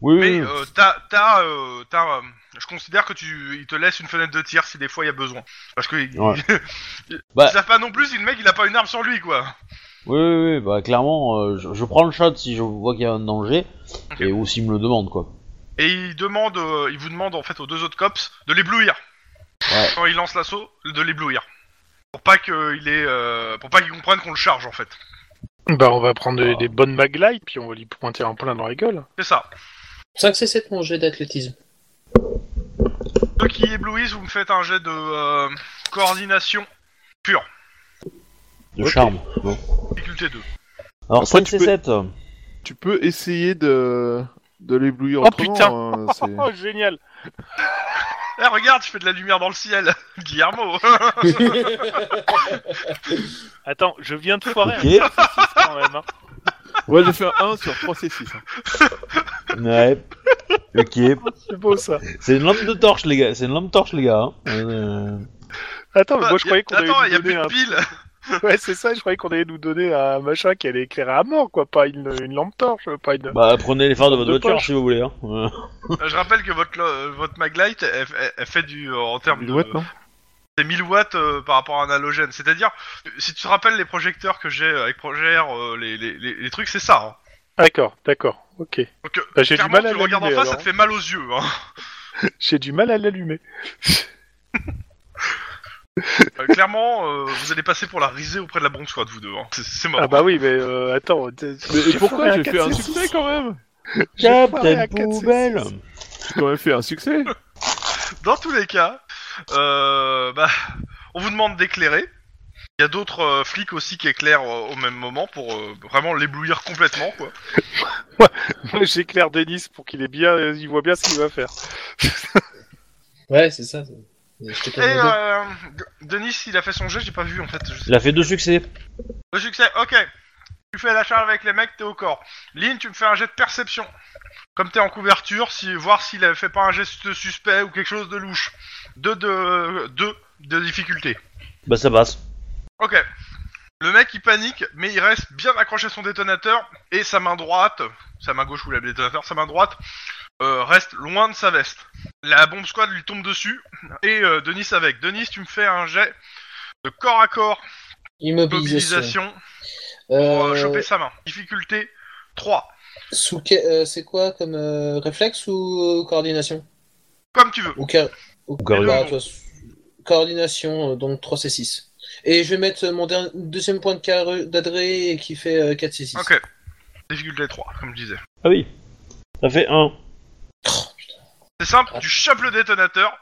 Speaker 3: Oui, oui,
Speaker 1: mais
Speaker 3: oui.
Speaker 1: euh, t'as, t'as, euh, t'as, euh, je considère que tu, ils te laissent une fenêtre de tir si des fois il y a besoin. Parce que ils, (laughs)
Speaker 3: Ouais.
Speaker 1: ils
Speaker 3: Bah.
Speaker 1: savent pas non plus si le mec il a pas une arme sur lui quoi.
Speaker 3: Oui, oui, oui, bah clairement, euh, je, je prends le shot si je vois qu'il y a un danger, et ou s'il me le demande, quoi.
Speaker 1: Et ils demandent, euh, ils vous demandent en fait aux deux autres cops de l'éblouir.
Speaker 3: Ouais.
Speaker 1: Quand ils lancent l'assaut, de l'éblouir. Pour pas qu'il ait, euh, pour pas qu'ils comprennent qu'on le charge en fait.
Speaker 2: Bah, on va prendre des,
Speaker 3: Ah.
Speaker 2: des bonnes maglites, puis on va lui pointer un plein dans la gueule.
Speaker 1: C'est ça.
Speaker 5: 5 C7 mon jet d'athlétisme.
Speaker 1: Ceux qui éblouissent, vous me faites un jet de euh, coordination,
Speaker 3: De
Speaker 4: Ok.
Speaker 3: charme. Bon.
Speaker 1: difficulté 2.
Speaker 3: Alors
Speaker 4: Après,
Speaker 3: 5
Speaker 4: tu
Speaker 3: c
Speaker 4: peux-
Speaker 3: 7
Speaker 4: Tu peux essayer de, de l'éblouir
Speaker 2: Oh,
Speaker 4: autrement,
Speaker 2: putain.
Speaker 4: hein, c'est-
Speaker 2: (laughs) Oh, génial
Speaker 1: Eh, regarde, je fais de la lumière dans le ciel, (laughs) Guillermo
Speaker 2: Attends, je viens de foirer
Speaker 3: Ok.
Speaker 2: un 6 quand même. hein.
Speaker 4: Ouais, j'ai fait un 1 sur 3 C6. hein.
Speaker 3: Ouais. Ok.
Speaker 2: C'est beau ça.
Speaker 3: C'est une lampe de torche, les gars. C'est une lampe torche, les gars. hein. Euh,
Speaker 2: Attends, mais (laughs) moi je croyais qu'on
Speaker 1: Bah, Attends,
Speaker 2: allait
Speaker 1: il y
Speaker 2: nous
Speaker 1: a plus de
Speaker 2: donner un... (laughs)
Speaker 1: piles
Speaker 2: Ouais, c'est ça, je croyais qu'on allait nous donner un machin qui allait éclairer à mort, quoi. Pas une, une lampe torche, pas une...
Speaker 3: Bah, prenez les phares de votre
Speaker 2: De
Speaker 3: voiture
Speaker 2: poche.
Speaker 3: si vous voulez. Hein. Euh,
Speaker 1: Je rappelle que votre, euh, votre maglite, elle, elle- elle fait du... euh, en termes
Speaker 4: Une
Speaker 1: de...
Speaker 4: boîte, non
Speaker 1: C'est 1000 watts euh, par rapport à un halogène. C'est-à-dire, si tu te rappelles les projecteurs que j'ai euh, avec Progère, euh, les, les, les, les trucs, c'est ça. hein.
Speaker 2: Ah, D'accord, d'accord, ok.
Speaker 1: Donc, euh,
Speaker 2: Bah, j'ai du
Speaker 1: clairement,
Speaker 2: mal
Speaker 1: tu
Speaker 2: à
Speaker 1: le regardes en
Speaker 2: l'allumer,
Speaker 1: face, ça
Speaker 2: alors. (laughs)
Speaker 1: te fait mal aux yeux. Hein.
Speaker 2: J'ai du mal à l'allumer.
Speaker 1: Euh, clairement, euh, vous allez passer pour la risée auprès de la bombe squad, vous deux. hein. C'est- C'est mort.
Speaker 2: Ah bah oui, mais euh, attends...
Speaker 4: Mais et pourquoi j'ai fait un
Speaker 2: succès
Speaker 4: succès quand même
Speaker 3: Captain Poubelle
Speaker 4: J'ai quand même fait un succès
Speaker 1: Dans tous les cas, euh, bah, on vous demande d'éclairer. Il y a d'autres euh, flics aussi qui éclairent euh, au même moment pour euh, vraiment l'éblouir complètement, quoi.
Speaker 2: (laughs) J'éclaire Denis pour qu'il ait bien, euh, il voit bien ce qu'il va faire.
Speaker 5: Ouais, c'est ça. Je t'ai
Speaker 1: Et
Speaker 5: pas demandé.
Speaker 1: euh, Denis, il a fait son jet, j'ai pas vu en fait. Je sais.
Speaker 3: Il a fait deux succès.
Speaker 1: Le succès, ok. Tu fais la charge avec les mecs, t'es au corps. Lynn, tu me fais un jet de perception. Comme t'es en couverture, si, voir s'il a fait pas un geste suspect ou quelque chose de louche. Deux de, deux de difficulté.
Speaker 3: Bah ça passe.
Speaker 1: Ok. Le mec il panique, mais il reste bien accroché à son détonateur et sa main droite, sa main gauche ou la détonateur, sa main droite euh, reste loin de sa veste. La bombe squad lui tombe dessus et euh, Denis avec. Denis, tu me fais un jet de corps à corps,
Speaker 5: Immobilisation.
Speaker 1: mobilisation pour euh,
Speaker 5: Euh,
Speaker 1: choper sa main. Difficulté 3,
Speaker 5: sous que- euh, c'est quoi comme euh, réflexe ou euh, coordination
Speaker 1: comme tu veux.
Speaker 5: Ou ca- ou-
Speaker 3: Coordination.
Speaker 5: bah, toi, s- Coordination, euh, donc 3 C6. Et je vais mettre euh, mon der- deuxième point de carré- d'adré qui fait euh, 4 C6.
Speaker 1: Ok. Difficulté 3, comme je disais.
Speaker 3: Ah oui. Ça fait 1.
Speaker 1: C'est simple,
Speaker 5: Ah.
Speaker 1: tu chopes le détonateur,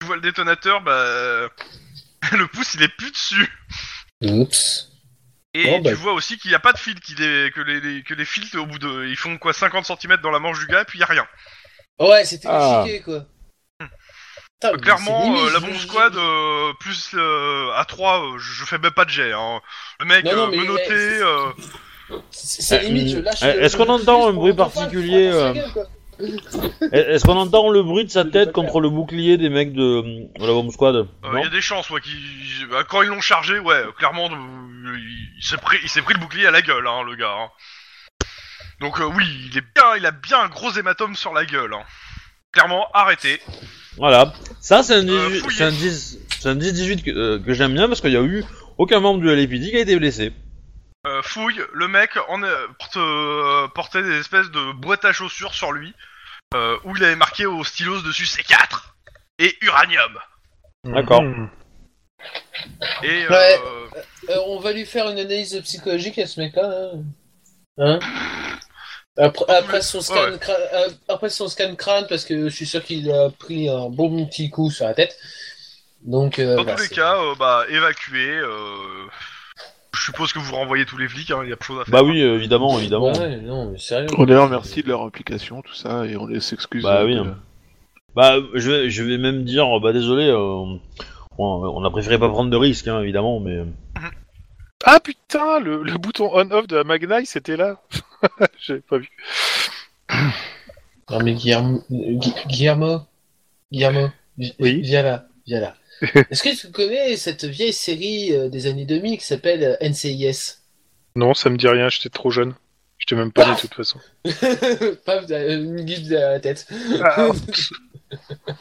Speaker 1: tu vois le détonateur, bah. euh, (laughs) le pouce il est plus dessus.
Speaker 5: Oups.
Speaker 1: Et
Speaker 5: Bon, bah.
Speaker 1: tu vois aussi qu'il n'y a pas de fil, qu'il est- que, les, les- que les fils, au bout de. Ils font quoi 50 cm dans la manche du gars, et puis il n'y a rien.
Speaker 5: Ouais, c'était
Speaker 3: Ah.
Speaker 5: chiqué quoi. Putain, Ah, mais c'est
Speaker 1: Clairement,
Speaker 5: limite,
Speaker 1: euh, la
Speaker 5: je-
Speaker 1: bombe
Speaker 5: je-
Speaker 1: squad, euh, plus euh, A3, euh, je je fais même pas de jet. hein. Le mec,
Speaker 5: Non, non,
Speaker 1: euh,
Speaker 5: mais- eh,
Speaker 1: menotté,
Speaker 5: mais-
Speaker 1: euh,
Speaker 5: C'est c'est limite, je lâche.
Speaker 3: Euh, est-ce
Speaker 5: le-
Speaker 3: qu'on
Speaker 5: le
Speaker 3: entend
Speaker 5: fusil
Speaker 3: un
Speaker 5: pour
Speaker 3: bruit
Speaker 5: l'entendre pas,
Speaker 3: particulier,
Speaker 5: je prends dans sa
Speaker 3: euh,
Speaker 5: gueule, quoi.
Speaker 3: Est-ce qu'on entend le bruit de sa tête contre le bouclier des mecs de, de la bombe squad
Speaker 1: euh,
Speaker 3: Non
Speaker 1: il y a des chances, ouais, qui, quand ils l'ont chargé, ouais, euh, clairement, euh, il s'est pris, il s'est pris le bouclier à la gueule, hein, le gars. hein. Donc euh, oui, il est bien, il a bien un gros hématome sur la gueule. hein. Clairement, arrêté.
Speaker 3: Voilà. Ça, c'est un 18
Speaker 1: Euh, fouillez.
Speaker 3: c'est un 10 c'est un 10-18 que, euh, que j'aime bien parce qu'il n'y a eu aucun membre du LAPD qui a été blessé.
Speaker 1: Euh, fouille, le mec en, euh, porte- euh, portait des espèces de boîtes à chaussures sur lui, euh, où il avait marqué au stylos dessus C4 et uranium.
Speaker 3: D'accord.
Speaker 1: Hmm.
Speaker 2: Mhm.
Speaker 1: Et euh,
Speaker 5: Ouais. Euh, on va lui faire une analyse psychologique à ce mec-là. Hein, Hein après, après son scan
Speaker 1: Ouais.
Speaker 5: cra- euh, après son scan crâne, parce que je suis sûr qu'il a pris un bon petit coup sur la tête. Donc, euh,
Speaker 1: dans
Speaker 5: voilà,
Speaker 1: tous les
Speaker 5: c'est-
Speaker 1: cas, euh, bah évacuer. euh, Je suppose que vous renvoyez tous les flics, hein, il y a plus chose à faire.
Speaker 3: Bah oui, euh, évidemment, évidemment.
Speaker 5: Bah ouais, non, mais sérieux.
Speaker 4: On les remercie de leur implication, tout ça, et on les s'excuse.
Speaker 3: Bah
Speaker 4: euh,
Speaker 3: oui,
Speaker 4: de-
Speaker 3: hein. Bah, je vais, je vais même dire, bah désolé, euh, on, on a préféré pas prendre de risques, hein, évidemment, mais...
Speaker 2: Ah putain, le, le bouton on-off de la Magnite, c'était là. (laughs) J'avais pas vu.
Speaker 5: Non, mais Guillermo. Gu- Guillermo. Guillermo. vi-
Speaker 2: Oui.
Speaker 5: Viens là. Viens là. Est-ce que tu connais cette vieille série euh, des années 2000 qui s'appelle euh, NCIS (laughs)
Speaker 2: Non, ça me dit rien, j'étais trop jeune. J'étais même pas né de toute façon.
Speaker 5: Paf, t'as, euh, une guide à la tête.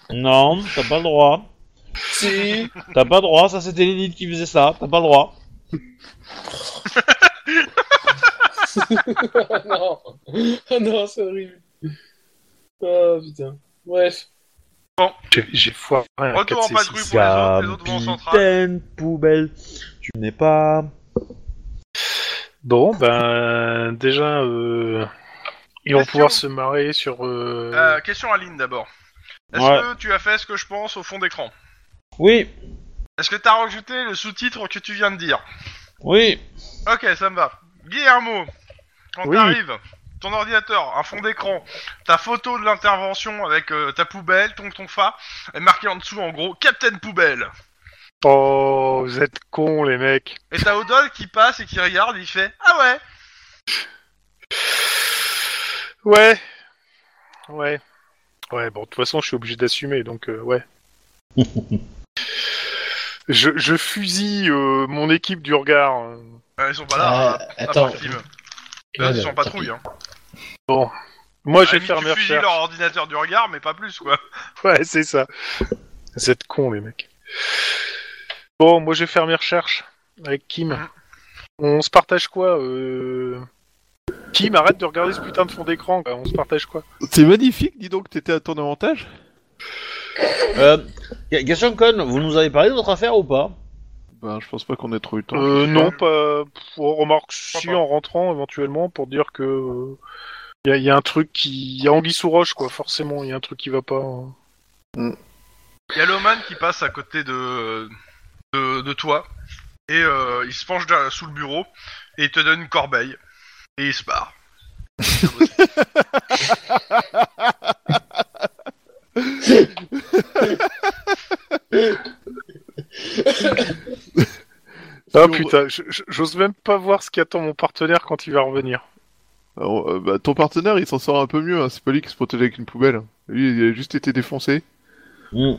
Speaker 3: Non, t'as pas le droit.
Speaker 5: si.
Speaker 3: T'as pas le droit, ça c'était l'élite qui faisait ça, t'as pas le droit.
Speaker 5: oh (laughs) non, oh non, c'est horrible. Oh putain. Bref.
Speaker 2: J'ai- J'ai foiré. un
Speaker 1: Retour en
Speaker 2: 4C6.
Speaker 1: patrouille pour les autres, les autres vont en centrale.
Speaker 3: Capitaine Poubelle, tu n'es pas...
Speaker 2: Bon, ben déjà, euh, ils vont
Speaker 1: Question.
Speaker 2: pouvoir se marrer sur. euh,
Speaker 1: Euh, question à Lynn d'abord. Est-ce
Speaker 3: Ouais.
Speaker 1: que tu as fait ce que je pense au fond d'écran
Speaker 3: Oui,
Speaker 1: Est-ce que t'as rajouté le sous-titre que tu viens de dire
Speaker 3: oui,
Speaker 1: Ok, ça me va. Guillermo, quand
Speaker 2: Oui.
Speaker 1: t'arrives, ton ordinateur, un fond d'écran, ta photo de l'intervention avec euh, ta poubelle, ton ton fa, est marqué en dessous en gros Captain Poubelle.
Speaker 2: Oh, vous êtes cons les mecs.
Speaker 1: Et t'as Odol qui passe et qui regarde, il fait Ah ouais
Speaker 2: Ouais, ouais, ouais. Bon, de toute façon, je suis obligé d'assumer, donc euh,
Speaker 1: (laughs)
Speaker 2: ouais. je, je fusille euh, mon équipe du regard. hein.
Speaker 1: Euh, Ils sont pas là,
Speaker 5: Ah,
Speaker 1: à, à
Speaker 5: attends.
Speaker 1: part Kim. Là, bah, ils sont en
Speaker 5: (laughs)
Speaker 1: patrouille. Hein.
Speaker 2: Moi,
Speaker 1: À
Speaker 2: Oh, je
Speaker 1: la
Speaker 2: vais
Speaker 1: limite,
Speaker 2: faire mes
Speaker 1: tu fusilles
Speaker 2: recherches.
Speaker 1: leur ordinateur du regard, mais pas plus quoi.
Speaker 2: Ouais, c'est ça. Vous êtes cons, les mecs. Bon, moi, je vais faire mes recherches avec Kim. On se partage quoi euh... Kim, arrête de regarder ce putain de fond d'écran. quoi. On se partage quoi
Speaker 4: C'est magnifique, dis donc, t'étais à ton avantage.
Speaker 3: Euh, que- question conne, vous nous avez parlé de votre affaire ou pas
Speaker 4: Ben, je pense pas qu'on ait trop eu le temps.
Speaker 2: Euh,
Speaker 1: je-
Speaker 2: non, pas. pff, On remarque si
Speaker 1: pas.
Speaker 2: en rentrant éventuellement pour dire que il y, a un truc qui, il y a anguille sous roche quoi. Forcément, il y a un truc qui va pas. hein.
Speaker 1: Il y a Loman qui passe à côté de, de, de toi et euh, il se penche derrière- sous le bureau et il te donne une corbeille et il se barre.
Speaker 2: Ah
Speaker 4: on-
Speaker 2: putain, je- je- j'ose même pas voir ce qu'attend mon partenaire quand il va revenir.
Speaker 4: Alors, euh, bah, ton partenaire, il s'en sort un peu mieux. hein. C'est pas lui qui se protège avec une poubelle. hein. Lui, il a juste été défoncé.
Speaker 3: Mm.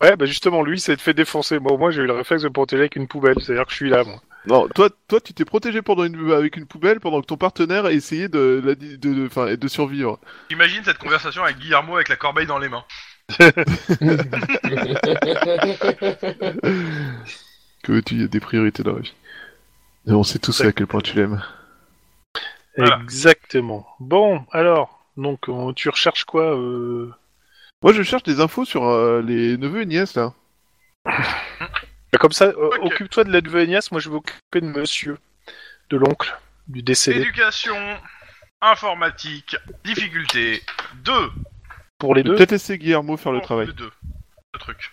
Speaker 2: Ouais, bah justement, lui, ça te fait défoncer. Moi, au moins, j'ai eu le réflexe de me protéger avec une poubelle. C'est-à-dire que je suis là, moi.
Speaker 4: Non, toi, toi, tu t'es protégé pendant une... avec une poubelle pendant que ton partenaire a essayé de, la- de, de- enfin, de survivre.
Speaker 1: Imagine cette conversation avec Guillermo avec la corbeille dans les mains.
Speaker 4: Que veux-tu, il y a des priorités dans la vie. Et on sait tous à quel point tu l'aimes.
Speaker 1: Voilà.
Speaker 2: Exactement. Bon, alors, donc, on- tu recherches quoi euh,
Speaker 4: Moi, je cherche des infos sur euh, les neveux et nièces, là.
Speaker 2: Bah, Comme ça, euh,
Speaker 1: Ok.
Speaker 2: occupe-toi de l'advenias, moi je vais m'occuper de monsieur, de l'oncle, du décédé.
Speaker 1: Éducation, informatique, difficulté, 2.
Speaker 2: Pour les
Speaker 4: Je vais
Speaker 2: deux
Speaker 4: Peut-être laisser Guillermo faire le travail.
Speaker 1: 2. Le truc.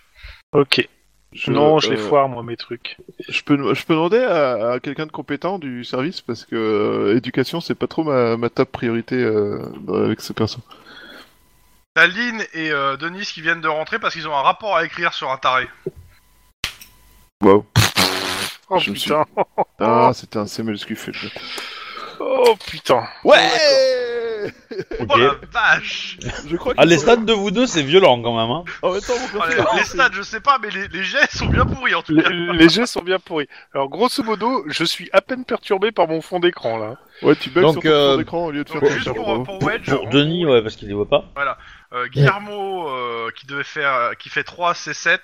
Speaker 2: Ok.
Speaker 4: Je-
Speaker 2: non, je les
Speaker 4: euh,
Speaker 2: foire, moi, mes trucs.
Speaker 4: Je peux, je peux demander à, à quelqu'un de compétent du service parce que euh, éducation c'est pas trop ma, ma top priorité euh, dans- avec ce perso.
Speaker 1: T'as Lynn et euh, Denis qui viennent de rentrer parce qu'ils ont un rapport à écrire sur un taré.
Speaker 4: Wow.
Speaker 2: Oh
Speaker 4: je me suis-
Speaker 2: putain
Speaker 4: Ah, c'était un CMLSQ fait. je-
Speaker 2: Oh putain
Speaker 4: Ouais
Speaker 3: Ok.
Speaker 1: Oh la vache
Speaker 4: Je crois que
Speaker 3: Ah, les stats de vous deux, c'est violent quand même. Hein.
Speaker 4: En même temps, mon
Speaker 1: Oh, les,
Speaker 4: perso-
Speaker 1: les stats, je sais pas, mais les, les jets sont bien pourris en tout cas.
Speaker 2: les, les jets sont bien pourris. Alors, grosso modo, je suis à peine perturbé par mon fond d'écran, là.
Speaker 4: Ouais, tu bugs
Speaker 3: Donc,
Speaker 4: sur ton
Speaker 3: euh,
Speaker 4: fond d'écran au lieu de faire
Speaker 1: Donc,
Speaker 4: ton Ah.
Speaker 1: juste
Speaker 4: perso,
Speaker 1: pour,
Speaker 4: bravo.
Speaker 1: pour
Speaker 3: Pour,
Speaker 1: Wedge,
Speaker 3: pour
Speaker 1: en
Speaker 3: Denis,
Speaker 1: gros,
Speaker 3: ouais, parce qu'il les voit pas.
Speaker 1: euh, Guillermo euh, qui devait faire, euh, qui fait 3 C7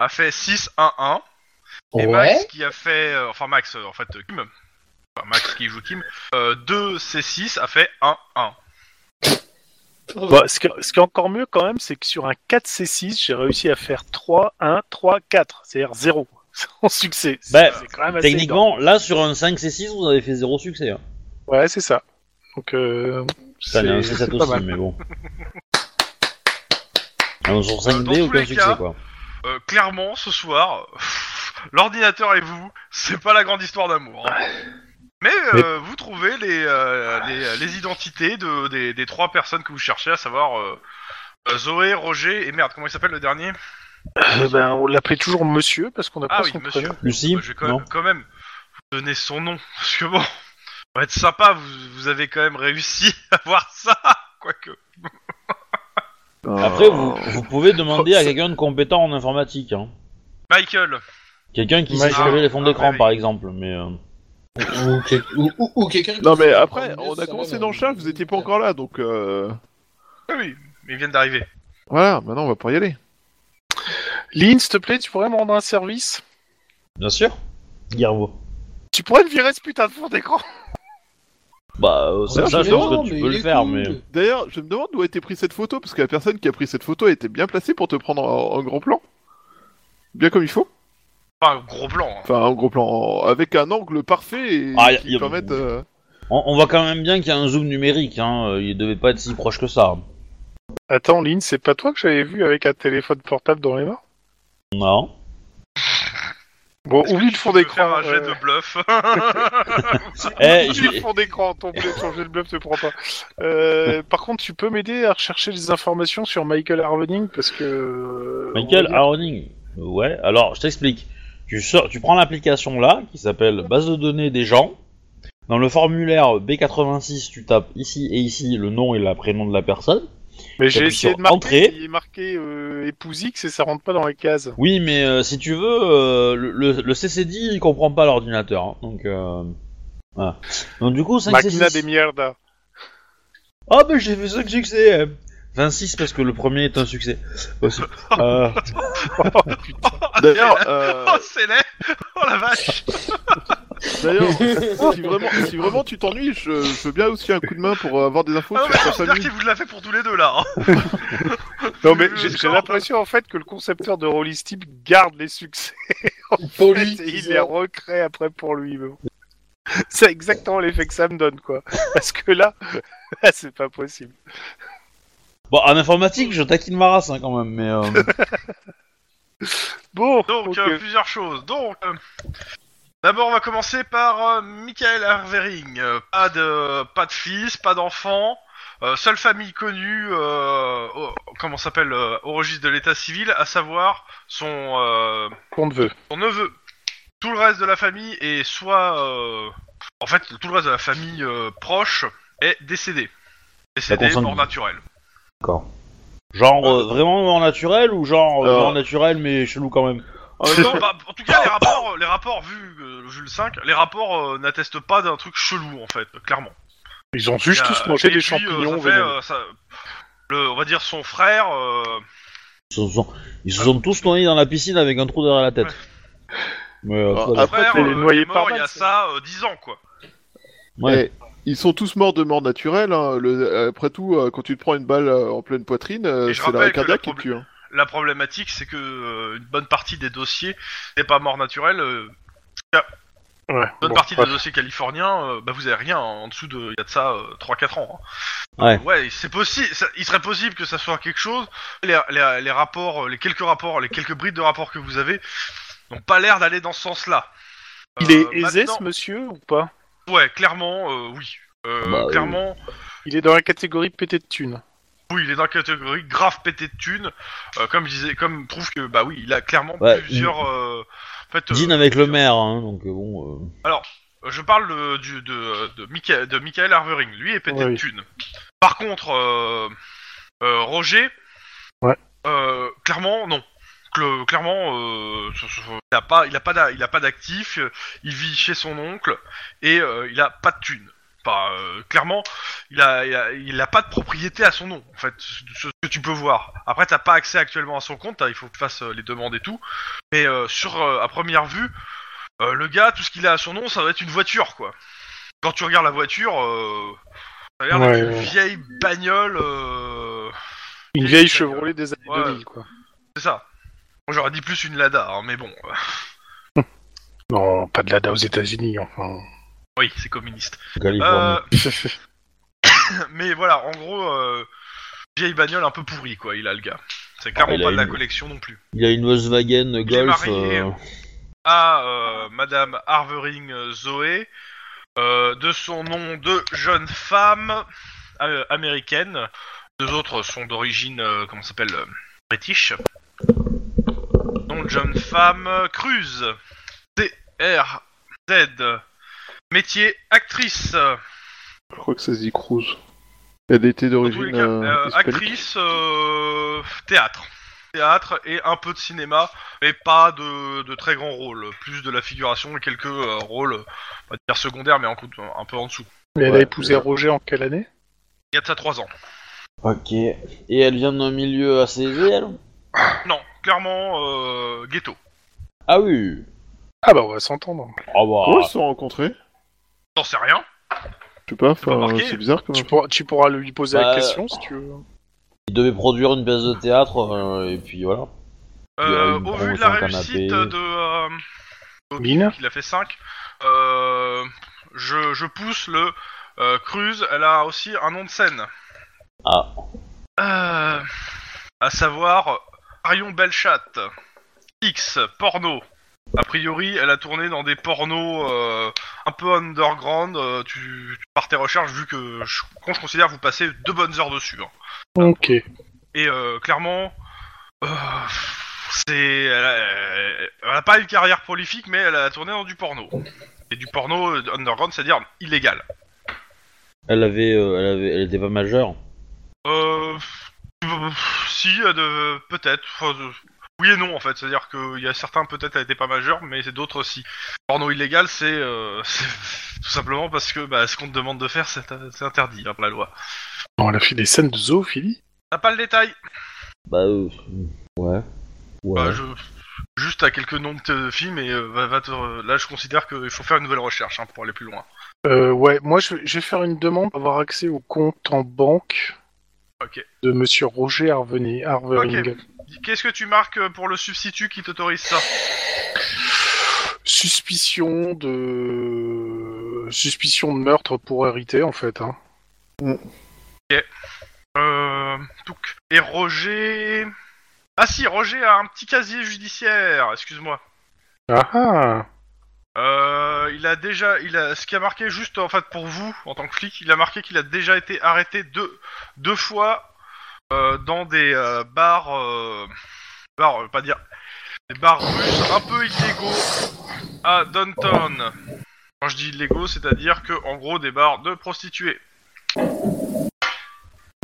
Speaker 1: a fait 6 1 1. Et Max
Speaker 5: ouais.
Speaker 1: qui a fait, euh, enfin Max euh, en fait euh, Kim, enfin, Max qui joue Kim, Euh, 2 C6 a fait 1 1.
Speaker 2: Bah, ce, que- ce qui est encore mieux, quand même, c'est que sur un 4C6, j'ai réussi à faire 3, 1, 3, 4. C'est-à-dire (laughs) 0. Sans succès.
Speaker 3: Bah,
Speaker 2: C'est quand même assez énorme.
Speaker 3: Techniquement, là, sur un 5 et 6, vous avez fait zéro succès. Hein.
Speaker 2: Ouais, c'est ça. Donc, euh,
Speaker 3: Ça
Speaker 2: c'est-
Speaker 3: un
Speaker 2: c'est
Speaker 3: 7
Speaker 2: pas
Speaker 3: aussi,
Speaker 2: mal.
Speaker 3: mais bon.
Speaker 2: (laughs)
Speaker 3: Alors, sur 5
Speaker 1: Dans
Speaker 3: d
Speaker 1: tous
Speaker 3: aucun
Speaker 1: les
Speaker 3: succès,
Speaker 1: cas,
Speaker 3: quoi.
Speaker 1: Euh, clairement, ce soir, l'ordinateur et vous, c'est pas la grande histoire d'amour. hein. Mais, euh, vous trouvez les, euh, les, les identités de, des, des trois personnes que vous cherchez, à savoir euh, euh, Zoé, Roger et merde, comment il s'appelle le dernier
Speaker 2: Euh, ben, on l'appelait toujours monsieur parce qu'on n'a
Speaker 1: Ah
Speaker 2: pas
Speaker 1: oui,
Speaker 2: son
Speaker 1: monsieur.
Speaker 2: prénom.
Speaker 3: Lucie
Speaker 1: Bah, je vais quand,
Speaker 3: Non.
Speaker 1: quand même vous donner son nom, (laughs) parce que bon, on va être sympa, vous, vous avez quand même réussi (laughs) à voir ça, quoique.
Speaker 3: Après,
Speaker 4: Ah.
Speaker 3: vous, vous pouvez demander à quelqu'un de compétent en informatique. Hein.
Speaker 1: Michael,
Speaker 3: Quelqu'un qui
Speaker 2: Michael.
Speaker 3: sait changer les fonds d'écran,
Speaker 1: Ah, oui.
Speaker 3: par exemple. Mais euh,
Speaker 5: Ou, quel- ou- ou- ou quelqu'un.
Speaker 4: Non
Speaker 5: qui
Speaker 4: mais
Speaker 5: sait
Speaker 4: après,
Speaker 5: encore mieux,
Speaker 4: on
Speaker 5: ça
Speaker 4: a
Speaker 5: va,
Speaker 4: commencé
Speaker 5: mais-
Speaker 4: dans le chat, vous étiez pas encore là, donc euh...
Speaker 1: ah oui, ils viennent d'arriver.
Speaker 4: voilà. Maintenant, on va pouvoir y aller.
Speaker 2: Lynn, s'il te plaît, tu pourrais me rendre un service
Speaker 3: bien sûr. Guillermo.
Speaker 2: Tu pourrais me virer ce putain de fond d'écran
Speaker 3: Bah, euh, ça,
Speaker 5: Mais
Speaker 3: ça, je
Speaker 5: non,
Speaker 3: pense que tu
Speaker 5: mais
Speaker 3: peux
Speaker 5: il
Speaker 3: le
Speaker 5: est
Speaker 3: faire, (laughs)
Speaker 5: cool.
Speaker 3: mais.
Speaker 4: (laughs) D'ailleurs, je me demande d'où a été prise cette photo parce que la personne qui a pris cette photo était bien placée pour te prendre en, en grand plan, bien comme il faut.
Speaker 1: Enfin, gros plan. hein.
Speaker 4: Enfin, en gros plan, en- avec un angle parfait et
Speaker 3: Ah, y a-
Speaker 4: qui
Speaker 3: y a-
Speaker 4: permette. (laughs) euh,
Speaker 3: On, on voit quand même bien qu'il y a un zoom numérique, hein. euh, il devait pas être si proche que ça.
Speaker 2: Attends, Lynn, c'est pas toi que j'avais vu avec un téléphone portable dans les mains
Speaker 3: Non.
Speaker 2: Bon,
Speaker 1: Est-ce
Speaker 2: oublie
Speaker 1: que
Speaker 2: le
Speaker 1: tu
Speaker 2: fond
Speaker 1: peux
Speaker 2: d'écran.
Speaker 1: faire un jet
Speaker 2: euh,
Speaker 1: de bluff. (laughs)
Speaker 3: Eh,
Speaker 2: Oublie
Speaker 3: je-
Speaker 2: le fond d'écran, ton, blé- ton jet de bluff te prend pas. Euh, par contre, tu peux m'aider à rechercher des informations sur Michael Harvening parce que. euh,
Speaker 3: Michael
Speaker 2: on va dire-
Speaker 3: Aroning. Ouais, alors je t'explique. Tu, sors- tu prends l'application là, qui s'appelle Base de données des gens. Dans le formulaire B86, tu tapes ici et ici le nom et le prénom de la personne.
Speaker 2: Mais j'ai
Speaker 3: t'appuies
Speaker 2: essayé
Speaker 3: sur
Speaker 2: de marquer.
Speaker 3: Entrée.
Speaker 2: Il est marqué euh, épouse X et ça rentre pas dans les cases.
Speaker 3: Oui, mais euh, si tu veux, euh, le, le, le CCD il comprend pas l'ordinateur. hein, donc, euh, voilà. donc du coup, 5
Speaker 2: Machina des mierda.
Speaker 3: Ah, ben j'ai fait 5 succès euh. 26 parce que le premier est un succès. Aussi. Euh,
Speaker 4: D'ailleurs, euh,
Speaker 1: oh, c'est laid Oh la vache
Speaker 4: d'ailleurs, euh, (laughs) si vraiment, si vraiment tu t'ennuies, je, je veux bien aussi un coup de main pour avoir des infos
Speaker 1: Ah non, mais
Speaker 4: sur ta
Speaker 1: non, c'est-à-dire
Speaker 4: famille.
Speaker 1: qu'il vous l'a fait pour tous les deux là. hein.
Speaker 2: Non mais
Speaker 1: Je-
Speaker 2: j'ai
Speaker 1: je
Speaker 2: j'ai
Speaker 1: sens-
Speaker 2: l'impression en fait que le concepteur de Rollis Type garde les succès (laughs)
Speaker 5: Pour
Speaker 2: et
Speaker 5: lui,
Speaker 2: il
Speaker 5: c'est
Speaker 2: les
Speaker 5: ça.
Speaker 2: recrée après pour lui. mais bon. (laughs) C'est exactement l'effet que ça me donne quoi. (laughs) Parce que là, là, c'est pas possible.
Speaker 3: bon, en informatique, je taquine ma race hein, quand même, mais. euh,
Speaker 2: Bon,
Speaker 1: Donc,
Speaker 2: ok.
Speaker 1: euh, plusieurs choses. Donc, euh, d'abord, on va commencer par euh, Michael Harvering. Euh, pas, de, pas de fils, pas d'enfant. euh, seule famille connue, euh, au, comment ça s'appelle, euh, au registre de l'état civil, à savoir son, euh,
Speaker 2: qu'on te veut.
Speaker 1: son neveu. Tout le reste de la famille est soit... euh, En fait, tout le reste de la famille euh, proche est décédé. Décédé,
Speaker 3: conscience-
Speaker 1: mort naturelle.
Speaker 3: D'accord. Genre euh, vraiment mort naturel ou genre euh,
Speaker 4: Alors-
Speaker 3: mort naturel mais chelou quand même
Speaker 4: En même
Speaker 2: (laughs)
Speaker 4: temps,
Speaker 1: Non, bah, en tout cas, les rapports, les rapports vu, euh, vu le 5, les rapports euh, n'attestent pas d'un truc chelou, en fait, clairement.
Speaker 2: Ils ont juste
Speaker 1: Et,
Speaker 2: tous
Speaker 1: euh,
Speaker 2: mangé
Speaker 1: et
Speaker 2: des
Speaker 1: puis,
Speaker 2: champignons
Speaker 1: euh, ça fait,
Speaker 2: vénéneux.
Speaker 1: euh, ça- le- on va dire son frère. euh,
Speaker 3: Ils se sont, ils se sont tous noyés dans la piscine avec un trou derrière la tête.
Speaker 1: Ouais.
Speaker 3: Mais euh,
Speaker 4: Ah,
Speaker 3: tout à
Speaker 1: son
Speaker 4: Après,
Speaker 1: frère
Speaker 2: t'es
Speaker 1: euh,
Speaker 2: noyé
Speaker 1: est mort
Speaker 2: par
Speaker 1: il y a
Speaker 2: balle,
Speaker 1: ça euh, 10 ans, quoi.
Speaker 3: Ouais.
Speaker 4: eh, ils sont tous morts de mort naturelle. hein. Le- après tout, euh, quand tu te prends une balle euh, en pleine poitrine, euh,
Speaker 1: Et je
Speaker 4: c'est
Speaker 1: rappelle
Speaker 4: l'arrêt
Speaker 1: que
Speaker 4: cardiaque
Speaker 1: la
Speaker 4: qui tue. hein.
Speaker 1: La problématique, c'est que euh, une bonne partie des dossiers n'est pas mort naturel. euh, une
Speaker 2: Ouais,
Speaker 1: euh, bonne
Speaker 2: bon,
Speaker 1: partie
Speaker 2: bref.
Speaker 1: des dossiers californiens, euh, bah, vous avez rien hein, en dessous de, il y a de ça euh, 3-4 ans. hein.
Speaker 3: Ouais.
Speaker 1: Ouais, c'est possible. ça- Il serait possible que ça soit quelque chose. Les, les- les rapports, les quelques rapports, les quelques brides de rapports que vous avez n'ont pas l'air d'aller dans ce sens-là.
Speaker 2: Il est
Speaker 1: Euh,
Speaker 2: aisé
Speaker 1: maintenant-
Speaker 2: ce monsieur ou pas
Speaker 1: Ouais, clairement, euh, oui. Euh,
Speaker 3: Bah, euh,
Speaker 1: clairement,
Speaker 2: Il est dans la catégorie pété de thunes.
Speaker 1: oui, il est dans la catégorie grave pété de thunes. Euh, comme je disais, comme trouve que, bah oui, il a clairement
Speaker 3: Ouais,
Speaker 1: plusieurs. euh, en fait, euh,
Speaker 3: Dîne avec le maire, hein, donc euh, bon. euh.
Speaker 1: je parle de, du- de, de, Micha- de Michael Harvering. Lui est pété
Speaker 2: Ouais,
Speaker 1: de
Speaker 2: oui.
Speaker 1: thunes. Par contre, euh, euh, Roger.
Speaker 2: Ouais.
Speaker 1: euh, clairement, non. Cl- clairement, euh, ce- ce- il n'a pas, il a pas, d'a- il a pas d'actif. euh, Il vit chez son oncle et euh, il a pas de thunes. Pas, euh, clairement, il a, il a, il a pas de propriété à son nom. En fait, ce, ce que tu peux voir. Après, t'as pas accès actuellement à son compte. t'as- Il faut que tu fasses euh, les demandes et tout. Mais euh, sur euh, à première vue, euh, le gars, tout ce qu'il a à son nom, ça doit être une voiture, quoi. Quand tu regardes la voiture, euh, ça a l'air
Speaker 2: Ouais,
Speaker 1: d'être une
Speaker 2: ouais.
Speaker 1: vieille bagnole. euh,
Speaker 2: Une
Speaker 1: Et
Speaker 2: vieille
Speaker 1: ça,
Speaker 2: Chevrolet des années
Speaker 1: ouais.
Speaker 2: 2000, quoi.
Speaker 1: C'est ça. Moi, J'aurais dit plus une Lada, hein, mais bon. euh,
Speaker 2: Non, pas de la DA aux États-Unis, enfin.
Speaker 1: oui, c'est communiste.
Speaker 3: Californie. (laughs)
Speaker 1: Euh, mais voilà, en gros, euh, vieille bagnole un peu pourrie, quoi, il a le gars. C'est clairement
Speaker 3: Ah, il a
Speaker 1: pas de la
Speaker 3: une-
Speaker 1: collection non plus.
Speaker 3: Il y a une Volkswagen
Speaker 1: Il est
Speaker 3: Golf.
Speaker 1: marié,
Speaker 3: euh,
Speaker 1: À euh, Madame Harvering euh, Zoé, euh, de son nom de jeune femme euh, américaine. Deux autres sont d'origine, euh, comment ça s'appelle, euh, british. Nom de jeune femme, euh, Cruz. D-R-Z. Métier, actrice.
Speaker 4: Je crois que ça se dit Cruz. Elle était
Speaker 1: Dans tous les
Speaker 4: d'origine
Speaker 1: cas,
Speaker 4: euh,
Speaker 1: euh,
Speaker 4: hispanique.
Speaker 1: actrice, euh, théâtre. Théâtre et un peu de cinéma, mais pas de, de très grands rôles. Plus de la figuration et quelques euh, rôles, on va dire secondaires, mais en, coup- un peu en dessous.
Speaker 2: Mais elle
Speaker 3: Ouais,
Speaker 2: a épousé Roger en quelle année
Speaker 1: Il y a de ça 3 ans.
Speaker 3: Ok. Et elle vient d'un milieu assez aisé, elle
Speaker 1: Non, clairement, euh, ghetto.
Speaker 3: Ah oui.
Speaker 2: Ah bah on va s'entendre.
Speaker 3: Ah bah.
Speaker 4: Comment ils se sont rencontrés
Speaker 1: J'en sais rien.
Speaker 4: Je sais pas,
Speaker 1: pas
Speaker 4: enfin,
Speaker 1: marqué.
Speaker 4: c'est bizarre quand
Speaker 2: Tu
Speaker 4: même.
Speaker 2: pourras, tu pourras lui poser
Speaker 3: Bah,
Speaker 2: la question si tu veux.
Speaker 3: Il devait produire une pièce de théâtre euh, et puis voilà.
Speaker 1: Euh,
Speaker 3: Il y a une
Speaker 1: au vu de
Speaker 3: bronze,
Speaker 1: la
Speaker 3: un canapé.
Speaker 1: réussite de. euh, au-
Speaker 2: Mine
Speaker 1: qu'il a fait 5, euh, je, je pousse le euh, Cruz. Elle a aussi un nom de scène.
Speaker 3: Ah.
Speaker 1: Euh, à savoir Arion Belchat. X, porno. A priori, elle a tourné dans des pornos euh, un peu underground. euh, tu, tu- par tes recherches, vu que je, quand je considère que vous passez deux bonnes heures dessus. hein.
Speaker 2: Ok.
Speaker 1: Et euh, clairement, euh, c'est, elle, a- elle a pas une carrière prolifique, mais elle a tourné dans du porno. Et du porno euh, underground, c'est-à-dire illégal.
Speaker 3: Elle avait, euh, elle avait, elle était pas majeure.
Speaker 1: Euh, euh, si, euh, de- peut-être. Enfin, euh, oui et non, en fait. C'est-à-dire qu'il y a certains, peut-être, elle n'était pas majeure, mais c'est d'autres si. Porno illégal, c'est euh, (laughs) c'est tout simplement parce que bah, ce qu'on te demande de faire, c'est c'est interdit hein, par la loi.
Speaker 2: Bon, elle a fait des scènes de zoophilie.
Speaker 1: T'as pas le détail
Speaker 3: Bah euh, ouais. Ouais.
Speaker 1: Bah, je... Juste à quelques noms de films et euh, va, va te... là je considère qu'il faut faire une nouvelle recherche hein, pour aller plus loin.
Speaker 2: Euh, ouais, moi je, je vais faire une demande pour avoir accès au compte en banque
Speaker 1: Ok.
Speaker 2: de monsieur Roger Harveni- Harvering.
Speaker 1: Qu'est-ce que tu marques euh, pour le substitut qui t'autorise ça
Speaker 2: Suspicion de. Suspicion de meurtre pour hériter en fait. Hein.
Speaker 1: Euh... touc. Et Roger... Ah si, Roger a un petit casier judiciaire, excuse-moi.
Speaker 2: Ah ah
Speaker 1: Euh, il a déjà... Il a... Ce qui a marqué juste, en fait, pour vous, en tant que flic, il a marqué qu'il a déjà été arrêté deux, deux fois euh, dans des euh, bars... euh, bars, euh, pas dire... Des bars russes un peu illégaux à Downtown. Quand je dis illégaux, c'est-à-dire que en gros des bars de prostituées.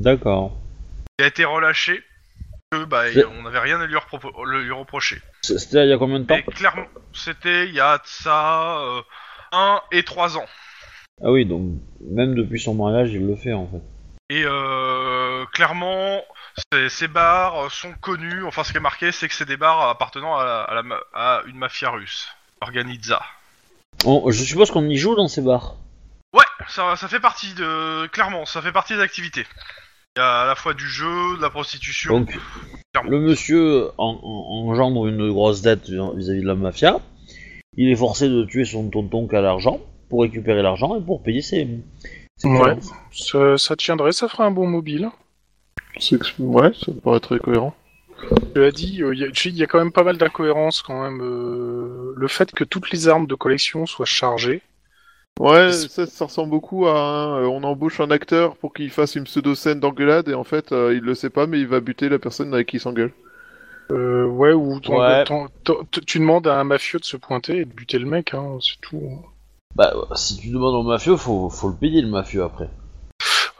Speaker 3: D'accord.
Speaker 1: Il a été relâché. Que, bah, il- on n'avait rien à lui, repropo- le- lui reprocher.
Speaker 3: C- C'était il y a combien de temps
Speaker 1: Mais clairement, c'était il y a de ça euh, un et trois ans.
Speaker 3: Ah oui, donc même depuis son mariage, il le fait en fait.
Speaker 1: Et euh, clairement, ces, ces bars sont connus. Enfin, ce qui est marqué, c'est que c'est des bars appartenant à, la- à la ma- à une mafia russe, Organiza.
Speaker 3: On- je suppose qu'on y joue dans ces bars.
Speaker 1: Ouais, ça, ça fait partie de. Clairement, ça fait partie des activités. Il y a à la fois du jeu, de la prostitution.
Speaker 3: Donc, le monsieur en- en- engendre une grosse dette vis- vis-à-vis de la mafia. Il est forcé de tuer son tonton qui a l'argent pour récupérer l'argent et pour payer ses. ses
Speaker 2: Ouais.
Speaker 3: créances.
Speaker 2: Ça, ça tiendrait, ça ferait un bon mobile. hein.
Speaker 4: C'est que- Ouais, ça me paraît très cohérent.
Speaker 2: Tu l'as dit, euh, il y, a- tu sais, y a quand même pas mal d'incohérences quand même. euh, le fait que toutes les armes de collection soient chargées.
Speaker 4: Ouais, ça, ça ressemble beaucoup à un, euh, on embauche un acteur pour qu'il fasse une pseudo-scène d'engueulade et en fait euh, il le sait pas mais il va buter la personne avec qui il s'engueule.
Speaker 2: Euh, ouais, ou t'en-
Speaker 3: Ouais.
Speaker 2: t'en- t'en- t- tu demandes à un mafieux de se pointer et de buter le mec, hein, c'est tout.
Speaker 3: Bah, si tu demandes au mafieux, faut, faut le payer le mafieux après.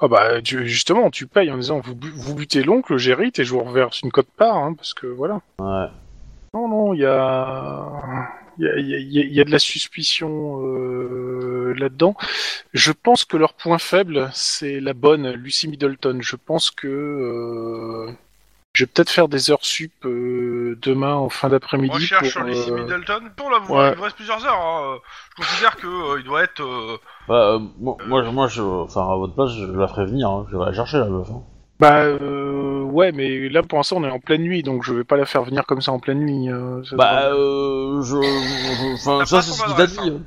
Speaker 2: Ah bah tu- justement, tu payes en disant vous, bu- vous butez l'oncle, j'hérite et je vous reverse une cote part, hein, parce que voilà.
Speaker 3: Ouais.
Speaker 2: Non, non, il y a... il Y, a, il y a- il y a- il y a de la suspicion euh, là-dedans. Je pense que leur point faible, c'est la bonne Lucy Middleton. Je pense que euh, je vais peut-être faire des heures sup euh, demain en fin d'après-midi.
Speaker 1: Recherche
Speaker 2: pour,
Speaker 1: sur Lacey
Speaker 2: euh,
Speaker 1: Middleton. Pour la voir,
Speaker 4: ouais.
Speaker 1: il vous reste plusieurs heures. hein. Je considère que euh, il doit être. euh,
Speaker 3: Bah, euh, moi, moi, je- moi, je, enfin, à votre place, je la ferai venir. hein. Je vais la chercher la meuf. hein.
Speaker 2: Bah euh, ouais, mais là pour l'instant on est en pleine nuit, donc je vais pas la faire venir comme ça en pleine nuit. euh, ça
Speaker 3: Bah,
Speaker 2: devrait-
Speaker 3: euh, je, je- enfin,
Speaker 1: T'as
Speaker 3: ça
Speaker 1: pas
Speaker 3: c'est
Speaker 1: son
Speaker 3: ce qu'il t'a
Speaker 1: adresse,
Speaker 3: dit. hein.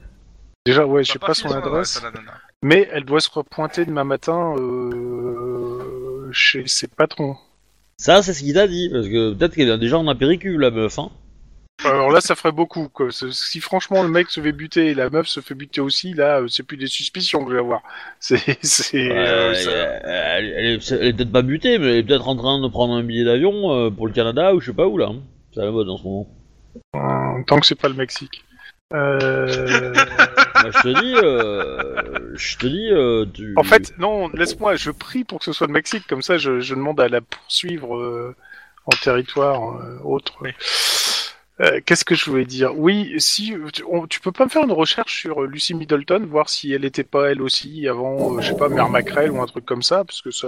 Speaker 2: déjà ouais, je sais
Speaker 1: t'as
Speaker 2: pas, son
Speaker 1: fini
Speaker 2: adresse.
Speaker 1: la nana.
Speaker 2: Mais elle doit se repointer demain matin euh, chez ses patrons.
Speaker 3: Ça c'est ce qu'il t'a dit parce que peut-être qu'elle est déjà en apéricule la meuf. Hein.
Speaker 2: Alors là, ça ferait beaucoup. Quoi. Ce- Si franchement le mec se fait buter et la meuf se fait buter aussi, là, euh, c'est plus des suspicions que je vais avoir. C'est, c'est, euh,
Speaker 3: Ouais,
Speaker 2: ça-
Speaker 3: elle, elle est, elle est peut-être pas butée, mais elle est peut-être en train de prendre un billet d'avion euh, pour le Canada ou je sais pas où là. hein. C'est à la mode en ce moment.
Speaker 2: euh, tant que c'est pas le Mexique. Euh,
Speaker 3: Bah, je te dis, euh,
Speaker 1: (laughs)
Speaker 3: je te dis, euh, tu...
Speaker 2: en fait, non, laisse-moi. Je prie pour que ce soit le Mexique. Comme ça, je, je demande à la poursuivre euh, en territoire euh, autre. Euh, Qu'est-ce que je voulais dire Oui, si tu, on- tu peux pas me faire une recherche sur euh, Lucy Middleton, voir si elle était pas elle aussi avant, euh, je sais pas, Mère Mackerel ou un truc comme ça, parce que ça.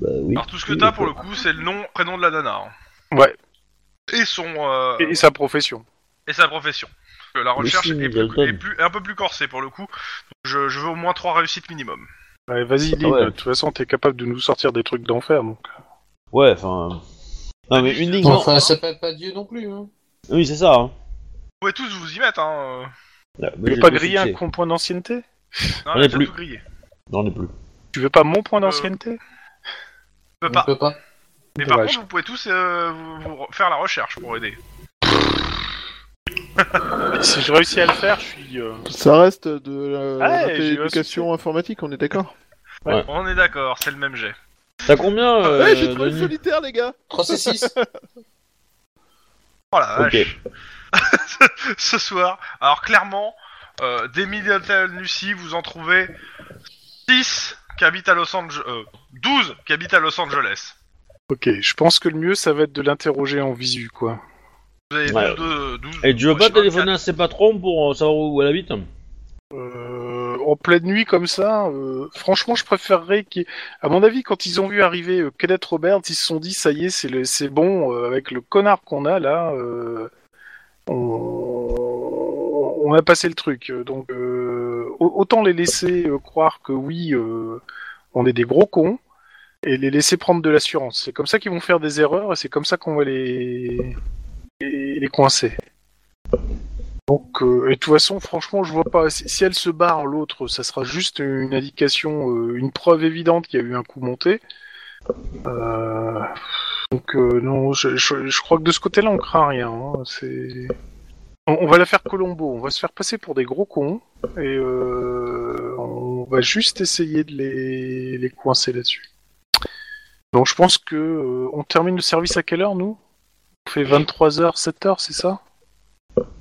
Speaker 3: Bah, oui.
Speaker 1: Alors tout ce que t'as pour le coup, c'est le nom, prénom de la nana. hein.
Speaker 2: Ouais.
Speaker 1: Et son euh,
Speaker 2: Et, et sa profession.
Speaker 1: et sa profession. Euh, La recherche
Speaker 3: Lucy
Speaker 1: est, plus,
Speaker 3: Middleton.
Speaker 1: est plus- est un peu plus corsée pour le coup. Je, je veux au moins trois réussites minimum.
Speaker 2: Ouais, vas-y, Lynn,
Speaker 3: ouais.
Speaker 2: de toute façon, t'es capable de nous sortir des trucs d'enfer, donc.
Speaker 3: Ouais, enfin. Non mais uniquement.
Speaker 1: Enfin,
Speaker 5: Enfin, ça s'appelle pas Dieu non plus. Hein.
Speaker 3: Oui, c'est ça. Hein.
Speaker 1: Vous pouvez tous vous y mettre. Hein.
Speaker 3: Là, mais
Speaker 2: Tu
Speaker 3: j'ai
Speaker 2: veux pas
Speaker 3: deux
Speaker 2: griller un
Speaker 3: succès.
Speaker 2: con- point d'ancienneté
Speaker 1: Non,
Speaker 3: On
Speaker 1: mais
Speaker 3: est
Speaker 1: t'as
Speaker 3: plus.
Speaker 1: tout grillé. Tu
Speaker 3: J'en ai plus.
Speaker 2: Tu veux pas mon point d'ancienneté
Speaker 1: peux
Speaker 5: On
Speaker 1: pas.
Speaker 5: peut pas.
Speaker 1: Mais par
Speaker 2: dommage.
Speaker 1: contre, vous pouvez tous euh, vous- vous faire la recherche pour aider.
Speaker 2: Si je réussis à le faire, je suis. euh,
Speaker 4: Ça reste de la,
Speaker 2: Ouais,
Speaker 4: la
Speaker 2: j'ai eu un
Speaker 4: télééducation informatique, on est d'accord
Speaker 1: On est d'accord, c'est le même jet.
Speaker 3: T'as combien euh,
Speaker 4: Ouais, j'ai trouvé le
Speaker 3: Denis
Speaker 4: solitaire les gars
Speaker 5: 3 C6
Speaker 1: Oh la
Speaker 3: Ok.
Speaker 1: vache. (laughs) ce soir. Alors clairement, euh, des Middleton Lucy, vous en trouvez 6 qui habitent à Los Angeles. 12 qui habitent à Los Angeles.
Speaker 2: Ok, je pense que le mieux, ça va être de l'interroger en visu, quoi.
Speaker 1: Vous avez
Speaker 3: Ouais.
Speaker 1: 12 de- 12
Speaker 3: Et Eh, tu veux pas
Speaker 1: sur 24.
Speaker 3: téléphoner à ses patrons pour euh, savoir où elle habite
Speaker 2: Euh, en pleine nuit, comme ça, euh, franchement, je préférerais qu'il. y ait- À mon avis, quand ils ont vu arriver euh, Cadet Roberts, ils se sont dit, ça y est, c'est, le... c'est bon, euh, avec le connard qu'on a là, euh, on... on a passé le truc. Euh, Donc, euh, au- autant les laisser euh, croire que oui, euh, on est des gros cons, et les laisser prendre de l'assurance. C'est comme ça qu'ils vont faire des erreurs, et c'est comme ça qu'on va les, les les coincer. Donc, euh, et de toute façon, franchement, je vois pas. Si, si elle se barre, l'autre, ça sera juste une indication, euh, une preuve évidente qu'il y a eu un coup monté. Euh, donc, euh, non, je, je- je crois que de ce côté-là, on craint rien. hein. C'est- On, on va la faire Colombo, on va se faire passer pour des gros cons, et euh, on va juste essayer de les, les coincer là-dessus. Donc, je pense que euh, on termine le service à quelle heure, nous On fait 23h, 7h, c'est ça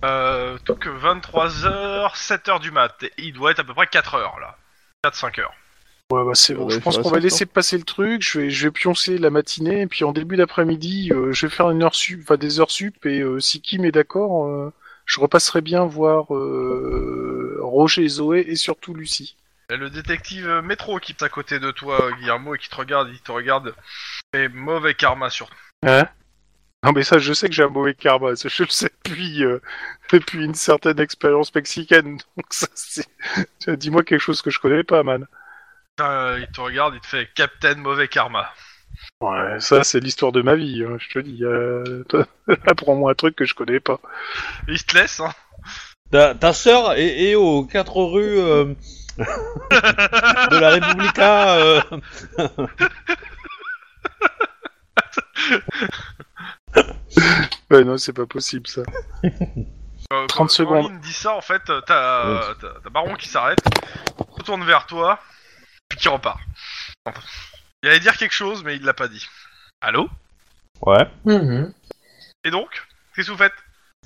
Speaker 1: Euh, donc 23h, 7h du mat. Et il doit être à peu près 4h là. 4-5h.
Speaker 2: Ouais, bah c'est bon.
Speaker 4: On va
Speaker 2: Je
Speaker 4: aller
Speaker 2: pense
Speaker 4: faire
Speaker 2: qu'on
Speaker 4: la
Speaker 2: va
Speaker 4: sorte,
Speaker 2: laisser passer le truc. Je vais, je vais pioncer la matinée. Et puis en début d'après-midi, euh, je vais faire une heure sup, enfin des heures sup. Et euh, si Kim est d'accord, euh, je repasserai bien voir euh, Roger et Zoé et surtout Lucie.
Speaker 1: Il y a le détective euh, métro qui est à côté de toi, euh, Guillermo, et qui te regarde, il te regarde. Et mauvais karma sur toi.
Speaker 2: Hein non mais ça, je sais que j'ai un mauvais karma. Ça, je le sais depuis, euh, depuis une certaine expérience mexicaine. (laughs) Donc ça, c'est... ça, Dis-moi quelque chose que je connais pas, man.
Speaker 1: Euh, il te regarde, il te fait Captain Mauvais Karma.
Speaker 2: Ouais, ça, c'est l'histoire de ma vie. hein, je te dis. Euh... toi, (laughs) Apprends-moi un truc que je connais pas.
Speaker 1: Et il te laisse, hein.
Speaker 3: Ta, ta sœur est, est aux 4
Speaker 1: (laughs)
Speaker 3: rues euh, de la Republica. euh,
Speaker 2: Ouais, Bah non, c'est pas possible ça.
Speaker 1: (laughs) Euh,
Speaker 2: 30
Speaker 1: quand- quand
Speaker 2: secondes.
Speaker 1: il me dit ça, en fait, euh, t'as euh, t'as- t'as Baron qui s'arrête, qui retourne vers toi, puis qui repart. Il allait dire quelque chose, mais il l'a pas dit. Allô
Speaker 3: Ouais.
Speaker 5: Mhm.
Speaker 1: Et donc Qu'est-ce que vous faites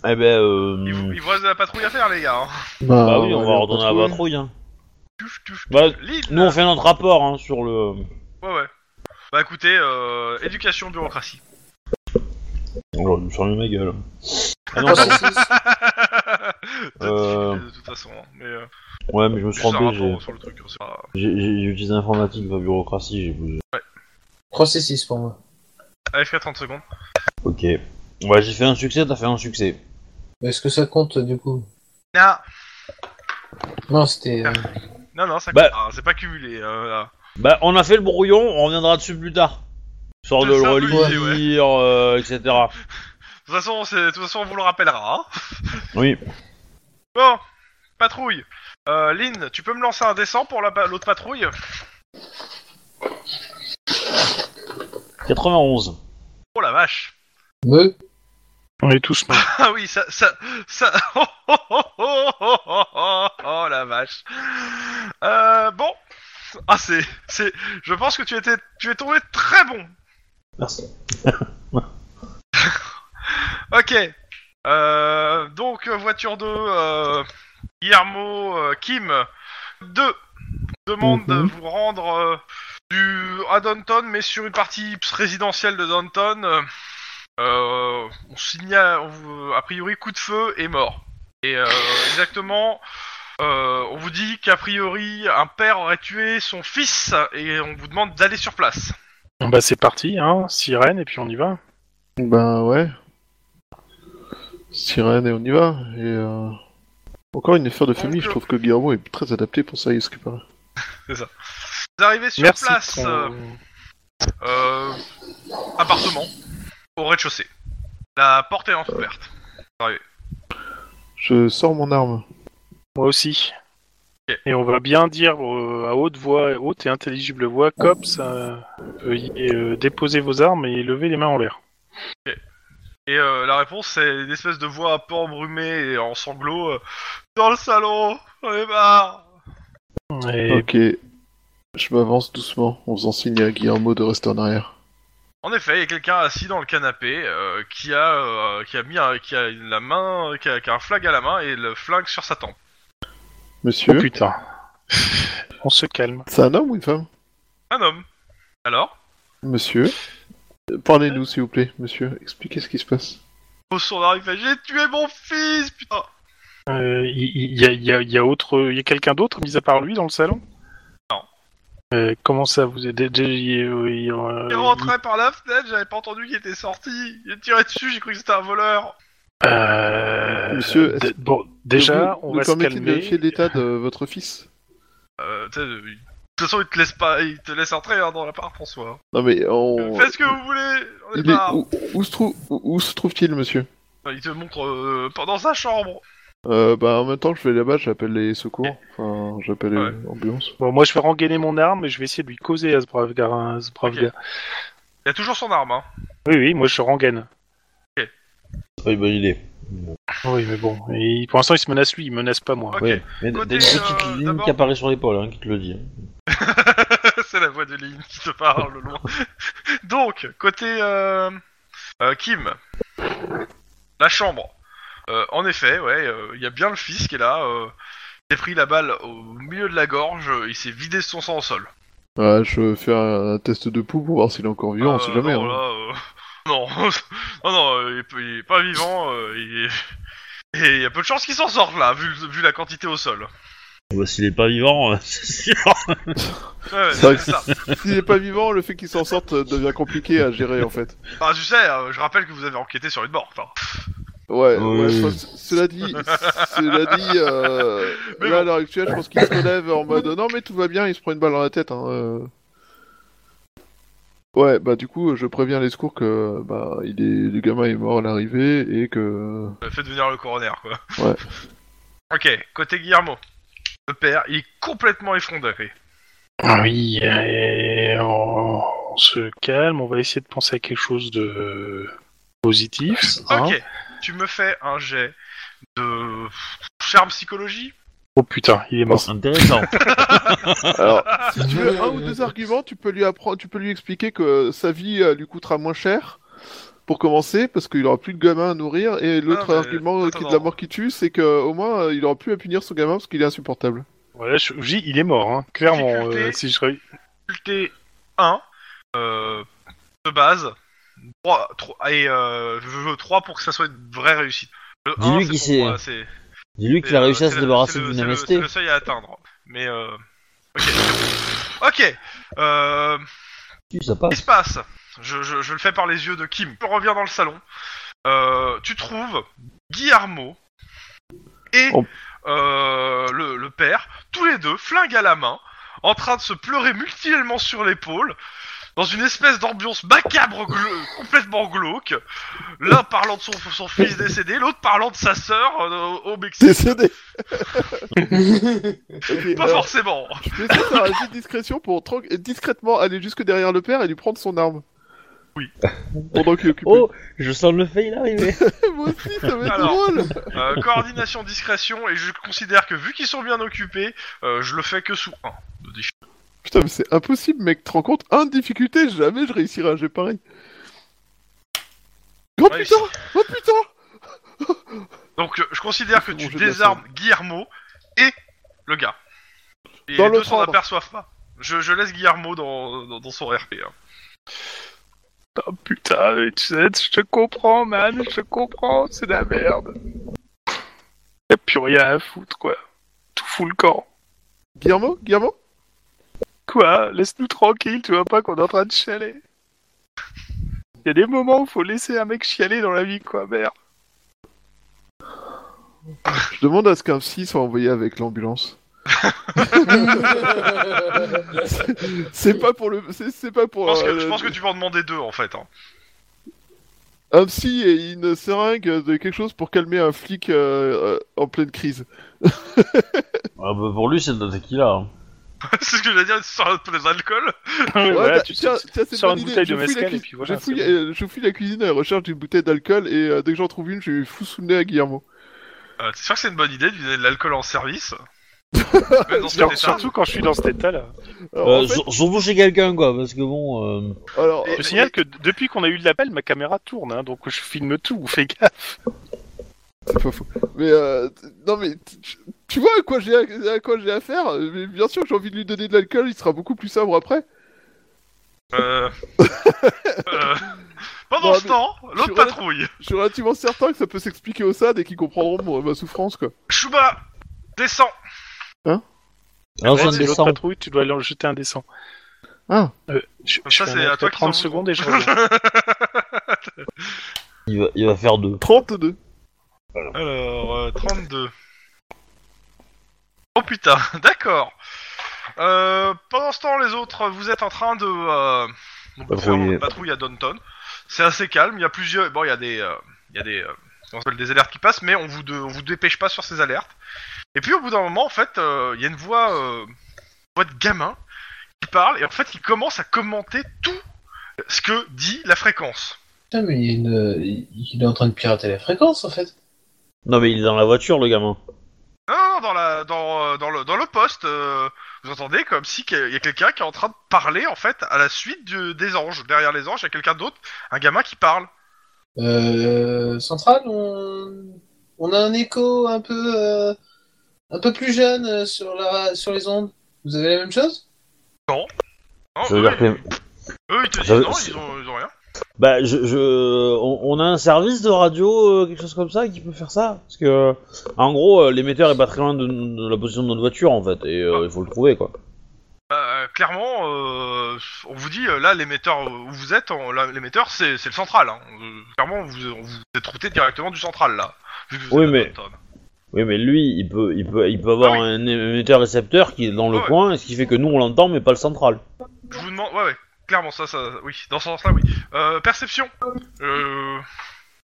Speaker 3: Eh ben. euh,
Speaker 1: il, vous- il vous reste de la patrouille à faire, les gars. hein.
Speaker 3: Bah oui, on va ordonner la
Speaker 4: patrouille.
Speaker 3: patrouille. hein.
Speaker 1: Tuf, tuf,
Speaker 3: Bah,
Speaker 1: Lille
Speaker 3: nous, on fait notre rapport hein, sur le.
Speaker 1: Ouais, ouais. Bah écoutez, euh, éducation, bureaucratie. (laughs)
Speaker 3: Oh, je me suis remis ma gueule. Ah non,
Speaker 5: Ah,
Speaker 3: pardon.
Speaker 5: c'est- c'est-
Speaker 1: T'as
Speaker 3: Euh.
Speaker 1: difficulté de toute façon, hein, mais euh,
Speaker 3: ouais, mais je me suis
Speaker 1: juste un
Speaker 3: trompé. j'ai-
Speaker 1: rapport sur le truc. c'est pas-
Speaker 3: J'ai j'ai- j'ai utilisé informatique, pas bureaucratie. j'ai-
Speaker 5: Processus pour moi.
Speaker 1: Allez, fais 30 secondes.
Speaker 3: Ok. Ouais, j'ai fait un succès, t'as fait un succès.
Speaker 5: Est-ce que ça compte du coup
Speaker 1: Non,
Speaker 5: Non, c'était. euh,
Speaker 1: non, non, ça compte
Speaker 3: Bah.
Speaker 1: pas, c'est pas cumulé. euh, là.
Speaker 3: Bah, on a fait le brouillon, on reviendra dessus plus tard. Sort
Speaker 1: C'est
Speaker 3: de le
Speaker 1: Ah, ça, oui,
Speaker 3: relire, euh, etc.
Speaker 1: De toute façon, c'est- de toute façon, on vous le rappellera. hein.
Speaker 3: Oui.
Speaker 1: Bon, patrouille. Euh, Lynn, tu peux me lancer un dessin pour la pa- l'autre patrouille
Speaker 3: 91.
Speaker 1: Oh la vache (laughs)
Speaker 5: Me
Speaker 2: On est tous morts.
Speaker 1: Ah oui, ça... ça, ça... (laughs) Oh, oh, oh, oh, oh, oh, oh, oh, la vache euh, Bon... Ah, c'est... c'est- Je pense que tu, étais, tu es tombé très bon
Speaker 3: Merci.
Speaker 1: Ok. Euh, donc, euh, voiture 2, euh, Guillermo, euh, Kim, 2, demande de
Speaker 5: Mhm.
Speaker 1: vous rendre euh, du, à Downton, mais sur une partie résidentielle de Downton. euh, euh, on signale, on vous- a priori, coup de feu et mort. Et euh, exactement, euh, on vous dit qu'a priori, un père aurait tué son fils, et on vous demande d'aller sur place.
Speaker 2: Bon, Bah c'est parti, hein, sirène, et puis on y va.
Speaker 4: Ben ouais. Sirène et on y va. Et euh, encore une affaire de famille, je trouve que Guillermo est très adapté pour ça, il ce qui paraît.
Speaker 1: Vous arrivez sur
Speaker 2: Merci.
Speaker 1: place,
Speaker 2: pour-
Speaker 1: euh, Euh, appartement au rez-de-chaussée. La porte est entrouverte.
Speaker 4: Je sors mon arme.
Speaker 2: Moi aussi.
Speaker 1: Ok.
Speaker 2: Et on va bien dire euh, à haute voix, haute et intelligible voix, cops, euh, veuillez, euh, déposer vos armes et lever les mains en l'air.
Speaker 1: Et euh, la réponse, c'est une espèce de voix un peu embrumée et en sanglots. euh, dans le salon, on est marre.
Speaker 2: Et
Speaker 4: Ok. Je m'avance doucement en faisant signe à Guillermo de rester en arrière.
Speaker 1: En effet, il y a quelqu'un assis dans le canapé euh, qui a euh, qui a mis un- qui a la main qui a, qui a un flag à la main et le flingue sur sa tempe.
Speaker 2: oh,
Speaker 4: Monsieur,
Speaker 2: putain. On se calme.
Speaker 4: c'est un homme ou une femme
Speaker 1: Un homme. Alors,
Speaker 4: Monsieur, euh, parlez-nous s'il vous plaît, monsieur. Expliquez ce qui se passe.
Speaker 1: au son d'arrivée, il fait, j'ai tué mon fils, putain.
Speaker 2: Il Euh, y, y a- y a- y a autre, il y a quelqu'un d'autre mis à part lui dans le salon
Speaker 1: Non.
Speaker 2: Euh, comment ça vous êtes déjà il-
Speaker 1: Il est rentré par la fenêtre, j'avais pas entendu qu'il était sorti. J'ai tiré dessus, j'ai cru que c'était un voleur.
Speaker 2: Euh,
Speaker 4: Monsieur, est-ce-
Speaker 2: d- bon, déjà,
Speaker 4: Vous-
Speaker 2: on
Speaker 4: nous
Speaker 2: va se
Speaker 4: permettez de vérifier
Speaker 2: calmer.
Speaker 4: l'état de votre fils
Speaker 1: Euh, tu sais, euh, il- de toute façon, il te laisse pas, il te laisse entrer hein, dans l'appart, François.
Speaker 4: Non mais on.
Speaker 1: Faites ce que vous voulez, on est
Speaker 4: Oh. Il est-
Speaker 1: marre.
Speaker 4: où, où se trouve où- où se trouve-t-il, monsieur
Speaker 1: Il te montre euh, pendant sa chambre.
Speaker 4: Euh, bah, en même temps que je vais là-bas, j'appelle les secours. Enfin, j'appelle
Speaker 1: Ouais.
Speaker 4: l'ambulance.
Speaker 2: Bon, moi, je vais rengainer mon arme et je vais essayer de lui causer à ce brave gars. à ce brave
Speaker 1: Ok.
Speaker 2: gars.
Speaker 1: Il a toujours son arme, hein.
Speaker 2: Oui, oui, moi, je rengaine.
Speaker 3: C'est pas une bonne idée.
Speaker 2: Oui, mais bon. Et pour l'instant, il se menace lui, il menace pas
Speaker 4: Ah
Speaker 2: moi.
Speaker 1: Ok.
Speaker 3: Ouais. Mais
Speaker 1: Côté,
Speaker 3: t'as une petite
Speaker 1: euh,
Speaker 3: ligne
Speaker 1: d'abord-
Speaker 3: qui apparaît sur l'épaule, hein, qui te le dit.
Speaker 1: (laughs) C'est la voix de Lynn qui te parle au loin. (laughs) Donc, côté euh, euh, Kim, la chambre. Euh, en effet, ouais, euh, il y a bien le fils qui est là. euh, il s'est pris la balle au milieu de la gorge, euh, il s'est vidé de son sang au sol.
Speaker 4: Ouais, je fais un, un test de pouls pour voir s'il est encore vivant, on
Speaker 1: Euh,
Speaker 4: sait jamais.
Speaker 1: Non,
Speaker 4: hein.
Speaker 1: là, euh, (laughs) non, non, non, euh, il, est peu- il est pas vivant. euh, il est- (laughs) Et il y a peu de chances qu'il s'en sorte là, vu, vu la quantité au sol.
Speaker 3: Bah, S'il est pas vivant, (laughs) euh, c'est sûr.
Speaker 1: Ouais, ouais,
Speaker 4: C'est vrai
Speaker 1: c'est ça.
Speaker 4: S'il est pas vivant, le fait qu'il s'en sorte euh, devient compliqué à gérer en fait.
Speaker 1: Enfin, tu sais, euh, je rappelle que vous avez enquêté sur une mort. enfin.
Speaker 4: Ouais,
Speaker 3: Oui.
Speaker 4: ouais, je pense- cela dit, cela dit, euh,
Speaker 1: (laughs) Mais
Speaker 4: là à l'heure actuelle, je pense qu'il se relève en mode non mais tout va bien, il se prend une balle dans la tête. Hein, euh. Ouais, bah du coup, je préviens les secours que bah il est, le gamin est mort à l'arrivée et que
Speaker 1: Euh, Faites venir le coroner, quoi.
Speaker 4: Ouais.
Speaker 1: (laughs) Ok, côté Guillermo. Le père, il est complètement effondré.
Speaker 2: Ah oui, et on, on se calme, on va essayer de penser à quelque chose de positif.
Speaker 4: Ah.
Speaker 2: hein.
Speaker 1: Ok, tu me fais un jet de charme psychologie
Speaker 2: Oh putain, il est mort.
Speaker 3: Intéressant.
Speaker 4: alors (laughs) si tu veux un ou deux arguments, tu peux lui apprendre, tu peux lui expliquer que sa vie euh, lui coûtera moins cher. Pour commencer, parce qu'il aura plus de gamin à nourrir, et l'autre
Speaker 1: Ah, mais-
Speaker 4: argument qui, de la
Speaker 1: attends.
Speaker 4: mort qui tue, c'est que au moins euh, il aura plus à punir son gamin parce qu'il est insupportable.
Speaker 2: Voilà, je- je dis, il est mort, hein. clairement.
Speaker 1: Difficulté.
Speaker 2: euh, si je serais-
Speaker 1: difficulté 1 euh, de base. 3, et euh, je veux 3 pour que ça soit une vraie réussite. Le
Speaker 3: Dis-lui qu'il
Speaker 1: c'est
Speaker 3: s'est-
Speaker 1: pour moi, c'est-
Speaker 3: Dis-lui
Speaker 1: c'est,
Speaker 3: qu'il a
Speaker 1: euh,
Speaker 3: réussi à
Speaker 1: c'est
Speaker 3: se
Speaker 1: le- c'est
Speaker 3: débarrasser
Speaker 1: le-
Speaker 3: d'une
Speaker 1: c'est le-
Speaker 3: MST.
Speaker 1: C'est le seuil à atteindre. Mais euh, Ok. Ok. Euh,
Speaker 3: Tu sais
Speaker 1: Ce
Speaker 3: pas.
Speaker 1: qui se passe je, je- je le fais par les yeux de Kim. Tu reviens dans le salon. Euh, tu trouves Guillermo et
Speaker 4: Oh.
Speaker 1: euh, le, le père, tous les deux, flingue à la main, en train de se pleurer mutuellement sur l'épaule, dans une espèce d'ambiance macabre, glo- complètement glauque. L'un parlant de son, son fils décédé, l'autre parlant de sa sœur euh, au Mexique.
Speaker 4: (laughs) Décédé Ok,
Speaker 1: Pas
Speaker 4: alors,
Speaker 1: forcément.
Speaker 4: Je vais essayer de faire un jeu de discrétion pour tran- discrètement aller jusque derrière le père et lui prendre son arme.
Speaker 1: Oui.
Speaker 4: Pendant qu'il est occupé.
Speaker 3: Oh, je sens le fail arriver.
Speaker 4: (laughs) Moi aussi, ça va être
Speaker 1: Alors.
Speaker 4: drôle
Speaker 1: Euh, coordination, discrétion, et je considère que vu qu'ils sont bien occupés, euh, je le fais que sous 1.
Speaker 4: Putain, mais c'est impossible, mec, tu te rends compte Un de difficulté, jamais je réussirai un jeu pareil. Oh
Speaker 1: Réussi.
Speaker 4: putain Oh putain
Speaker 1: Donc euh, je considère que
Speaker 4: Ils
Speaker 1: tu
Speaker 4: sont obligés de
Speaker 1: désarmes Guillermo et le gars. Et
Speaker 4: Dans
Speaker 1: les
Speaker 4: le
Speaker 1: deux s'en
Speaker 4: prendre.
Speaker 1: aperçoivent pas. Je, je laisse Guillermo dans, dans, dans son RP. hein.
Speaker 2: Ah, putain, mais tu sais, je te comprends, man, je te comprends, c'est la merde. Y'a plus rien à foutre, quoi. Tout fout le camp.
Speaker 4: Guillermo Guillermo
Speaker 2: Quoi Laisse-nous tranquille, tu vois pas qu'on est en train de chialer. Il y a des moments où faut laisser un mec chialer dans la vie, quoi, merde.
Speaker 4: Je demande à ce qu'un psy soit envoyé
Speaker 2: (laughs)
Speaker 4: avec l'ambulance. C'est pas pour le. C'est c'est pas
Speaker 1: Je
Speaker 4: pour.
Speaker 1: pense, que,
Speaker 4: euh,
Speaker 1: je pense que tu peux en demander deux en fait. hein. (laughs)
Speaker 4: Un psy et une seringue de quelque chose pour calmer un flic euh, euh, en pleine crise.
Speaker 3: (laughs) Ah bah pour lui, c'est de la tequila. hein.
Speaker 1: c'est ce que je veux dire, tu sors un peu d'alcool.
Speaker 2: (laughs) Ouais,
Speaker 4: bah, tiens, tiens, c'est
Speaker 2: sors
Speaker 4: bonne
Speaker 2: une
Speaker 4: idée.
Speaker 2: bouteille
Speaker 4: Je
Speaker 2: de
Speaker 4: fouille la
Speaker 2: mezcal et
Speaker 4: cuis-
Speaker 2: puis voilà,
Speaker 4: Je fouille,
Speaker 2: c'est bon.
Speaker 4: euh, je fouille la cuisine à la recherche d'une bouteille d'alcool et euh, dès que j'en trouve une, je lui fous sous le nez à Guillermo.
Speaker 1: Euh, T'es sûr que c'est une bonne idée de donner de l'alcool en
Speaker 4: (laughs)
Speaker 1: service Mais dans cet
Speaker 2: Surtout-
Speaker 1: état.
Speaker 2: surtout quand je suis dans cet état-là.
Speaker 4: Alors,
Speaker 3: Euh,
Speaker 4: en fait-
Speaker 3: sur- Surtout chez quelqu'un, quoi, parce que bon. euh,
Speaker 4: alors,
Speaker 1: Et-
Speaker 2: Je signale que d- depuis qu'on a eu de l'appel, ma caméra tourne, hein, donc je filme tout, (laughs) fais gaffe.
Speaker 4: c'est pas faux. Mais euh, t- non, mais t- tu- tu vois à quoi j'ai à, à quoi j'ai affaire Mais Bien sûr que j'ai envie de lui donner de l'alcool, il sera beaucoup plus sobre après.
Speaker 1: Euh,
Speaker 4: (laughs)
Speaker 1: euh, Pendant
Speaker 4: Non,
Speaker 1: ce
Speaker 4: mais-
Speaker 1: temps,
Speaker 4: je-
Speaker 1: l'autre patrouille.
Speaker 4: Je suis relativement certain que ça peut s'expliquer au SAD et qu'ils comprendront mon- ma souffrance quoi.
Speaker 1: Chouba, descends.
Speaker 3: Alors,
Speaker 1: Ouais,
Speaker 3: ça
Speaker 1: c'est
Speaker 2: C'est l'autre
Speaker 3: descend.
Speaker 2: patrouille, tu dois leur jeter un dessin.
Speaker 4: Ah.
Speaker 2: Euh, je,
Speaker 1: Comme
Speaker 2: je
Speaker 1: ça,
Speaker 2: fais
Speaker 1: c'est
Speaker 2: un
Speaker 1: à toi qu'ils
Speaker 2: arrêt 30
Speaker 1: s'en vont.
Speaker 2: secondes et je reviens.
Speaker 3: Il va, il va faire deux.
Speaker 4: 32.
Speaker 1: Alors, euh, 32. Oh putain, (laughs) d'accord. Euh, pendant ce temps, les autres, vous êtes en train de euh, donc, de faire
Speaker 3: Patrouiller.
Speaker 1: une patrouille à Downton. C'est assez calme, il y a plusieurs... Bon, il y a des... euh, il y a des... euh, comment ça s'appelle, des alertes qui passent, mais on vous, de- on vous dépêche pas sur ces alertes. Et puis au bout d'un moment, en fait, euh, il y a une voix, euh, une voix de gamin qui parle, et en fait, il commence à commenter tout ce que dit la fréquence.
Speaker 5: (laughs) Putain, mais il, y a une- il- il est en train de pirater la fréquence en fait.
Speaker 3: Non, mais il est dans la voiture, le gamin.
Speaker 1: Non, non, non, dans, la, dans, euh, dans, le, dans le poste, euh, vous entendez comme si qu'il y a quelqu'un qui est en train de parler, en fait, à la suite du- des anges. Derrière les anges, il y a quelqu'un d'autre, un gamin qui parle.
Speaker 5: Euh, centrale, on... On a un écho un peu, euh, un peu plus jeune euh, sur, la, sur les ondes. Vous avez la même chose
Speaker 1: Non,
Speaker 3: Ça veut
Speaker 1: eux,
Speaker 3: dire que les-
Speaker 1: eux, ils te disent
Speaker 3: Ça veut-
Speaker 1: non,
Speaker 3: c'est-
Speaker 1: ils ont, ils ont rien.
Speaker 3: Bah, je, je- on, on a un service de radio, euh, quelque chose comme ça, qui peut faire ça. Parce que, euh, en gros, euh, l'émetteur est pas très loin de, de la position de notre voiture, en fait, et euh, il faut le trouver, quoi.
Speaker 1: Bah, clairement, euh, on vous dit, euh, là, l'émetteur où vous êtes, on- là, l'émetteur, c'est c'est le central. Hein. Euh, Clairement, vous, on vous êtes routé directement du central, là. Vu que vous
Speaker 3: Oui,
Speaker 1: êtes à
Speaker 3: mais-
Speaker 1: Downton.
Speaker 3: Oui, mais lui, il peut, il peut, il peut avoir
Speaker 1: Ah oui.
Speaker 3: un émetteur-récepteur qui est dans le
Speaker 1: Ouais.
Speaker 3: coin, et ce qui fait que nous, on l'entend, mais pas le central.
Speaker 1: Je vous demande... Ouais, ouais. Clairement, ça, ça... Oui, dans ce sens-là, oui. Euh, perception. Euh...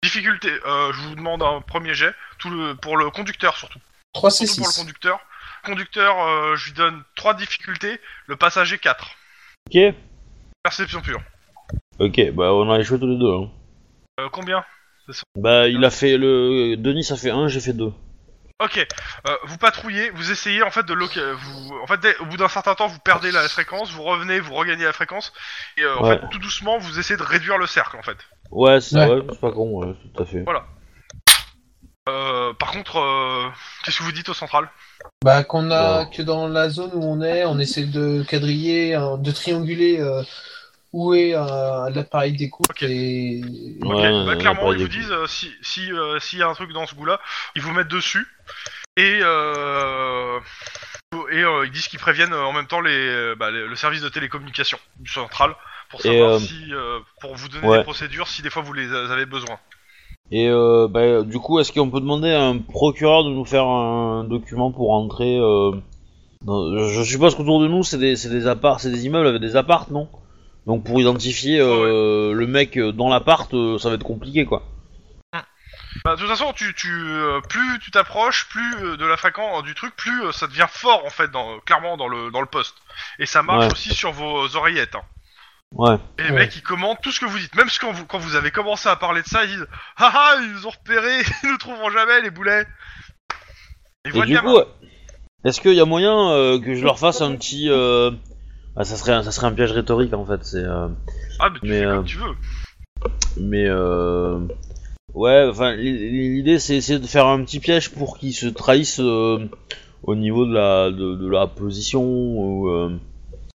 Speaker 1: Difficulté. Euh, je vous demande un premier jet. Tout le... Pour le conducteur, surtout. Surtout pour le
Speaker 5: 3C6.
Speaker 1: conducteur. Conducteur, euh, je lui donne 3 difficultés. Le passager, 4.
Speaker 3: Ok
Speaker 1: Perception pure.
Speaker 3: Ok, bah, on a échoué tous les deux. hein.
Speaker 1: Euh, combien
Speaker 3: Bah, il a fait le. Denis a fait un, j'ai fait deux.
Speaker 1: Ok, euh, vous patrouillez, vous essayez en fait de loca- vous, en fait dès- au bout d'un certain temps vous perdez la fréquence, vous revenez, vous regagnez la fréquence et euh, en
Speaker 3: Ouais.
Speaker 1: fait tout doucement vous essayez de réduire le cercle en fait.
Speaker 3: Ouais, c'est
Speaker 5: Ouais.
Speaker 3: ouais, c'est pas con, ouais, tout à fait.
Speaker 1: Euh, par contre, euh, qu'est-ce que vous dites au central
Speaker 5: Bah, qu'on a
Speaker 3: Wow.
Speaker 5: que dans la zone où on est, on essaie de quadriller, hein, de trianguler euh, où est euh, l'appareil d'écoute
Speaker 1: Ok.
Speaker 5: et
Speaker 1: Ok,
Speaker 3: Ouais,
Speaker 1: bah,
Speaker 3: on
Speaker 1: clairement
Speaker 3: a pas
Speaker 1: ils vous
Speaker 3: dit-
Speaker 1: disent euh, si si euh, s'il y a un truc dans ce goût-là, ils vous mettent dessus et euh, et euh, ils disent qu'ils préviennent euh, en même temps les, euh, bah, les- le service de télécommunication du central pour
Speaker 3: Et,
Speaker 1: savoir
Speaker 3: euh,
Speaker 1: si euh, pour vous donner
Speaker 3: ouais.
Speaker 1: des procédures si des fois vous les avez besoin.
Speaker 3: Et euh, bah, du coup, est-ce qu'on peut demander à un procureur de nous faire un document pour entrer euh, dans- Je suppose qu'autour de nous, c'est des, c'est des apparts, c'est des immeubles avec des apparts, non Donc pour identifier euh, le mec euh, dans l'appart, euh, ça va être compliqué, quoi.
Speaker 1: Bah, de toute façon, tu, tu, euh, plus tu t'approches, plus euh, de la fréquence du truc, plus euh, ça devient fort en fait, dans, clairement dans le dans le poste. Et ça marche
Speaker 3: Ouais.
Speaker 1: aussi sur vos oreillettes. hein.
Speaker 3: Ouais.
Speaker 1: Et les
Speaker 5: Ouais.
Speaker 1: mecs, ils commentent tout ce que vous dites. Même ce quand vous, quand vous avez commencé à parler de ça, ils disent Ah ah, ils nous ont repérés, (laughs) ils nous trouveront jamais les boulets. Ils
Speaker 3: Et
Speaker 1: voient
Speaker 3: du
Speaker 1: bien.
Speaker 3: coup, est-ce qu'il y a moyen euh, que je leur fasse un petit... euh, ah, ça serait, un- ça serait un piège rhétorique, en fait. C'est... euh,
Speaker 1: ah, mais tu
Speaker 3: mais,
Speaker 1: fais comme
Speaker 3: euh,
Speaker 1: tu veux.
Speaker 3: Mais euh... ouais, enfin l'i- l'idée c'est essayer de faire un petit piège pour qu'ils se trahissent euh, au niveau de la de, de la position ou, euh,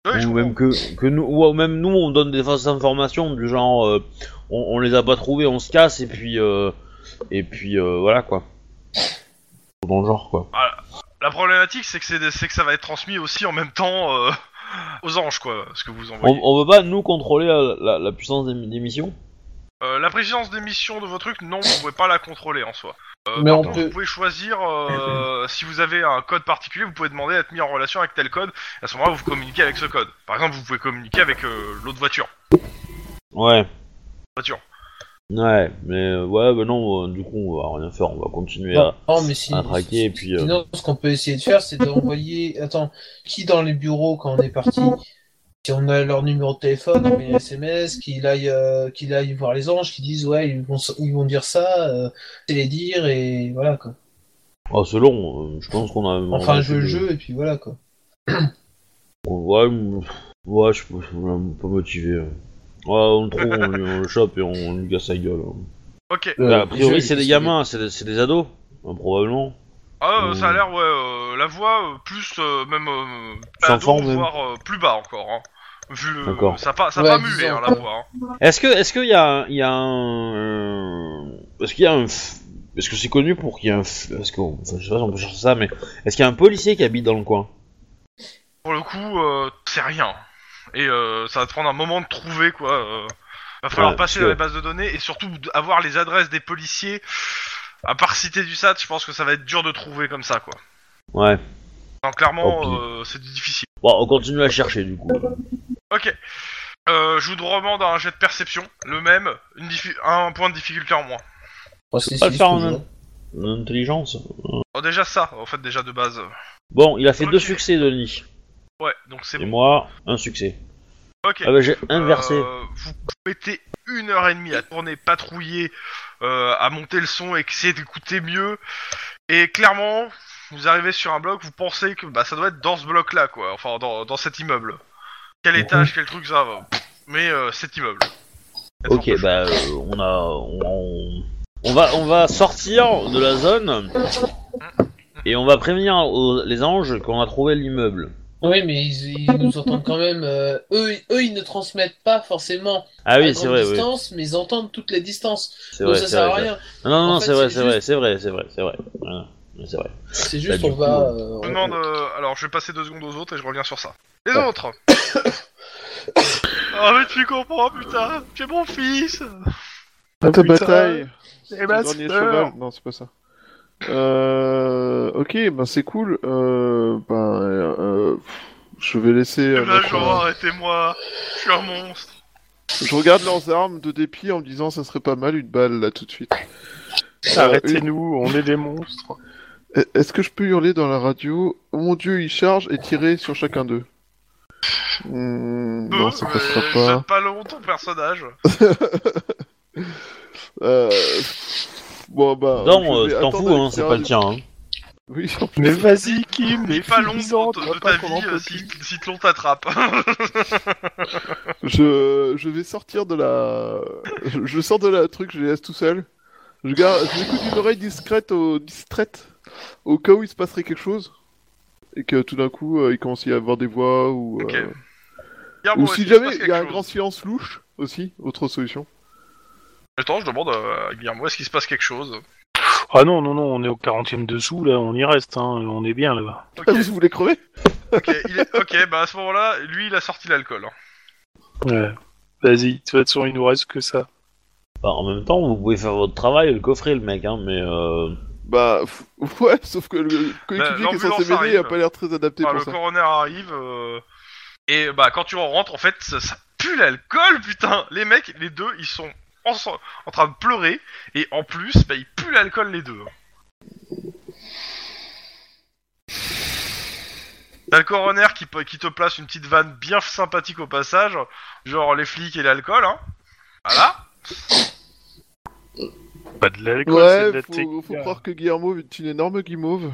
Speaker 1: Ouais, Ah je
Speaker 3: ou
Speaker 1: comprends.
Speaker 3: même que, que nous ou même nous on donne des fausses informations du genre euh, on, on les a pas trouvés, on se casse et puis euh, et puis euh, voilà quoi. Dans le genre quoi.
Speaker 1: La problématique, c'est que, c'est des- c'est que ça va être transmis aussi en même temps euh, aux anges, quoi, ce que vous envoyez.
Speaker 3: On, on veut pas nous contrôler la, la- la puissance des, des missions
Speaker 1: Euh, la présidence des missions de vos trucs, non, vous pouvez pas la contrôler en soi. Euh,
Speaker 5: Mais
Speaker 1: par
Speaker 5: on
Speaker 1: contre,
Speaker 5: peut-
Speaker 1: vous pouvez choisir euh, si vous avez un code particulier, vous pouvez demander à être mis en relation avec tel code. Et à ce moment-là, vous communiquez avec ce code. Par exemple, vous pouvez communiquer avec euh, l'autre voiture.
Speaker 3: Ouais.
Speaker 1: Voiture.
Speaker 3: Ouais, mais euh, ouais, bah non, euh, du coup on va rien faire, on va continuer à,
Speaker 5: Non, Oh, mais si-
Speaker 3: à traquer et puis. euh,
Speaker 5: Sinon, ce qu'on peut essayer de faire, c'est d'envoyer. Attends, qui dans les bureaux quand on est parti Si on a leur numéro de téléphone, on met un SMS, qu'il aille, euh, qu'il aille voir les anges, qu'ils disent ouais, ils vont, s- ils vont dire ça, euh, c'est les dire et voilà quoi.
Speaker 3: Ah, c'est long, euh, je pense qu'on a. on
Speaker 5: Enfin,
Speaker 3: a
Speaker 5: jouer le
Speaker 3: fait
Speaker 5: jeu et puis voilà quoi.
Speaker 3: de- Ouais, m- ouais, je suis pas- on est pas motivé. euh. Ouais, on le trouve, on, lui- on le chope et on, on lui casse sa gueule. hein.
Speaker 1: Ok.
Speaker 5: Euh,
Speaker 3: Bah, a priori,
Speaker 5: jeu,
Speaker 3: c'est des
Speaker 5: qu'est-ce
Speaker 3: gamins, c'est des, c'est des ados, hein, probablement.
Speaker 1: Ah, euh,
Speaker 3: Ouh.
Speaker 1: ça a l'air, ouais, euh, la voix, euh, plus euh, même. Euh,
Speaker 3: Sans
Speaker 1: ado,
Speaker 3: forme, même.
Speaker 1: voire euh, plus bas encore. Hein. Vu le-
Speaker 3: D'accord.
Speaker 1: Ça a pas, ça a
Speaker 5: Ouais,
Speaker 1: pas mué,
Speaker 5: disons.
Speaker 1: hein, la voix. hein.
Speaker 3: Est-ce que, est-ce qu'il y a, un- il y a un, euh, est-ce qu'il y a un, f- est-ce que c'est connu pour qu'il y ait un, f- est-ce que, enfin, je sais pas si on peut chercher ça, mais est-ce qu'il y a un policier qui habite dans le coin
Speaker 1: Pour le coup, euh, c'est rien. Et euh, ça va te prendre un moment de trouver, quoi. euh. va falloir
Speaker 3: Ouais,
Speaker 1: passer dans
Speaker 3: parce que-
Speaker 1: les bases de données et surtout d- avoir les adresses des policiers. À part citer du SAT, je pense que ça va être dur de trouver comme ça, quoi.
Speaker 3: Ouais.
Speaker 1: Donc clairement,
Speaker 3: Tant pis.
Speaker 1: euh, c'est difficile.
Speaker 3: Bon, on continue à chercher du coup.
Speaker 1: Ok. Euh, je vous demande un jet de perception, le même, une diffi- un point de difficulté en moins.
Speaker 5: Oh, c'est
Speaker 3: Pas le
Speaker 5: c'est
Speaker 3: faire en
Speaker 5: toujours.
Speaker 3: un. Intelligence.
Speaker 1: Oh, déjà ça, en fait, déjà de base.
Speaker 3: Bon, il a fait
Speaker 1: Ok.
Speaker 3: deux succès, Denis.
Speaker 1: Ouais, donc c'est
Speaker 3: Et
Speaker 1: bon.
Speaker 3: moi, un succès.
Speaker 1: Ok.
Speaker 3: Ah bah j'ai inversé.
Speaker 1: Euh, vous mettez une heure et demie à tourner, patrouiller, euh, à monter le son, essayer d'écouter mieux. Et clairement, vous arrivez sur un bloc, vous pensez que bah, ça doit être dans ce bloc-là, quoi. Enfin, dans, dans cet immeuble. Quel
Speaker 3: Mhm.
Speaker 1: étage, quel truc, ça va. Mais euh, cet immeuble. Il y a de
Speaker 3: Ok,
Speaker 1: fortes
Speaker 3: bah euh, on a, on, On va, on va sortir de la zone et on va prévenir aux- les anges qu'on a trouvé l'immeuble.
Speaker 5: Oui, mais ils, ils nous entendent quand même. euh, eux, eux, ils ne transmettent pas forcément
Speaker 3: Ah
Speaker 5: à
Speaker 3: oui, c'est
Speaker 5: grande
Speaker 3: vrai, oui.
Speaker 5: distance, mais ils entendent toutes les distances.
Speaker 3: C'est
Speaker 5: Donc
Speaker 3: vrai,
Speaker 5: ça
Speaker 3: c'est
Speaker 5: sert à
Speaker 3: vrai.
Speaker 5: rien.
Speaker 3: Non, non,
Speaker 5: En
Speaker 3: non,
Speaker 5: fait,
Speaker 3: c'est vrai,
Speaker 5: c'est
Speaker 3: c'est vrai, c'est vrai, c'est vrai, c'est vrai. Voilà. C'est vrai.
Speaker 5: C'est
Speaker 3: Bah,
Speaker 5: juste,
Speaker 3: du
Speaker 5: on
Speaker 3: coup,
Speaker 5: va. euh,
Speaker 1: Je
Speaker 5: on-
Speaker 1: demande. euh, alors, je vais passer deux secondes aux autres et je reviens sur ça. Les
Speaker 3: Ouais.
Speaker 1: autres Ah, mais tu comprends, putain Tu es mon fils Ah
Speaker 2: Putain,
Speaker 4: Ta Ah, bataille,
Speaker 1: Eh
Speaker 2: Et
Speaker 1: ben,
Speaker 4: le dernier cheval. Non, c'est pas ça. Euh, ok, ben c'est cool. Euh, ben, euh, pff, je vais laisser. euh,
Speaker 1: Là,
Speaker 4: notre-
Speaker 1: genre, arrêtez-moi Je suis un monstre
Speaker 4: Je regarde leurs armes de dépit en me disant ça serait pas mal une balle là tout de suite. Euh,
Speaker 2: Arrêtez-nous, on est des monstres.
Speaker 4: une- E, Est-ce que je peux hurler dans la radio Oh mon dieu, ils chargent et tirer sur chacun d'eux. Hmm, non, ça
Speaker 1: Euh,
Speaker 4: passera
Speaker 1: mais
Speaker 4: pas.
Speaker 1: J'aime pas le nom de ton personnage
Speaker 4: Euh, Bon bah.
Speaker 3: Non,
Speaker 4: je vais
Speaker 3: euh, t'en
Speaker 4: attendre
Speaker 3: fous, hein,
Speaker 4: avec
Speaker 3: c'est
Speaker 4: les
Speaker 3: pas le
Speaker 4: (laughs) radios.
Speaker 3: tien. Hein.
Speaker 4: Oui, en plus.
Speaker 2: Mais vas-y, Kim, mais
Speaker 1: Dis pas long
Speaker 2: finis-en,
Speaker 1: de,
Speaker 2: toi,
Speaker 1: de
Speaker 2: pas
Speaker 1: ta
Speaker 2: qu'on en
Speaker 1: vie euh,
Speaker 2: peut
Speaker 1: si,
Speaker 2: plus.
Speaker 1: si l'on t'attrape (laughs)
Speaker 4: Je, je vais sortir de la. Je, je sors de la truc, je les laisse tout seul. Je garde, je m'écoute une oreille discrète au, distraite, au cas où il se passerait quelque chose. Et que tout d'un coup, euh, il commence à y avoir des voix ou.
Speaker 1: Ok.
Speaker 4: euh,
Speaker 1: Garbo,
Speaker 4: Ou
Speaker 1: est-ce
Speaker 4: si
Speaker 1: qu'il se
Speaker 4: jamais
Speaker 1: passe
Speaker 4: il y
Speaker 1: quelque
Speaker 4: a un
Speaker 1: chose
Speaker 4: grand silence louche aussi, autre solution.
Speaker 1: Attends, je demande euh, à Guillermo, est-ce qu'il se passe quelque
Speaker 4: (laughs)
Speaker 1: chose
Speaker 2: Ah non, non, non, on est au 40 e dessous, là, on y reste, hein, on est bien là-bas.
Speaker 1: Ok,
Speaker 4: Ah, (laughs) vous voulez crever
Speaker 1: ok, il est- ok, bah à ce moment-là, lui, il a sorti l'alcool. hein.
Speaker 2: Ouais. Vas-y, de toute façon, il nous reste que ça.
Speaker 3: Bah, en même temps, vous pouvez faire votre travail, et le coffrer le mec, hein, mais euh...
Speaker 4: Bah pff, (laughs) ouais, sauf que le coéquipier qui est
Speaker 1: l'ambulance
Speaker 4: censé m'aider il a
Speaker 1: arrive.
Speaker 4: pas l'air très adapté
Speaker 1: Enfin,
Speaker 4: pour
Speaker 1: le
Speaker 4: ça.
Speaker 1: coroner arrive, euh, et bah quand tu en rentres, en fait, ça, ça pue l'alcool, putain Les mecs, les deux, ils sont en, en train de pleurer, et en plus, bah ils puent l'alcool les deux. T'as le coroner qui, pe- qui te place une petite vanne bien sympathique au passage, genre les flics et l'alcool, hein Voilà
Speaker 2: Pas de l'alcool, c'est de
Speaker 4: Ouais,
Speaker 2: la
Speaker 4: faut,
Speaker 2: technique.
Speaker 4: faut croire que Guillermo est une énorme guimauve.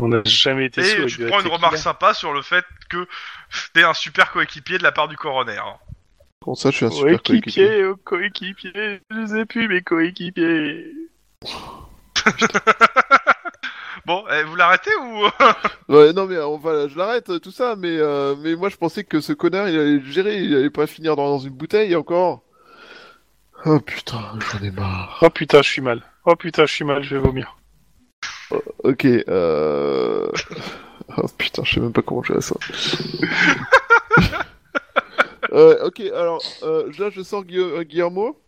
Speaker 2: On n'a jamais été sous
Speaker 1: Et
Speaker 2: avec
Speaker 1: Eh, tu
Speaker 2: de
Speaker 1: te
Speaker 2: la
Speaker 1: prends une
Speaker 2: tequila.
Speaker 1: remarque sympa sur le fait que t'es un super coéquipier de la part du coroner. hein.
Speaker 4: Bon, ça, je suis un super coéquipier.
Speaker 2: Coéquipier, oh, coéquipier, je les ai plus, mes coéquipiers.
Speaker 1: Bon, eh, vous l'arrêtez ou
Speaker 4: Ouais, non, mais euh, on va, je l'arrête, euh, tout ça, mais, euh, mais moi, je pensais que ce connard, il allait le gérer, il allait pas finir dans, dans une bouteille encore. Oh putain, j'en ai marre.
Speaker 2: Oh putain, je suis mal. Oh putain, je suis mal, je vais vomir.
Speaker 4: Ok, euh... (laughs) Oh putain, je sais même pas comment je vais
Speaker 2: (laughs)
Speaker 4: à ça. Euh, ok, alors, euh, là, je sors Guilla- euh, Guillermo.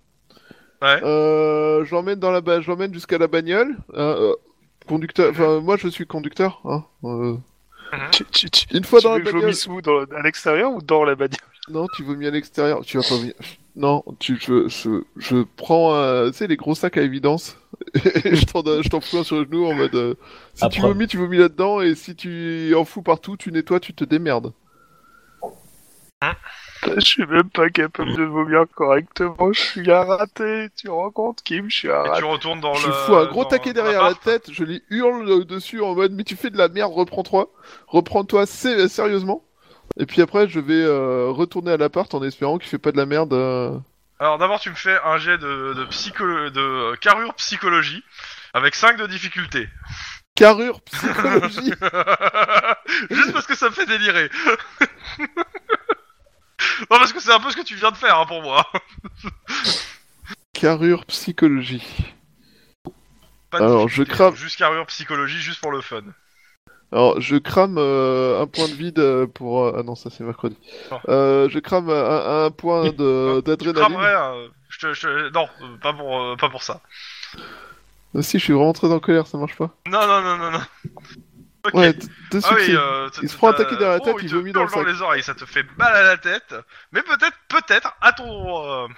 Speaker 1: Ouais.
Speaker 4: Euh, je l'emmène dans la ba... je l'emmène jusqu'à la bagnole. Euh, euh, conducteur, enfin, moi, je suis conducteur, hein. Euh,
Speaker 2: Tu, tu, tu,
Speaker 4: Une fois
Speaker 2: tu
Speaker 4: dans
Speaker 2: veux
Speaker 4: la
Speaker 2: que je
Speaker 4: bagnole...
Speaker 2: vomisse où dans, À l'extérieur ou dans la bagnole
Speaker 4: Non, tu vomis à l'extérieur. Tu vas pas vomir. (laughs) Non, tu, je, je, je prends, euh, tu sais, les gros sacs à évidence. (laughs) Et je t'en, donne- je t'en fous un sur le genou en mode. euh, si tu
Speaker 3: Après.
Speaker 4: vomis, tu vomis là-dedans. Et si tu en fous partout, tu nettoies, tu te démerdes.
Speaker 2: Je suis même pas
Speaker 1: Mm.
Speaker 2: capable de vomir correctement, je suis un raté. Tu te rends compte, Kim, je suis un
Speaker 1: Et tu
Speaker 2: raté.
Speaker 1: retournes dans
Speaker 4: je
Speaker 1: le.
Speaker 4: fous un gros
Speaker 1: dans-
Speaker 4: taquet
Speaker 1: dans
Speaker 4: derrière la
Speaker 1: l'appart.
Speaker 4: tête. Je lui hurle euh, dessus en mode Mais tu fais de la merde, reprends-toi. Reprends-toi sé- sérieusement. Et puis après, je vais euh, retourner à l'appart en espérant qu'il fait pas de la merde. euh.
Speaker 1: Alors d'abord, tu me fais un jet de, de, psycho... de euh, carrure psychologie avec 5 de difficulté. (laughs)
Speaker 4: Carrure psychologie.
Speaker 1: Juste parce que ça me fait délirer. (laughs) non, parce que c'est un peu ce que tu viens de faire hein, pour moi. (laughs)
Speaker 4: Carrure psychologie.
Speaker 1: Pas de
Speaker 4: Alors, je
Speaker 1: difficulté,
Speaker 4: crame.
Speaker 1: Juste carrure psychologie, juste pour le fun.
Speaker 4: Alors, je crame euh, un point de vide euh, pour... euh, ah non, ça c'est mercredi. Euh, je crame un, un
Speaker 1: (laughs)
Speaker 4: point de-
Speaker 1: Tu
Speaker 4: d'adrénaline.
Speaker 1: cramerais, euh, je te- je te- Non, euh, pas pour, euh, pas pour ça.
Speaker 4: Ah, si, je suis vraiment très en colère, ça marche pas.
Speaker 1: Non, non, non, non, non. Ok.
Speaker 4: Ouais, d- deux
Speaker 1: Ah oui,
Speaker 4: succès.
Speaker 1: euh, t-
Speaker 4: Il se
Speaker 1: t-
Speaker 4: prend un
Speaker 1: t'as-
Speaker 4: taquet derrière la tête,
Speaker 1: oh,
Speaker 4: il
Speaker 1: te
Speaker 4: vomit dans le
Speaker 1: hurle
Speaker 4: sac.
Speaker 1: les oreilles, ça te fait mal à la tête. Mais peut-être, peut-être, à ton... euh,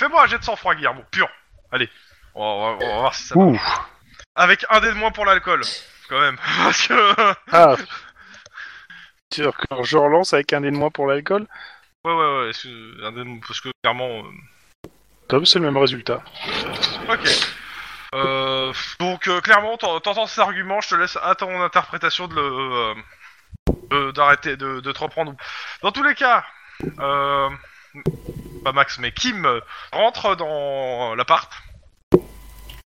Speaker 1: Fais-moi un jet de sang-froid, Guillermo, pur. Allez, on va, on va voir si ça...
Speaker 2: Ouh.
Speaker 1: Avec un dé de moins pour l'alcool, quand même. (laughs) Parce que...
Speaker 2: Ah Tu veux que je relance avec un nez de moins pour l'alcool
Speaker 1: Ouais, ouais, ouais, est-ce que- un dé de moins, parce que clairement... euh,
Speaker 2: Top, c'est le même résultat.
Speaker 1: Ok. Euh, donc euh, clairement, t'en- t'entends ces arguments, je te laisse à ton interprétation de le euh, de- d'arrêter de, de te reprendre. Dans tous les cas, bah, euh, pas Max mais Kim euh, rentre dans l'appart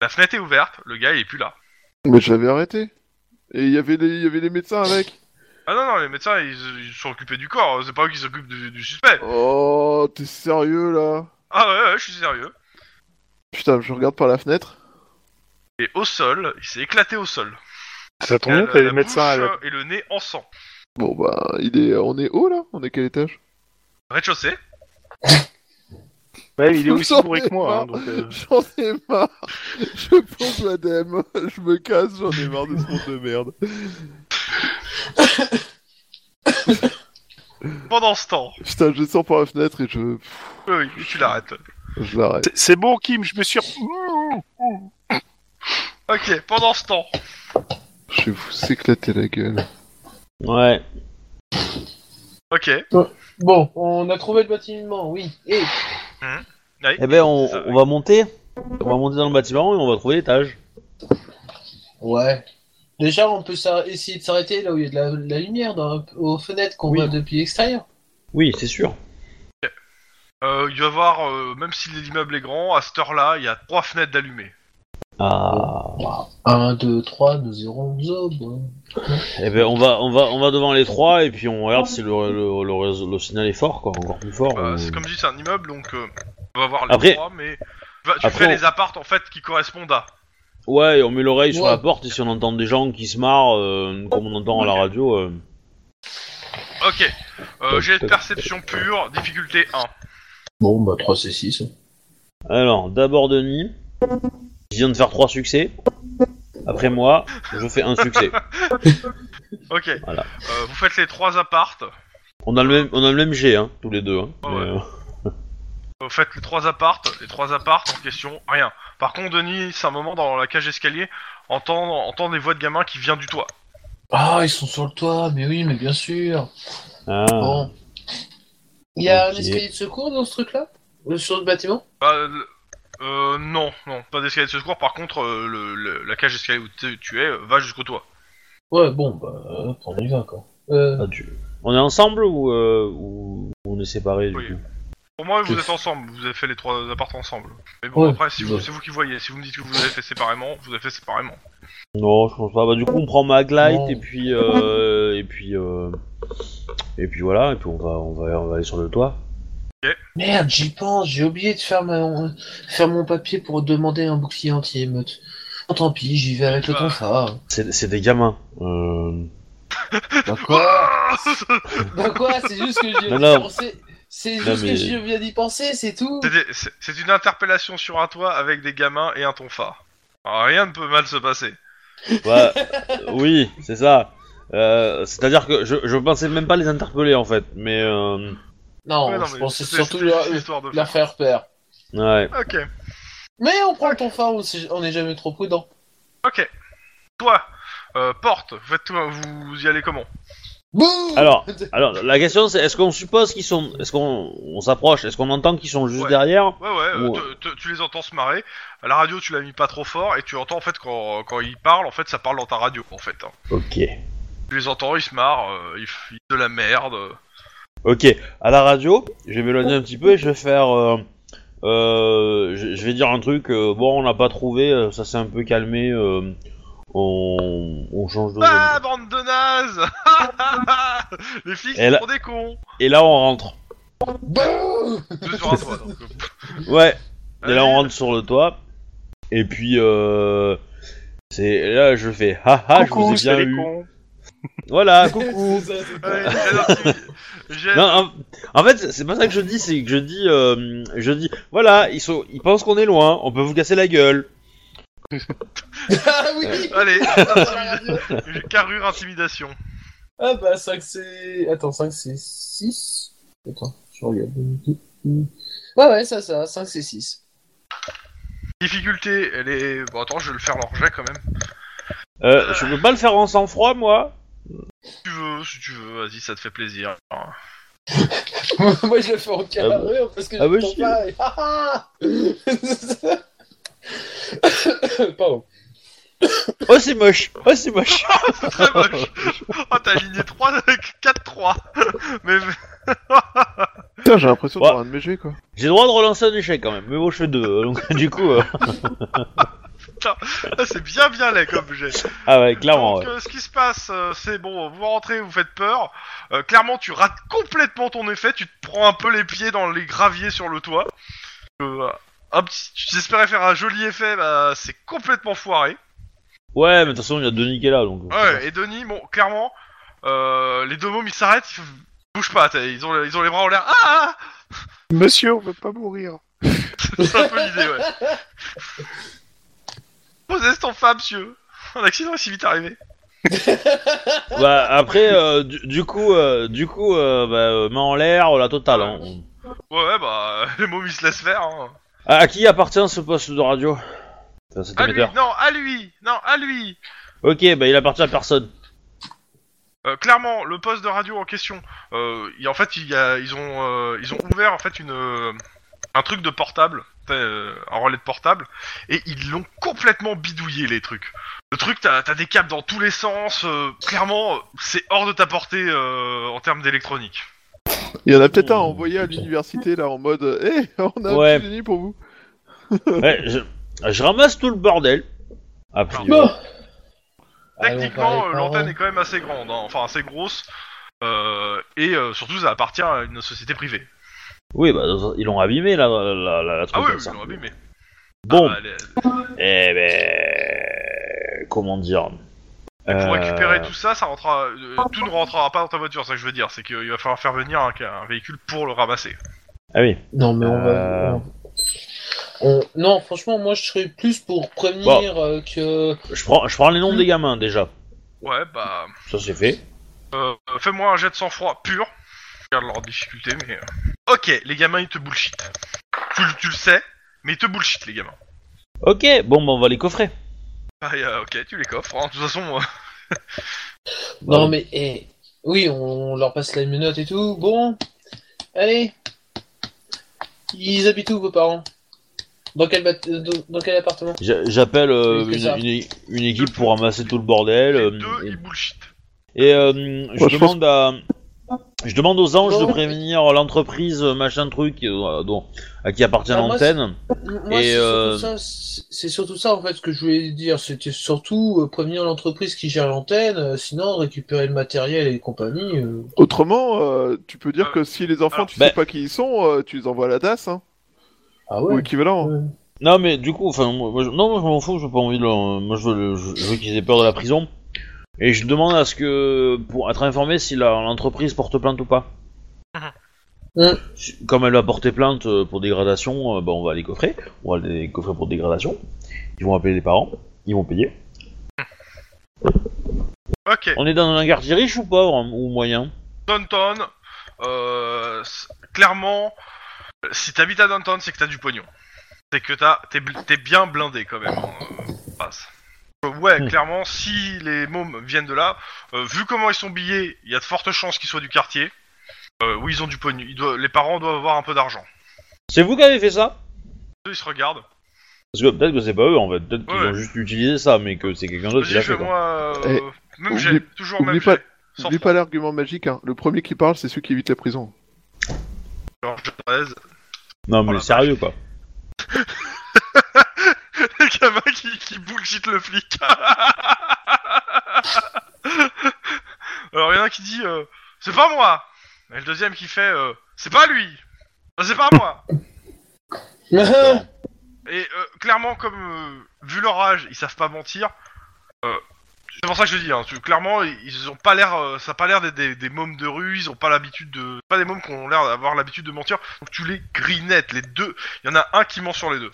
Speaker 1: La fenêtre est ouverte, le gars il est plus là.
Speaker 4: Mais j'avais arrêté. Et il y avait les, il y avait les médecins avec.
Speaker 1: Ah non, non, les médecins ils, ils se sont occupés du corps, c'est pas eux qui s'occupent du, du suspect.
Speaker 4: Oh, t'es sérieux là
Speaker 1: Ah ouais, ouais, je suis sérieux.
Speaker 4: Putain, je regarde par la fenêtre.
Speaker 1: Et au sol, il s'est éclaté au sol.
Speaker 2: Ça tombe
Speaker 1: Il a
Speaker 2: bien,
Speaker 1: la-
Speaker 2: t'as les
Speaker 1: la
Speaker 2: médecins à la-
Speaker 1: Euh, bouche Et le nez en sang.
Speaker 4: Bon bah, il est, on est haut là On est quel étage
Speaker 1: Euh. Rez-de-chaussée.
Speaker 2: Ouais, il est (laughs) aussi
Speaker 4: J'en ai
Speaker 2: bourré que moi. hein,
Speaker 4: marre.
Speaker 2: donc, euh,
Speaker 4: J'en ai marre. Je pose la dème. Je me casse. J'en ai marre de ce monde de merde.
Speaker 1: Pendant ce temps,
Speaker 4: Putain, je sors par la fenêtre et je,
Speaker 1: oui, oui, tu l'arrêtes.
Speaker 4: je l'arrête.
Speaker 2: c'est- C'est bon, Kim, je me suis. re-
Speaker 1: Ok, pendant ce temps,
Speaker 4: Je vais vous éclater la gueule.
Speaker 3: Ouais.
Speaker 1: ok.
Speaker 5: Bon, on a trouvé le bâtiment, oui. Et
Speaker 1: Allez.
Speaker 3: Eh ben, on, on va monter. On va monter dans le bâtiment et on va trouver l'étage.
Speaker 5: Ouais. Déjà, on peut s'ar- essayer de s'arrêter là où il y a de la, de la lumière, dans, aux fenêtres qu'on
Speaker 3: Oui.
Speaker 5: voit depuis l'extérieur.
Speaker 3: Oui, c'est sûr.
Speaker 1: Euh, il va y avoir, euh, même si l'immeuble est grand, à cette heure-là, il y a trois fenêtres d'allumées.
Speaker 3: Ah.
Speaker 5: 1, 2, 3, nous irons aux aubes. hein.
Speaker 3: Eh ben, on va, on va, on va devant les trois et puis on regarde si le, le, le réseau- le signal est fort, quoi. Encore plus fort.
Speaker 1: Euh,
Speaker 3: on-
Speaker 1: c'est comme je dis, c'est un immeuble, donc euh, on va voir les
Speaker 3: Oh. Après-
Speaker 1: trois, mais tu vas- tu
Speaker 3: Après,
Speaker 1: fais
Speaker 3: on-
Speaker 1: les appartes en fait qui correspondent à.
Speaker 3: Ouais, et on met l'oreille sur
Speaker 5: Ouais.
Speaker 3: la porte et si on entend des gens qui se marrent, euh, comme on entend à la radio. euh,
Speaker 1: Ok.
Speaker 3: Bah,
Speaker 1: Euh, J'ai de perception pure, difficulté 1.
Speaker 5: Bon, bah 3, c'est 6.
Speaker 3: Alors, d'abord Denis, qui vient de faire trois succès. Après moi, je fais un
Speaker 1: (laughs)
Speaker 3: succès.
Speaker 1: Ok.
Speaker 3: Voilà.
Speaker 1: Euh, vous faites les trois appartes.
Speaker 3: On a le même, on a le même G, hein, tous les deux. Hein.
Speaker 1: Ah ouais.
Speaker 3: Mais, euh,
Speaker 1: Vous faites les trois appartes, les trois appartes en question, rien. Par contre, Denis, c'est un moment dans la cage d'escalier, entend, entend des voix de gamins qui viennent du toit.
Speaker 5: Ah, ils sont sur le toit, mais oui, mais bien sûr.
Speaker 3: ah.
Speaker 5: Bon. Il y a
Speaker 3: Ok.
Speaker 5: un escalier de secours dans ce truc-là Euh, Sur le bâtiment
Speaker 1: Bah, euh, euh, non, non, pas d'escalier de secours. Par contre, euh, le, le- la cage d'escalier où tu tu es euh, va jusqu'au toit.
Speaker 5: Ouais, bon, bah euh, on y va quoi. Euh,
Speaker 3: Ah, tu- On est ensemble ou, euh, ou on est séparés du
Speaker 1: Oui.
Speaker 3: coup
Speaker 1: Pour moi, vous
Speaker 5: Je-
Speaker 1: êtes ensemble, vous avez fait les trois appartes ensemble. Mais bon,
Speaker 5: Ouais.
Speaker 1: après, si vous-
Speaker 5: Ouais.
Speaker 1: c'est vous qui voyez, si vous me dites que vous avez fait séparément, vous avez fait séparément.
Speaker 3: Non, je pense pas. Bah, du coup, on prend Maglite
Speaker 5: Non.
Speaker 3: et puis euh, et puis euh, et puis voilà. Et puis on va, on va, on va aller sur le toit.
Speaker 5: Merde, j'y pense, j'ai oublié de faire, ma... faire mon papier pour demander un bouclier anti-émeute. Bon, tant pis, j'y vais avec le
Speaker 1: Bah.
Speaker 5: tonfa.
Speaker 3: C'est c'est des gamins. Euh...
Speaker 5: Quoi
Speaker 1: (laughs)
Speaker 5: Bah quoi, c'est juste que j'y
Speaker 3: Non,
Speaker 5: ai
Speaker 3: non.
Speaker 5: pensé. C'est
Speaker 3: Non,
Speaker 5: juste
Speaker 3: mais-
Speaker 5: que j'y viens d'y penser, c'est tout.
Speaker 1: C'est des- C'est c'est une interpellation sur un toit avec des gamins et un tonfa. Alors, rien ne peut mal se passer.
Speaker 3: Ouais, bah, oui, c'est ça. Euh, C'est-à-dire que je, je pensais même pas les interpeller en fait, mais euh,
Speaker 5: Non,
Speaker 1: Ouais, non,
Speaker 5: je
Speaker 1: mais
Speaker 5: pensais
Speaker 1: c'était-
Speaker 5: surtout
Speaker 1: c'était
Speaker 5: leur,
Speaker 1: juste une histoire de
Speaker 5: leur faire peur.
Speaker 3: ouais.
Speaker 1: Ok,
Speaker 5: Mais on prend le tonfa, on sait- on n'est jamais trop prudent.
Speaker 1: ok. Toi, euh, porte, vous, faites tout- vous y allez comment
Speaker 5: Bouh
Speaker 3: Alors, alors la question c'est est-ce qu'on suppose qu'ils sont, est-ce qu'on on s'approche, est-ce qu'on entend qu'ils sont juste
Speaker 1: Ouais.
Speaker 3: derrière
Speaker 1: Ouais, ouais, euh,
Speaker 3: Ouais.
Speaker 1: te- te- tu les entends se marrer. À la radio, tu l'as mis pas trop fort et tu entends en fait quand, quand ils parlent, en fait, ça parle dans ta radio en fait. hein.
Speaker 3: Ok.
Speaker 1: Tu les entends, ils se marrent, euh, ils f- ils disent de la merde. euh.
Speaker 3: Ok. À la radio, je vais m'éloigner un petit peu et je vais faire, euh, euh, je, je vais dire un truc. euh, bon, on n'a pas trouvé, euh, ça s'est un peu calmé. euh, on, on change de
Speaker 1: Ah,
Speaker 3: zone.
Speaker 1: bande de nazes (laughs) Les flics
Speaker 3: Et là-
Speaker 1: sont des cons
Speaker 3: Et là, on rentre.
Speaker 1: (laughs)
Speaker 5: Bouh
Speaker 1: Deux sur un toit, donc, euh,
Speaker 3: Ouais. Et là,
Speaker 1: Allez.
Speaker 3: on rentre sur le toit. Et puis, euh, c'est et là, je fais ah ah, je vous
Speaker 2: Coucou,
Speaker 3: ai bien
Speaker 2: c'est les
Speaker 3: eu.
Speaker 2: cons.
Speaker 3: Voilà,
Speaker 5: Ah
Speaker 3: coucou.
Speaker 5: C'est ça, c'est ça.
Speaker 1: Allez, j'ai un petit- j'ai-
Speaker 3: Non, en, en fait, c'est pas ça que je dis, c'est que je dis, euh, je dis, voilà, ils sont, ils pensent qu'on est loin, on peut vous casser la gueule.
Speaker 5: Ah oui
Speaker 1: Allez,
Speaker 5: sur la radio.
Speaker 1: j'ai carrure intimidation.
Speaker 5: Ah bah 5 c'est... Attends, 5 c'est 6 Attends, je regarde. Ouais ouais, ça ça, 5 c'est 6.
Speaker 1: Difficulté, elle est. Bon, attends, je vais le faire leur jet quand même.
Speaker 3: Euh, je peux pas le faire en sang froid, moi.
Speaker 1: Si tu veux, si tu veux, vas-y, ça te fait plaisir.
Speaker 5: (laughs)
Speaker 1: (laughs)
Speaker 5: Moi je le fais en
Speaker 3: Ah
Speaker 5: carrure parce que
Speaker 3: Ah bah,
Speaker 5: je
Speaker 3: si.
Speaker 5: ne pas.
Speaker 3: (laughs)
Speaker 5: et- (laughs) Pardon.
Speaker 3: Oh, c'est moche. Oh, c'est moche.
Speaker 1: C'est très moche. Oh, t'as aligné (laughs) 3 4-3. Mais.
Speaker 4: Putain, j'ai l'impression
Speaker 3: Ouais.
Speaker 4: d'avoir un de mes jets quoi.
Speaker 3: (laughs) J'ai le droit de relancer un échec quand même, mais bon, je fais deux, euh, donc du coup. euh,
Speaker 1: Ah, (laughs) c'est bien bien laid comme objet.
Speaker 3: Ah ouais, clairement,
Speaker 1: Donc,
Speaker 3: ouais.
Speaker 1: euh, ce qui se passe, euh, c'est bon, vous rentrez, vous faites peur. Euh, clairement, tu rates complètement ton effet, tu te prends un peu les pieds dans les graviers sur le toit. Euh, un petit, tu espérais faire un joli effet, bah, c'est complètement foiré.
Speaker 3: Ouais, mais de toute façon, il y a Denis qui est là, donc... euh,
Speaker 1: Ouais, et Denis, bon, clairement, euh, les deux mômes ils s'arrêtent, ils bougent pas, t'as- ils ont, ils ont les bras en l'air. Ah, ah (laughs)
Speaker 2: Monsieur, on veut pas mourir.
Speaker 1: C'est un peu l'idée, ouais. (laughs) Posez ton femme, monsieur. Un accident est si vite arrivé.
Speaker 3: Bah, après, euh, du, du coup, euh, du coup, euh, bah, euh, main en l'air, la totale. hein.
Speaker 1: Ouais, ouais, bah, (laughs) les mômes ils se laissent faire. Hein.
Speaker 3: À, à qui appartient ce poste de radio Enfin, cet
Speaker 1: À lui,
Speaker 3: émetteur.
Speaker 1: non, à lui, non, à lui.
Speaker 3: Ok, bah, il appartient à personne.
Speaker 1: Euh, clairement, le poste de radio en question, euh, il- en fait, il y a- ils ont, euh, ils ont ouvert en fait une, euh, un truc de portable, euh, un relais de portable, et ils l'ont complètement bidouillé les trucs. Le truc, t'as as des câbles dans tous les sens. euh, clairement, euh, c'est hors de ta portée euh, en termes d'électronique.
Speaker 4: Il y en a peut-être un à envoyer à l'université là en mode Hé, (laughs) on a
Speaker 3: Ouais.
Speaker 4: un petit génie pour vous.
Speaker 3: ouais, je, je ramasse tout le bordel.
Speaker 1: Ah.
Speaker 3: A priori.
Speaker 5: Bon. Ah,
Speaker 1: Techniquement, euh, l'antenne est quand même assez grande, hein, enfin assez grosse, euh, et euh, surtout, ça appartient à une société privée.
Speaker 3: Oui, bah, ils l'ont abîmé, la, la, la, la- la
Speaker 1: Ah oui,
Speaker 3: truc, comme
Speaker 1: oui,
Speaker 3: ça.
Speaker 1: non, oui, mais
Speaker 3: Bon,
Speaker 1: ah, elle est-
Speaker 3: eh ben... Comment dire
Speaker 1: Et pour
Speaker 3: Euh,
Speaker 1: récupérer tout ça, ça rentrera, euh, tout ne rentrera pas dans ta voiture, c'est ça que je veux dire. C'est qu'il va falloir faire venir un, un véhicule pour le ramasser.
Speaker 3: Ah oui.
Speaker 5: Non, mais on va.
Speaker 3: Euh.
Speaker 5: on- Non, franchement, moi je serais plus pour prévenir euh, que.
Speaker 3: Je prends, je prends les noms des gamins, déjà.
Speaker 1: Ouais, bah.
Speaker 3: Ça, c'est fait.
Speaker 1: euh, euh, Fais-moi un jet de sang-froid pur. Je Regarde leur difficulté, mais. euh. Ok, les gamins ils te bullshit. Tu, le- tu le sais, mais ils te bullshit, les gamins.
Speaker 3: Ok, bon, bah, on va les coffrer.
Speaker 1: Bah, et, euh, ok, tu les coffres. hein. De toute façon, euh,
Speaker 3: Bah,
Speaker 5: Non, mais. eh, Oui, on leur passe la menotte et tout. Bon. Allez. Ils habitent où vos parents dans quel, bat- euh, dans- dans quel appartement
Speaker 3: J'a- J'appelle euh,
Speaker 5: Oui, c'est ça.
Speaker 3: une, une- une équipe pour ramasser tout le
Speaker 1: (laughs)
Speaker 3: bordel.
Speaker 1: les
Speaker 3: euh,
Speaker 1: deux
Speaker 3: et
Speaker 1: ils bullshit.
Speaker 3: et, euh, je,
Speaker 4: Moi, je
Speaker 3: demande à, je demande aux anges de
Speaker 5: Bon.
Speaker 3: prévenir l'entreprise euh, machin truc euh, dont, à qui appartient
Speaker 5: Ah, moi,
Speaker 3: l'antenne.
Speaker 5: Moi,
Speaker 3: Et,
Speaker 5: c'est
Speaker 3: euh,
Speaker 5: surtout ça- c'est c'est surtout ça en fait ce que je voulais dire. C'était surtout euh, prévenir l'entreprise qui gère l'antenne, euh, sinon récupérer le matériel et compagnie. euh.
Speaker 4: Autrement, euh, tu peux dire
Speaker 1: Euh,
Speaker 4: que si les enfants
Speaker 1: alors,
Speaker 4: tu
Speaker 3: bah-
Speaker 4: sais pas qui ils sont, euh, tu les envoies à la DAS hein,
Speaker 5: Ah
Speaker 4: ou
Speaker 5: ouais.
Speaker 4: équivalent. hein.
Speaker 5: ouais. (laughs)
Speaker 3: Non mais du coup, enfin, moi, moi, je- non, moi je m'en fous, j'ai pas envie de, leur- euh, moi je veux, le- je- je veux qu'ils aient peur de la prison. Et je demande à ce que pour être informé si la- l'entreprise porte plainte ou pas.
Speaker 5: Mhm.
Speaker 3: Si- Comme elle va porter plainte euh, pour dégradation, euh, bah, on va les coffrer. On va les coffrer pour dégradation. Ils vont appeler les parents, ils vont payer.
Speaker 1: Ok,
Speaker 3: On est dans un quartier riche ou pauvre hein, ou moyen
Speaker 1: Downtown. Euh, c'est- clairement, euh, si t'habites à Downtown, c'est que t'as du pognon. C'est que t'as, t'es, bl- t'es bien blindé quand même. hein, euh, passe. Euh, Ouais,
Speaker 3: Hmm.
Speaker 1: clairement, si les mômes viennent de là, euh, vu comment ils sont billés, il y a de fortes chances qu'ils soient du quartier. euh, où ils ont du pognon. Ils doivent- les parents doivent avoir un peu d'argent.
Speaker 3: C'est vous qui avez fait ça
Speaker 1: Eux, Ils se regardent.
Speaker 3: Parce que peut-être que c'est pas eux en fait, peut-être qu'ils
Speaker 1: Ouais.
Speaker 3: ont juste utilisé ça, mais que c'est quelqu'un d'autre qui
Speaker 1: Vas-y,
Speaker 3: l'a fait. quoi.
Speaker 1: fais-moi. euh,
Speaker 4: Eh,
Speaker 1: même
Speaker 4: oublie-
Speaker 1: jet, toujours même
Speaker 4: oublie pas-
Speaker 1: jet. Sans
Speaker 4: N'oublie pas l'argument magique, hein. le premier qui parle c'est celui qui évite la prison.
Speaker 1: froid, genre, jet 13.
Speaker 3: Non
Speaker 1: Oh
Speaker 3: mais
Speaker 1: la
Speaker 3: sérieux quoi.
Speaker 1: Le gamin qui, qui bullshit le flic. (laughs) Alors, il y en a un qui dit euh, C'est pas moi Et le deuxième qui fait euh, C'est pas lui Ah, C'est pas moi
Speaker 5: Ah,
Speaker 1: Et euh, clairement, comme euh, vu leur âge, ils savent pas mentir. euh, c'est pour ça que je dis, hein, tu- clairement, ils- ils ont pas l'air, euh, ça a pas l'air d'être des, des mômes de rue, ils ont pas l'habitude de, pas des mômes qui ont l'air d'avoir l'habitude de mentir. Donc tu les grinettes, les deux. Il y en a un qui ment sur les deux.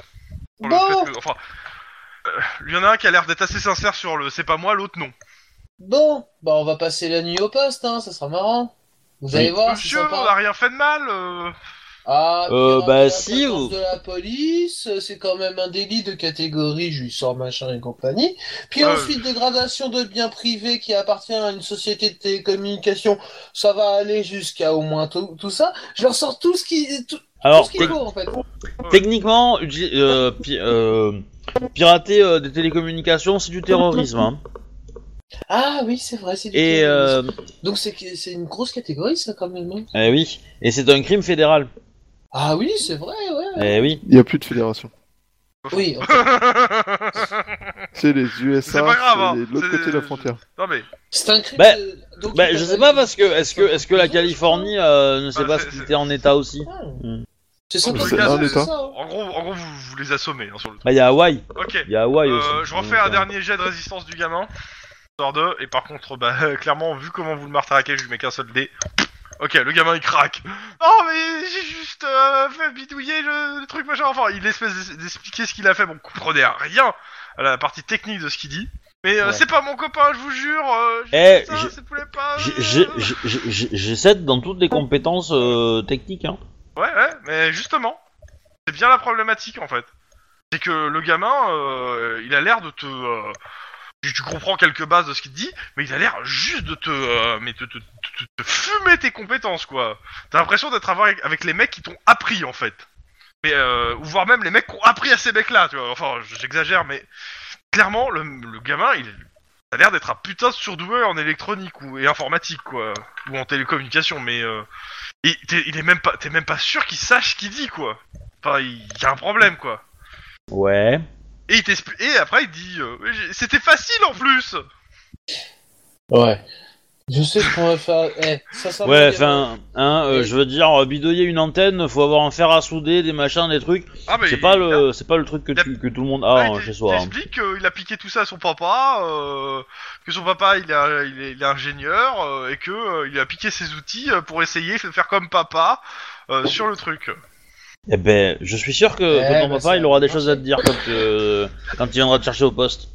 Speaker 1: Sur le
Speaker 5: Bon.
Speaker 1: fait que- enfin, euh, il y en a un qui a l'air d'être assez sincère sur le, c'est pas moi, l'autre non.
Speaker 5: Bon, bah on va passer la nuit au poste, hein, ça sera marrant. Vous
Speaker 3: Oui.
Speaker 5: allez voir, Oh, c'est
Speaker 1: Monsieur, on a
Speaker 5: sympa.
Speaker 1: rien fait de mal. euh. (laughs)
Speaker 5: Ah, puis
Speaker 3: Euh,
Speaker 5: il y aura
Speaker 3: bah,
Speaker 5: de la
Speaker 3: si,
Speaker 5: présence
Speaker 3: vous-
Speaker 5: de la police, euh, c'est quand même un délit de catégorie, je lui sors machin et compagnie. Puis
Speaker 1: Euh.
Speaker 5: ensuite, dégradation de biens privés qui appartient à une société de télécommunication, ça va aller jusqu'à au moins tout, tout ça. Je leur sors tout ce qui, tout, tout
Speaker 3: Alors
Speaker 5: ce qu'il
Speaker 3: tec-
Speaker 5: faut en fait.
Speaker 3: techniquement, uti- euh, pi- euh, pirater euh, des télécommunications c'est du terrorisme. hein.
Speaker 5: Ah oui, c'est vrai, c'est du
Speaker 3: Et
Speaker 5: terrorisme.
Speaker 3: euh,
Speaker 5: Donc c'est que- c'est une grosse catégorie ça quand même. hein.
Speaker 3: eh oui, et c'est un crime fédéral. (laughs)
Speaker 5: Ah oui, c'est vrai, ouais.
Speaker 3: Eh oui.
Speaker 4: Il y a plus de fédération.
Speaker 5: Oui,
Speaker 4: sais, les USA,
Speaker 1: (laughs) C'est pas grave,
Speaker 4: c'est
Speaker 1: hein.
Speaker 4: de l'autre
Speaker 1: C'est-
Speaker 4: côté de la frontière.
Speaker 1: Non mais
Speaker 5: C'est un crime.
Speaker 3: Bah,
Speaker 5: de- donc,
Speaker 3: Bah,
Speaker 5: il
Speaker 3: je
Speaker 5: t'a
Speaker 3: sais
Speaker 5: pas
Speaker 3: pas
Speaker 5: dit-
Speaker 3: parce que est-ce que est-ce que la Californie euh, ne sait
Speaker 1: Bah,
Speaker 3: pas
Speaker 1: c'est-
Speaker 3: ce qui était en état aussi
Speaker 5: Ah.
Speaker 3: Hmm.
Speaker 5: C'est ça,
Speaker 1: En
Speaker 5: parce
Speaker 1: tout
Speaker 5: que
Speaker 1: cas,
Speaker 5: ça,
Speaker 1: c'est
Speaker 5: c'est
Speaker 4: ça.
Speaker 5: ça, hein.
Speaker 1: en gros, en gros vous, vous les assommez hein, sur le truc.
Speaker 3: Bah il y a Hawaï,
Speaker 1: Ok.
Speaker 3: il y a Hawaï
Speaker 1: Euh,
Speaker 3: aussi.
Speaker 1: je refais
Speaker 3: Donc,
Speaker 1: un
Speaker 3: euh,
Speaker 1: dernier jet de résistance du gamin. Histoire de- Et par contre, bah (laughs) clairement, vu comment vous le martaraquez, je lui mets qu'un seul dé. Ok, le gamin il craque. Oh mais j'ai juste euh, fait bidouiller le, le truc machin. Enfin, il espèce d'expliquer ce qu'il a fait. Bon, comprenez rien à la partie technique de ce qu'il dit. Mais euh,
Speaker 3: Ouais.
Speaker 1: c'est pas mon copain, je vous jure. euh,
Speaker 3: Eh,
Speaker 1: j'ai fait ça,
Speaker 3: j'ai-
Speaker 1: ça voulait pas.
Speaker 3: j'ai-
Speaker 1: euh.
Speaker 3: j'ai- j'ai- j'ai- j'ai- J'essaide dans toutes les compétences euh, techniques. Hein.
Speaker 1: Ouais, ouais, mais justement, c'est bien la problématique en fait. C'est que le gamin, euh, il a l'air de te. euh, tu, tu comprends quelques bases de ce qu'il te dit, mais il a l'air juste de te. euh, mais te, te- te- te fumer tes compétences quoi. T'as l'impression d'être avec, avec les mecs qui t'ont appris en fait. Mais, euh, ou voire même les mecs qui ont appris à ces mecs là, tu vois. Enfin, j'exagère, mais clairement, le, le gamin, il. T'as l'air d'être un putain de surdoué en électronique ou et informatique quoi, ou en télécommunication, mais euh, et t'es, il est même pas, t'es même pas sûr qu'il sache ce qu'il dit, quoi. Enfin, il il y a un problème, quoi.
Speaker 3: Ouais.
Speaker 1: Et, il t'expli- et après, il dit euh, Oui, j'ai- C'était facile en plus
Speaker 5: Ouais. Je sais ce qu'on va faire. Eh, ça, ça
Speaker 3: Ouais,
Speaker 5: va, gamin.
Speaker 3: enfin, hein, euh, je veux dire, euh, bidouiller une antenne, faut avoir un fer à souder, des machins, des trucs.
Speaker 1: Ah, mais
Speaker 3: C'est pas
Speaker 1: il-
Speaker 3: le, c'est pas le truc que,
Speaker 1: la-
Speaker 3: tu- que tout le monde
Speaker 1: ah,
Speaker 3: a hein,
Speaker 1: il,
Speaker 3: chez soi. hein.
Speaker 1: explique qu'il a piqué tout ça à son papa, euh, que son papa il, a- il est, il est ingénieur euh, et que euh, il a piqué ses outils euh, pour essayer de faire comme papa euh, sur le truc.
Speaker 3: Eh ben, je suis sûr que,
Speaker 5: Eh,
Speaker 3: que ton
Speaker 5: bah, ça
Speaker 3: papa, il
Speaker 5: va
Speaker 3: aura des
Speaker 5: marcher.
Speaker 3: choses à te dire quand, euh, quand il viendra te chercher au poste.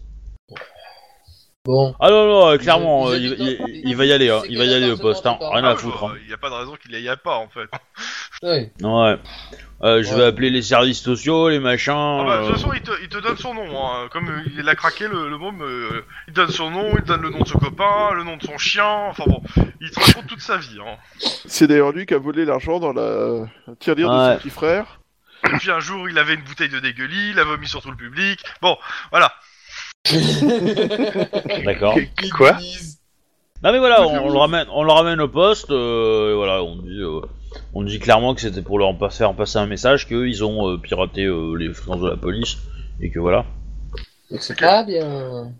Speaker 5: Bon.
Speaker 3: Ah non, non, euh, clairement,
Speaker 5: Ils-
Speaker 3: euh,
Speaker 5: ils
Speaker 3: il,
Speaker 5: habitent dans-
Speaker 3: il- il va y aller, hein,
Speaker 5: C'est
Speaker 3: il va y aller au
Speaker 5: exactement
Speaker 3: poste, hein,
Speaker 5: ce qu'on
Speaker 3: rien
Speaker 1: Ah,
Speaker 3: à
Speaker 1: oui,
Speaker 3: foutre.
Speaker 1: bah, Il n'y a pas de raison qu'il y aille pas en fait.
Speaker 5: Ouais.
Speaker 1: Ah
Speaker 3: hein. Ouais. Euh, je
Speaker 5: Ouais.
Speaker 3: vais appeler les services sociaux, les machins.
Speaker 1: Ah bah, de
Speaker 3: euh,
Speaker 1: toute façon, il te, il te donne son nom. hein. Comme euh, il a craqué le, le môme, euh, il donne son nom, il donne le nom de son copain, le nom de son chien. Enfin bon, il te raconte toute sa vie. Hein.
Speaker 4: C'est d'ailleurs lui qui a volé l'argent dans la euh, tirelire de
Speaker 3: Ouais.
Speaker 4: son petit frère.
Speaker 1: Et puis un jour, il avait une bouteille de dégueulis, il l'a vomi sur tout le public. Bon, voilà.
Speaker 3: euh,
Speaker 1: (laughs)
Speaker 3: D'accord.
Speaker 2: Ah, Quoi
Speaker 3: Non mais voilà, on, on le ramène, on le ramène au poste, euh, et voilà, on dit, euh, on dit clairement que c'était pour leur pas- faire passer un message qu'ils ont euh, piraté euh, les fréquences de la police et que voilà.
Speaker 5: Donc c'est pas bien.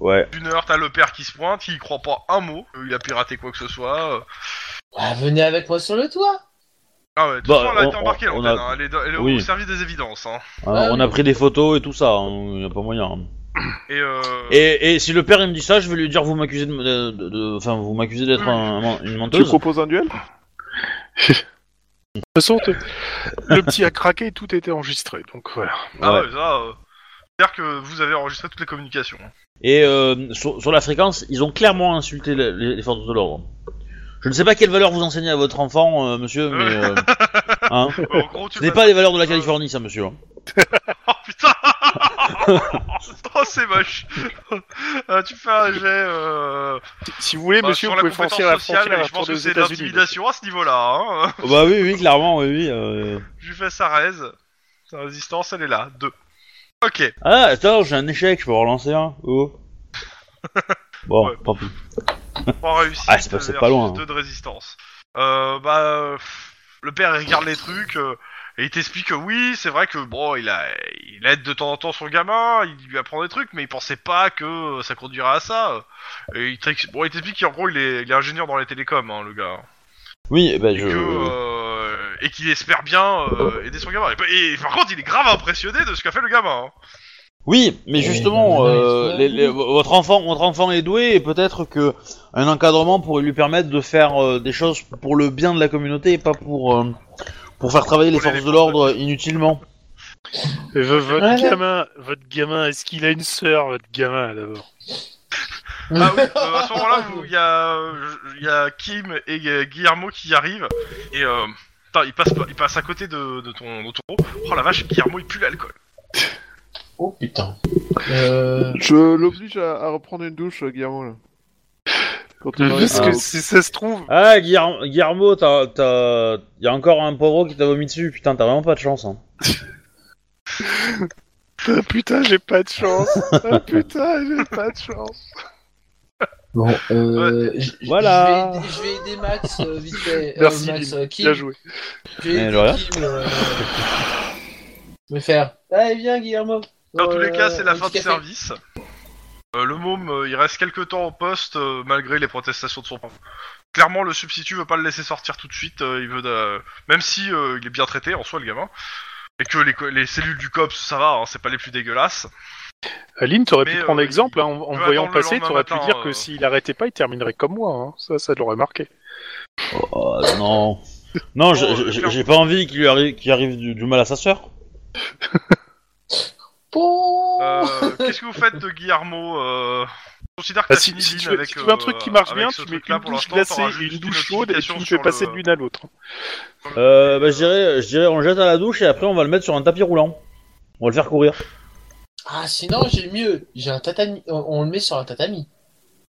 Speaker 3: Ouais.
Speaker 1: D'une heure, t'as le père qui se pointe, il croit pas un mot. euh, Il a piraté quoi que ce soit. euh.
Speaker 5: Ah, venez avec moi sur le toit.
Speaker 1: Ah ouais, de toute
Speaker 3: Bah,
Speaker 1: façon, elle a été
Speaker 3: on-
Speaker 1: embarquée,
Speaker 3: on-
Speaker 1: l'antenne,
Speaker 3: on
Speaker 1: hein. Elle est, dans- elle est au
Speaker 3: Oui.
Speaker 1: service des évidences. hein.
Speaker 3: Alors,
Speaker 5: Ah
Speaker 3: Euh, on
Speaker 5: oui.
Speaker 3: a pris des photos et tout ça, hein, y a pas moyen. hein.
Speaker 1: Et, euh,
Speaker 3: Et, et si le père il me dit ça, je vais lui dire vous m'accusez de, de- de- de- enfin vous m'accusez d'être un- un- une
Speaker 4: Tu
Speaker 3: menteuse.
Speaker 4: proposes un duel
Speaker 2: De toute façon, t'es- le petit a craqué et tout était enregistré, donc voilà.
Speaker 1: Ah
Speaker 3: Ouais.
Speaker 1: ouais, ça. euh, C'est-à-dire que vous avez enregistré toutes les communications.
Speaker 3: Et euh, sur, sur la fréquence, ils ont clairement insulté les, les- les forces de l'ordre. Je ne sais pas quelle valeur vous enseignez à votre enfant, euh, monsieur, mais euh, hein,
Speaker 1: En gros, tu
Speaker 3: ce n'est
Speaker 1: vas-
Speaker 3: pas les valeurs de la Californie, ça, monsieur. hein.
Speaker 1: (laughs) Oh putain Oh c'est moche Euh, Tu fais un jet euh,
Speaker 2: Si- Si vous voulez,
Speaker 1: bah,
Speaker 2: Eh, monsieur,
Speaker 1: sur
Speaker 2: vous
Speaker 1: la
Speaker 2: pouvez
Speaker 1: compétence
Speaker 2: franchir la
Speaker 1: sociale,
Speaker 2: frontière à
Speaker 1: et
Speaker 2: la
Speaker 1: je pense
Speaker 2: porte
Speaker 1: que
Speaker 2: des
Speaker 1: c'est de
Speaker 2: États-Unis.
Speaker 1: l'intimidation à ce niveau-là. Hein. (laughs)
Speaker 3: Oh Bah oui, oui, clairement, oui, oui. euh.
Speaker 1: Je lui fais sa raise, sa résistance, elle est là, 2. Ok,
Speaker 3: Ah, attends, j'ai un échec, je peux en relancer un. Oh. Bon,
Speaker 1: Ouais.
Speaker 3: tant pis.
Speaker 1: 3 réussites
Speaker 3: Ah, c'est pas- c'est pas
Speaker 1: versus
Speaker 3: loin, hein.
Speaker 1: deux de résistance. Euh, bah, euh, pff, le père il regarde les trucs euh, et il t'explique que oui, c'est vrai que bon, il, a, il aide de temps en temps son gamin, il lui apprend des trucs, mais il pensait pas que euh, ça conduirait à ça. Et il t'ex- bon, il t'explique qu'en gros, il est, il est ingénieur dans les télécoms, hein, le gars.
Speaker 3: Oui, bah
Speaker 1: et
Speaker 3: je.
Speaker 1: que euh, et qu'il espère bien euh, aider son gamin. Et, pa- et par contre, il est grave impressionné de ce qu'a fait le gamin. hein.
Speaker 3: Oui, mais justement,
Speaker 5: Eh, bah,
Speaker 3: euh,
Speaker 5: ouais.
Speaker 3: les- les- votre enfant, votre enfant est doué et peut-être que un encadrement pourrait lui permettre de faire euh, des choses pour le bien de la communauté et pas pour euh, pour faire travailler les
Speaker 1: Pour les
Speaker 3: forces de l'ordre inutilement.
Speaker 2: Et vo- votre,
Speaker 5: Ouais.
Speaker 2: gamin, votre gamin, est-ce qu'il a une sœur, votre gamin, d'abord
Speaker 1: Ah oui, euh, à ce moment-là, vous- il y a euh, il y a Kim et euh, Guillermo qui arrivent et euh, putain, il passe pas- il passe à côté de, de ton de ton rond. Oh la vache, Guillermo il pue l'alcool.
Speaker 5: Oh putain. Euh...
Speaker 4: Je l'oblige à, à reprendre une douche, euh, Guillermo. Là. Quand il arrive.
Speaker 2: Parce que si ça se trouve, (laughs)
Speaker 3: Ah, Guillermo, Guillermo, t'as, t'as, y a encore un pauvre qui t'a vomi dessus. Putain, t'as vraiment pas de chance. Hein.
Speaker 2: Ah, putain, j'ai pas de chance. (laughs) Ah, putain, j'ai pas de chance.
Speaker 5: Bon, euh... j- j-
Speaker 3: Voilà.
Speaker 5: Je vais aider, je vais aider Max euh, vite fait. Euh,
Speaker 2: Merci,
Speaker 5: Max,
Speaker 2: Lynn.
Speaker 5: euh, Kim.
Speaker 2: Bien joué.
Speaker 5: Je vais
Speaker 3: Eh,
Speaker 5: aider
Speaker 3: Laura.
Speaker 5: Kim. euh, Me faire. Allez, viens, Guillermo.
Speaker 1: Dans tous les cas, c'est la
Speaker 5: un
Speaker 1: fin de
Speaker 5: petit café.
Speaker 1: service. Euh, le môme, euh, il reste quelques temps au poste euh, malgré les protestations de son père. Clairement, le substitut veut pas le laisser sortir tout de suite. euh, il veut, de- même si euh, il est bien traité en soi, le gamin, et que les, co- les cellules du cops, ça va, hein, c'est pas les plus dégueulasses.
Speaker 2: Aline, t'aurais
Speaker 1: Mais,
Speaker 2: pu
Speaker 1: euh,
Speaker 2: prendre exemple, hein, en, en
Speaker 1: il peut
Speaker 2: voyant
Speaker 1: attendre le
Speaker 2: passer,
Speaker 1: lendemain
Speaker 2: t'aurais pu
Speaker 1: matin,
Speaker 2: dire
Speaker 1: euh.
Speaker 2: que s'il arrêtait pas, il terminerait comme moi. hein. Ça, ça l'aurait marqué.
Speaker 3: Oh, non. Non, j'ai-
Speaker 1: euh,
Speaker 3: j'ai
Speaker 1: clairement.
Speaker 3: j'ai pas envie qu'il lui arrive, qu'il arrive du, du mal à sa sœur.
Speaker 5: Bon.
Speaker 1: Euh,
Speaker 2: (laughs)
Speaker 1: Qu'est-ce que vous faites de Guillermo euh... Je considère que
Speaker 2: Bah,
Speaker 1: t'as
Speaker 2: si,
Speaker 1: fini
Speaker 2: si
Speaker 1: Lynn
Speaker 2: tu veux,
Speaker 1: avec,
Speaker 2: si tu veux un
Speaker 1: euh,
Speaker 2: truc qui marche
Speaker 1: avec
Speaker 2: bien,
Speaker 1: ce
Speaker 2: tu mets
Speaker 1: truc-là,
Speaker 2: une
Speaker 1: pour
Speaker 2: douche
Speaker 1: l'instant,
Speaker 2: glacée
Speaker 1: t'auras
Speaker 2: et
Speaker 1: juste
Speaker 2: une douche chaude et tu me
Speaker 1: notification
Speaker 2: fais
Speaker 1: sur
Speaker 2: passer
Speaker 1: le-
Speaker 2: de l'une à l'autre.
Speaker 3: Euh, bah, je dirais, je dirais, on le jette à la douche et après, on va le mettre sur un tapis roulant. On va le faire courir.
Speaker 5: Ah, sinon, j'ai mieux. J'ai un tatami. On, on le met sur un tatami.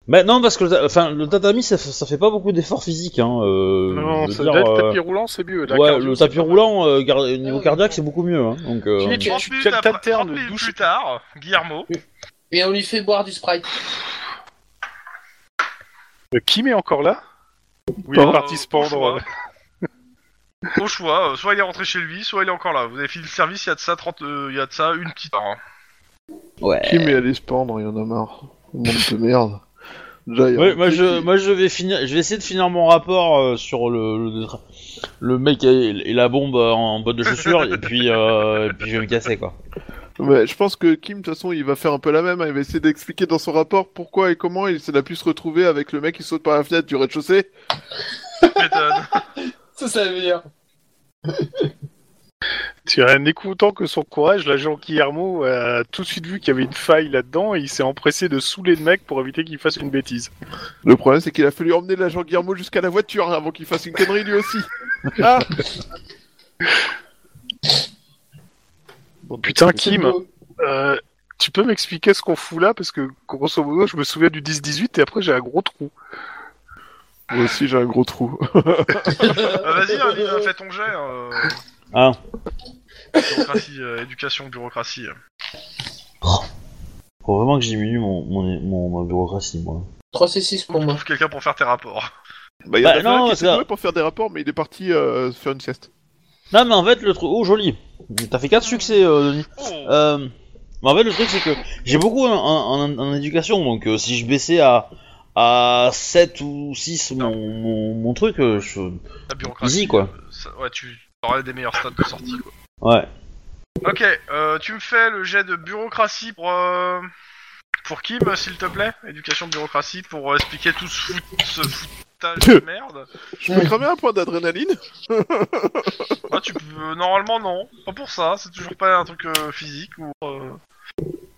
Speaker 3: Mais non, parce que le, ta- enfin, le tatami, ça, ça fait pas beaucoup d'efforts physiques. Hein, euh,
Speaker 2: non,
Speaker 3: je veux
Speaker 2: ça
Speaker 3: dire,
Speaker 2: doit être
Speaker 3: euh,
Speaker 2: tapis roulant, c'est mieux. La
Speaker 3: ouais,
Speaker 2: cardio,
Speaker 3: le
Speaker 2: c'est
Speaker 3: tapis
Speaker 2: pas mal.
Speaker 3: roulant, euh, gar- euh, niveau
Speaker 5: oui.
Speaker 3: cardiaque, c'est beaucoup mieux. hein, donc, euh,
Speaker 2: Tu mets- tu-
Speaker 1: 30
Speaker 2: tu-
Speaker 1: minutes,
Speaker 2: tu
Speaker 1: après-
Speaker 2: alternes
Speaker 1: 30 minutes
Speaker 2: douche-
Speaker 1: plus tard, Guillermo.
Speaker 5: Et on lui fait boire du sprite.
Speaker 2: Euh, Kim est encore là Oui,
Speaker 1: Pas.
Speaker 2: il est parti se
Speaker 1: Euh, au
Speaker 2: pendre.
Speaker 1: choix. (laughs) Au choix, euh, soit il est rentré chez lui, soit il est encore là. Vous avez fini le service, il y a de ça 30, euh, il y a de ça une petite (laughs) heure. hein.
Speaker 3: ouais.
Speaker 4: Qui mais allez se pendre, il y en a marre. Monde de merde. Déjà, il y a
Speaker 2: euh,
Speaker 3: Ouais,
Speaker 4: un
Speaker 3: moi,
Speaker 4: truc
Speaker 3: je,
Speaker 4: qui-
Speaker 3: moi, je vais finir, je vais essayer de finir mon rapport euh, sur le, le, le mec et, et la bombe en boîte de chaussures et puis, euh, et puis je vais me casser quoi.
Speaker 4: Ouais, je pense que Kim, de toute façon, il va faire un peu la même. hein. Il va essayer d'expliquer dans son rapport pourquoi et comment il s'en a pu se retrouver avec le mec qui saute par la fenêtre du rez-de-chaussée.
Speaker 1: Tu m'étonnes.
Speaker 5: Ça, ça veut dire.
Speaker 2: Tu en écoutant que son courage, l'agent Guillermo a tout de suite vu qu'il y avait une faille là-dedans et il s'est empressé de saouler le mec pour éviter qu'il fasse une bêtise.
Speaker 4: Le problème, c'est qu'il a fallu emmener l'agent Guillermo jusqu'à la voiture hein, avant qu'il fasse une connerie lui aussi. Ah
Speaker 2: Putain,
Speaker 1: Ah,
Speaker 5: C'est
Speaker 2: Kim,
Speaker 5: beau.
Speaker 2: euh, tu peux m'expliquer ce qu'on fout là Parce que grosso modo, je me souviens du 10-18 et après j'ai un gros trou.
Speaker 4: (laughs) Moi aussi, j'ai un gros trou.
Speaker 1: Euh, Vas-y, hein, Lynn, fais ton jet. euh,
Speaker 3: Ah.
Speaker 1: bureaucratie, euh, éducation, bureaucratie.
Speaker 3: Faut vraiment que je diminue mon, mon, mon, ma bureaucratie moi.
Speaker 5: 3 C6 pour moi.
Speaker 1: Trouve quelqu'un pour faire tes rapports.
Speaker 4: Bah, il y en
Speaker 3: Bah,
Speaker 4: a
Speaker 3: non,
Speaker 4: un qui
Speaker 3: parce
Speaker 4: s'est
Speaker 3: que-
Speaker 4: doué pour faire des rapports, mais il est parti euh, faire une sieste.
Speaker 3: Non, mais en fait, le truc. Oh, joli T'as fait 4 succès, euh, Denis.
Speaker 1: Oh,
Speaker 3: Euh, Mais en fait, le truc, c'est que j'ai beaucoup en, en- en- en éducation, donc euh, si je baissais à, à 7 ou 6 mon, mon, mon truc, euh, je.
Speaker 1: la bureaucratie.
Speaker 3: easy, quoi.
Speaker 1: euh, ça- ouais, tu aurais des meilleurs stats de sortie. Quoi.
Speaker 3: Ouais.
Speaker 1: Ok, euh, tu me fais le jet de bureaucratie pour. euh, Pour Kim, s'il te plaît, éducation bureaucratie, pour euh, expliquer tout ce, fout- ce foutage de merde.
Speaker 4: Je peux cramer un point d'adrénaline
Speaker 1: Ouais, Ah, tu peux... Normalement, non. Pas pour ça. C'est toujours pas un truc euh, physique ou. euh,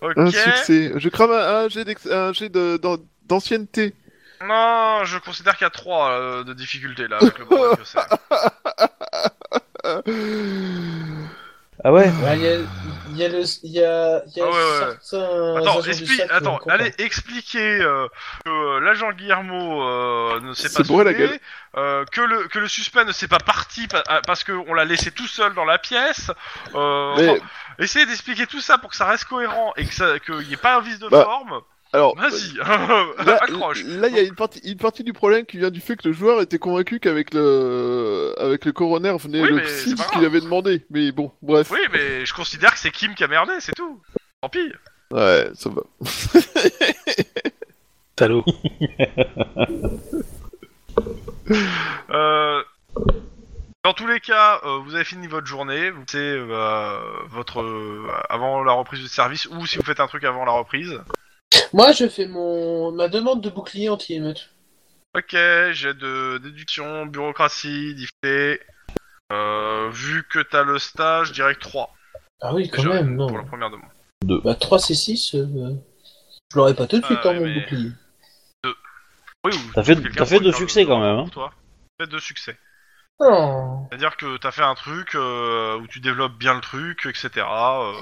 Speaker 1: Ok.
Speaker 4: (laughs) Un succès. Je crame un, un jet d'ex- un jet de- d'an- d'ancienneté.
Speaker 1: Non, je considère qu'il y a 3 de difficulté là avec le bordel que c'est.
Speaker 3: Ah ouais
Speaker 5: Ouais, Il y a, il y a le. Il y a, il y a
Speaker 1: Ah ouais, ouais.
Speaker 5: certains
Speaker 1: Attends,
Speaker 5: agents du
Speaker 1: explique,
Speaker 5: SAC qui
Speaker 1: attends,
Speaker 5: ont compris.
Speaker 1: allez expliquer euh, que euh, l'agent Guillermo euh, ne s'est
Speaker 4: C'est
Speaker 1: pas
Speaker 4: bourré la
Speaker 1: sauvé,
Speaker 4: gueule.
Speaker 1: euh, que le que le suspect ne s'est pas parti pa- ah, parce qu'on l'a laissé tout seul dans la pièce. Euh,
Speaker 4: Mais-
Speaker 1: enfin, essayez d'expliquer tout ça pour que ça reste cohérent et que ça qu'il n'y ait pas un vice de
Speaker 4: Bah,
Speaker 1: forme.
Speaker 4: Alors,
Speaker 1: Vas-y,
Speaker 4: Là,
Speaker 1: (laughs) accroche.
Speaker 4: Là, il y a une partie, une partie du problème qui vient du fait que le joueur était convaincu qu'avec le, avec le coroner venait
Speaker 1: Oui,
Speaker 4: le
Speaker 1: mais c'est
Speaker 4: psy
Speaker 1: pas
Speaker 4: ce
Speaker 1: grave.
Speaker 4: qu'il avait demandé. Mais bon, bref.
Speaker 1: Oui, mais je considère que c'est Kim qui a merdé, c'est tout. Tant pis.
Speaker 4: Ouais, ça va.
Speaker 2: Salaud.
Speaker 1: Euh, dans tous les cas, euh, vous avez fini votre journée, vous faites euh, votre euh, avant la reprise du service ou si vous faites un truc avant la reprise.
Speaker 5: Moi, je fais mon ma demande de bouclier anti-émeute.
Speaker 1: Ok, j'ai de déduction, bureaucratie, difficulté. Euh, vu que t'as le stage, direct 3
Speaker 5: Ah oui, quand
Speaker 1: déjà,
Speaker 5: même, non.
Speaker 1: pour la première demande.
Speaker 5: Bah 3 C6, euh, je l'aurais pas tout de suite
Speaker 1: Ah
Speaker 5: en
Speaker 1: ouais,
Speaker 5: mon
Speaker 1: mais-
Speaker 5: bouclier.
Speaker 1: Oui, ou
Speaker 3: T'as fait-
Speaker 1: quelqu'un
Speaker 3: t'as fait
Speaker 1: pour
Speaker 3: deux
Speaker 1: faire le-
Speaker 3: succès, quand même, hein.
Speaker 1: pour toi. T'as fait deux succès.
Speaker 5: Non.
Speaker 1: C'est-à-dire que t'as fait un truc euh, où tu développes bien le truc, etc. euh,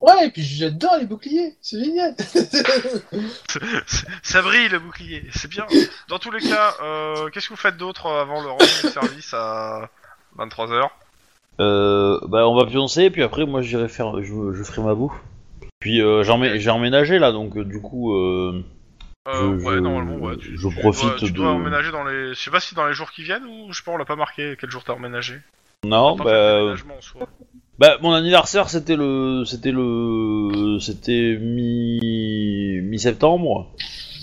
Speaker 5: Ouais, et puis j'adore les boucliers, c'est génial. (laughs)
Speaker 1: C'est- (laughs) Ça brille le bouclier, c'est bien. Dans tous les cas, euh, qu'est-ce que vous faites d'autre avant le rendez-vous de service à 23h
Speaker 3: Euh, bah on va pioncer, puis après moi j'irai faire, je, je ferai ma bouffe. Puis euh, j'ai emmé- j'ai emménagé là, donc euh, du coup, euh,
Speaker 1: euh,
Speaker 3: je,
Speaker 1: Ouais,
Speaker 3: je-
Speaker 1: normalement, ouais. Tu,
Speaker 3: je
Speaker 1: tu
Speaker 3: profite
Speaker 1: dois, tu
Speaker 3: de.
Speaker 1: dois emménager dans les. Je sais pas si dans les jours qui viennent ou je sais pas, on l'a pas marqué quel jour t'as emménagé.
Speaker 3: non,
Speaker 1: Pas
Speaker 3: bah,
Speaker 1: l'emménagement en soi.
Speaker 3: Bah, mon anniversaire, c'était le, c'était le, c'était mi, mi-septembre.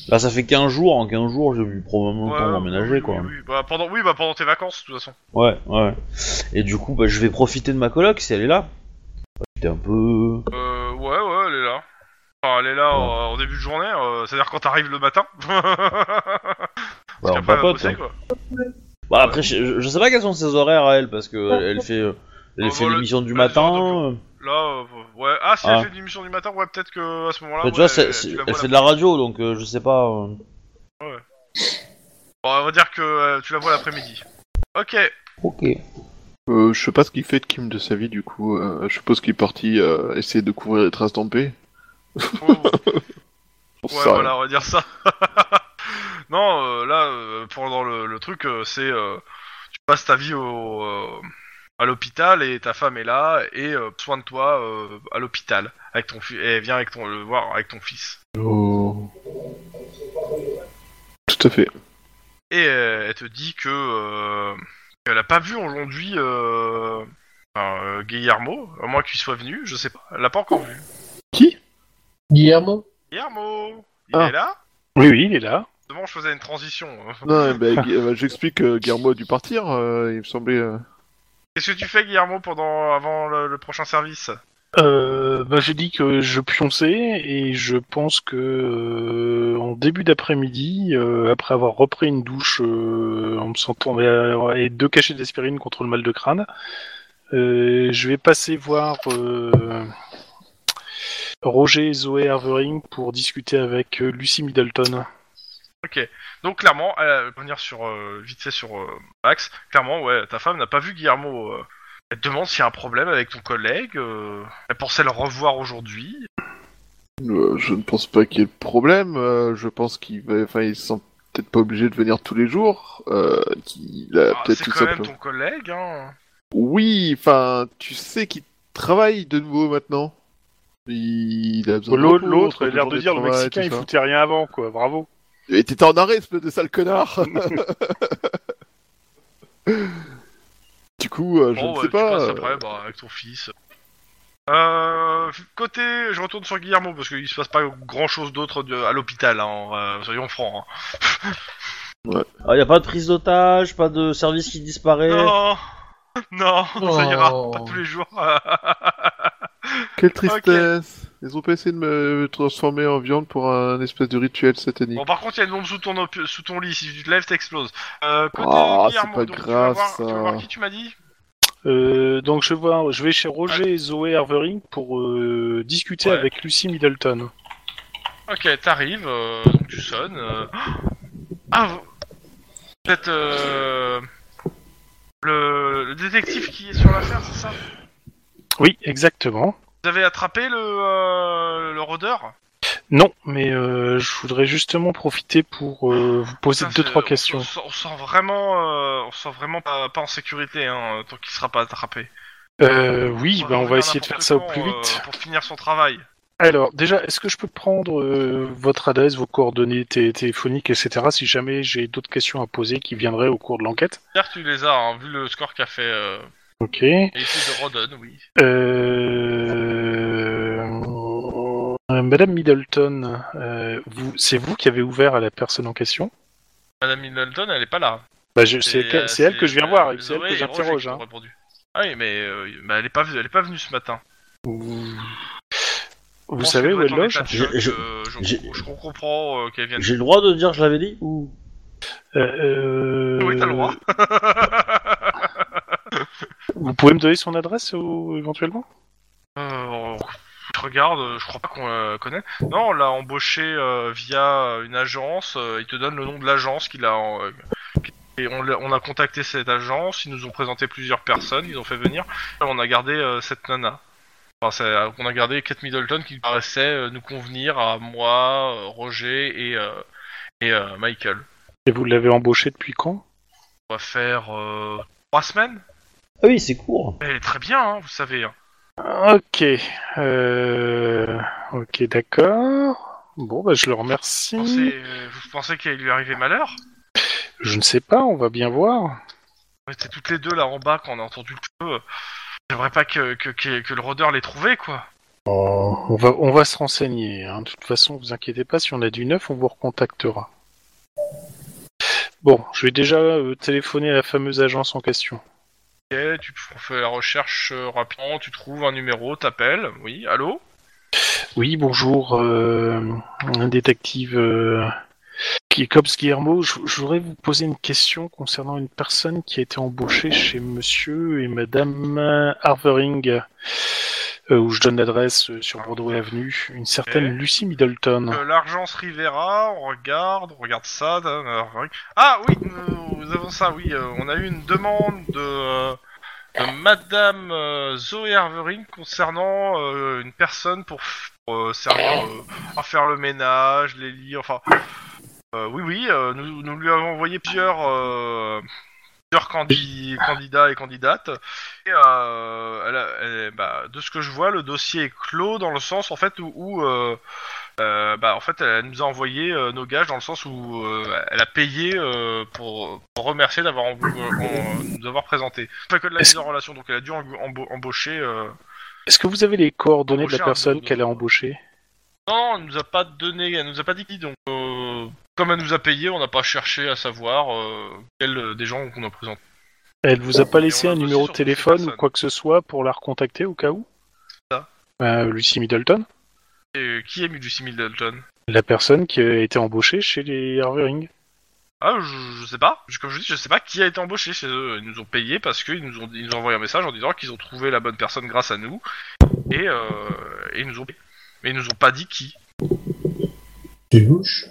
Speaker 3: Là, ça fait 15 jours. En 15 jours, j'ai eu probablement le temps d'emménager,
Speaker 1: oui,
Speaker 3: quoi.
Speaker 1: oui, oui. Bah, pendant, oui, bah, pendant tes vacances, de toute façon.
Speaker 3: Ouais, ouais. Et du coup, bah, je vais profiter de ma coloc si elle est là. C'était un peu.
Speaker 1: Euh, ouais, ouais, elle est là. Enfin, elle est là
Speaker 3: Ouais.
Speaker 1: euh, en début de journée, euh, c'est-à-dire quand t'arrives le matin. (laughs)
Speaker 3: Bah,
Speaker 1: Parce
Speaker 3: on
Speaker 1: qu'après, elle va
Speaker 3: papote,
Speaker 1: bosser,
Speaker 3: hein.
Speaker 1: quoi.
Speaker 3: Bah, après, je, je sais pas quels sont ses horaires à elle parce que elle, elle fait, euh, elle
Speaker 1: Ah,
Speaker 3: fait
Speaker 1: voilà,
Speaker 3: l'émission du
Speaker 1: elle
Speaker 3: matin.
Speaker 1: sort
Speaker 3: euh,
Speaker 1: Là, euh, ouais. Ah, si
Speaker 3: Ah.
Speaker 1: elle fait une émission du matin, ouais, peut-être que à ce moment-là.
Speaker 3: bah, tu
Speaker 1: Ah, ouais,
Speaker 3: vois, c'est-
Speaker 1: elle-
Speaker 3: c'est-
Speaker 1: tu la
Speaker 3: elle
Speaker 1: vois la-
Speaker 3: fait de la radio, donc euh, je sais pas. euh.
Speaker 1: Bon, on va dire que euh, tu la vois l'après-midi. Ok.
Speaker 3: Ok.
Speaker 4: Euh, je sais pas ce qu'il fait de Kim de sa vie du coup. Euh, je suppose qu'il est parti euh, essayer de couvrir les traces d'Ampé.
Speaker 1: Bon,
Speaker 4: Pour
Speaker 1: Ouais,
Speaker 4: ça.
Speaker 1: voilà, on va dire ça. (laughs) non, euh, là, euh, pendant le, le truc, euh, c'est. euh, tu passes ta vie au, euh, à l'hôpital et ta femme est là et euh, soin de toi euh, à l'hôpital. Avec ton fi- et elle vient avec ton, le voir avec ton fils.
Speaker 4: Oh. Tout à
Speaker 1: (laughs)
Speaker 4: fait.
Speaker 1: Et euh, elle te dit que. euh, qu'elle a pas vu aujourd'hui. Euh, enfin, euh, Guillermo, à moins qu'il soit venu, je sais pas. Elle l'a pas encore vu.
Speaker 4: Qui
Speaker 5: Guillermo
Speaker 1: Guillermo Il
Speaker 4: Ah.
Speaker 1: est là
Speaker 2: Oui, oui, il est là.
Speaker 1: Devant, je faisais une transition. hein.
Speaker 4: Non, eh ben, Gu- euh, j'explique que Guillermo a dû partir. euh, il me semblait. euh,
Speaker 1: Qu'est-ce que tu fais, Guillermo, pendant, avant le- le prochain service
Speaker 2: Euh, bah, j'ai dit que je pionçais et je pense que euh, en début d'après-midi, euh, après avoir repris une douche euh, en me sentant euh, et deux cachets d'aspirine contre le mal de crâne, euh, je vais passer voir euh, Roger et Zoé Hervering pour discuter avec euh, Lucy Middleton.
Speaker 1: Donc clairement, euh, pour revenir sur euh, vite fait sur euh, Max, clairement ouais, ta femme n'a pas vu Guillermo. euh. elle te demande s'il y a un problème avec ton collègue. euh, elle pensait le revoir aujourd'hui.
Speaker 4: euh, je ne pense pas qu'il y ait de problème. euh, je pense qu'il va. Enfin, il se sent peut-être pas obligé de venir tous les jours. Euh, qu'il a
Speaker 1: Ah,
Speaker 4: peut-être
Speaker 1: c'est
Speaker 4: tout
Speaker 1: quand même
Speaker 4: simplement.
Speaker 1: ton collègue. Hein.
Speaker 4: Oui, enfin, tu sais qu'il travaille de nouveau maintenant. Il a besoin de
Speaker 2: L'autre,
Speaker 4: repos,
Speaker 2: l'autre a
Speaker 4: entre
Speaker 2: l'air
Speaker 4: journée
Speaker 2: de dire le
Speaker 4: travail,
Speaker 2: Mexicain,
Speaker 4: tout
Speaker 2: il
Speaker 4: ça.
Speaker 2: foutait rien avant, quoi. Bravo.
Speaker 4: Et t'étais en arrêt, espèce de sale
Speaker 2: (laughs)
Speaker 4: connard (laughs) Du coup, euh, je
Speaker 1: Bon, ouais,
Speaker 4: ne sais
Speaker 1: tu
Speaker 4: pas.
Speaker 1: passes
Speaker 4: euh,
Speaker 1: après bah, avec ton fils. Euh, côté, je retourne sur Guillermo parce qu'il se passe pas grand chose d'autre de- à l'hôpital. Hein, euh, soyons francs. hein.
Speaker 3: Ah, y a pas de prise d'otage, pas de service qui disparaît.
Speaker 1: Non, (laughs) non, ça ira
Speaker 5: Oh.
Speaker 1: pas tous les jours. euh.
Speaker 4: Quelle tristesse Ils ont pas essayé de me transformer en viande pour un espèce de rituel satanique.
Speaker 1: Bon, par contre, il y a une bombe sous ton, op- sous ton lit. Si tu te lèves, t'exploses. Euh, côté
Speaker 4: Ah, c'est
Speaker 1: Guillermo,
Speaker 4: pas
Speaker 1: donc, tu, vas
Speaker 4: grave,
Speaker 1: voir, tu vas
Speaker 4: ça.
Speaker 1: voir qui tu m'as dit
Speaker 2: Euh, donc je vais, voir- je vais chez Roger et Zoé Hervering pour euh, discuter
Speaker 1: Ouais.
Speaker 2: avec Lucy Middleton.
Speaker 1: Ok, t'arrives, euh, donc tu sonnes. euh. Ah, vous... vous êtes euh, le... le détective qui est sur l'affaire, c'est ça
Speaker 2: Oui, exactement.
Speaker 1: Vous avez attrapé le, euh, le rôdeur
Speaker 2: Non, mais euh, je voudrais justement profiter pour euh, vous poser
Speaker 1: Putain,
Speaker 2: deux
Speaker 1: Ah, c'est-
Speaker 2: trois
Speaker 1: on-
Speaker 2: questions.
Speaker 1: On, sent- on sent vraiment, euh, on sent vraiment pas, pas en sécurité hein, tant qu'il sera pas attrapé.
Speaker 2: Euh, oui, ben on
Speaker 1: faire
Speaker 2: va essayer de faire ça au
Speaker 1: n'importe
Speaker 2: plus
Speaker 1: quand,
Speaker 2: vite.
Speaker 1: euh, pour finir son travail.
Speaker 2: Alors déjà, est-ce que je peux prendre euh, votre adresse, vos coordonnées té- téléphoniques, etc. Si jamais j'ai d'autres questions à poser qui viendraient au cours de l'enquête.
Speaker 1: Certes, tu les as, hein, vu le score qu'a fait euh,
Speaker 2: Ok.
Speaker 1: Et ici de Rodon, oui.
Speaker 2: Euh... euh, Madame Middleton, euh, vous, c'est vous qui avez ouvert à la personne en question
Speaker 1: Madame Middleton, elle est pas là.
Speaker 2: Bah, je- C'est
Speaker 1: Et,
Speaker 2: que-
Speaker 1: euh,
Speaker 2: c'est elle que je viens
Speaker 1: euh,
Speaker 2: voir, et c'est elle
Speaker 1: Zoé
Speaker 2: que
Speaker 1: et Roger
Speaker 2: j'interroge.
Speaker 1: qui
Speaker 2: hein.
Speaker 1: ont répondu. Ah oui, mais, euh, mais elle est pas venue, elle est pas venue ce matin.
Speaker 2: Vous savez où elle loge
Speaker 1: Je,
Speaker 3: Je- je-
Speaker 1: hein, je-
Speaker 3: j'ai-
Speaker 1: je comprends euh, qu'elle vienne.
Speaker 3: J'ai le droit de dire que je l'avais dit ou
Speaker 2: Euh, euh,
Speaker 1: Oui, t'as le droit.
Speaker 2: (laughs) Vous pouvez me donner son adresse ou, éventuellement
Speaker 1: Euh, je regarde, euh, je crois pas qu'on la connaît. Non, on l'a embauché euh, via une agence. euh, il te donne le nom de l'agence qu'il a. en- euh, et on, l'a- on a contacté cette agence. Ils nous ont présenté plusieurs personnes. Ils ont fait venir. Et on a gardé euh, cette nana. Enfin, c'est- euh, on a gardé Kate Middleton qui paraissait euh, nous convenir à moi, euh, Roger et, euh, et euh, Michael.
Speaker 2: Et vous l'avez embauché depuis quand
Speaker 1: On va faire euh, trois semaines.
Speaker 3: Ah oui, c'est court.
Speaker 1: Elle est très bien, hein, vous savez. hein.
Speaker 2: Ok. euh, Ok, d'accord. Bon, bah, je le remercie.
Speaker 1: Vous pensez, euh, vous pensez qu'il lui arrivait malheur
Speaker 2: Je ne sais pas, on va bien voir.
Speaker 1: On était toutes les deux là en bas quand on a entendu le feu. J'aimerais pas que, que, que- que le rôdeur l'ait trouvé, quoi.
Speaker 2: Oh, on, va, on va se renseigner. hein. De toute façon, vous inquiétez pas, si on a du neuf, on vous recontactera. Bon, je vais déjà euh, téléphoner à la fameuse agence en question.
Speaker 1: Ok, tu f- fais la recherche euh, rapidement, tu trouves un numéro, t'appelles, oui, allô
Speaker 2: Oui, bonjour, euh, détective euh, Kikops Guillermo. Je, je voudrais vous poser une question concernant une personne qui a été embauchée chez monsieur et madame Harvering, euh, où je donne l'adresse euh, sur Bordeaux Avenue, une certaine Lucie Middleton.
Speaker 1: Euh, L'Argence Rivera, on regarde, on regarde ça. da, da, da. Ah oui, nous, nous avons ça, oui, euh, on a eu une demande de, euh, de Madame euh, Zoé Hervering concernant euh, une personne pour, f- pour, euh, servir euh, à faire le ménage, les lits, enfin... euh, oui, oui, euh, nous, nous lui avons envoyé plusieurs, euh, plusieurs candi- candidats et candidates. Et, euh, elle a- elle- bah, de ce que je vois, le dossier est clos dans le sens en fait où, où, euh, euh, bah, en fait, elle nous a envoyé euh, nos gages dans le sens où euh, elle a payé euh, pour, pour remercier d'avoir embau- euh, en- nous avoir présenté. Pas que de la
Speaker 2: Est-ce-
Speaker 1: mise en relation, donc elle a dû embo- embo- embaucher. euh,
Speaker 2: Est-ce que vous avez les coordonnées de
Speaker 1: Embaucher
Speaker 2: la
Speaker 1: un
Speaker 2: personne
Speaker 1: nouveau-
Speaker 2: qu'elle a embauchée
Speaker 1: Non, elle nous a pas donné, elle nous a pas dit qui donc. euh, Comme elle nous a payé, on n'a pas cherché à savoir euh, quel euh, des gens qu'on a présenté.
Speaker 2: Elle vous a pas laissé
Speaker 1: on a
Speaker 2: un
Speaker 1: bossé
Speaker 2: numéro
Speaker 1: sur
Speaker 2: de
Speaker 1: toutes les
Speaker 2: téléphone ou
Speaker 1: personnes.
Speaker 2: quoi que ce soit pour la recontacter au cas où
Speaker 1: Ça.
Speaker 2: Euh, Lucy Middleton,
Speaker 1: Et, euh, qui est Lucy Middleton
Speaker 2: la personne qui a été embauchée chez les Harvering.
Speaker 1: Ah, je, je sais pas. Je- Comme je dis, je sais pas qui a été embauché chez eux. Ils nous ont payé parce qu'ils nous ont, ils nous ont envoyé un message en disant qu'ils ont trouvé la bonne personne grâce à nous. Et, euh, et ils nous ont payé. Mais ils nous ont pas dit qui.
Speaker 5: C'est louche.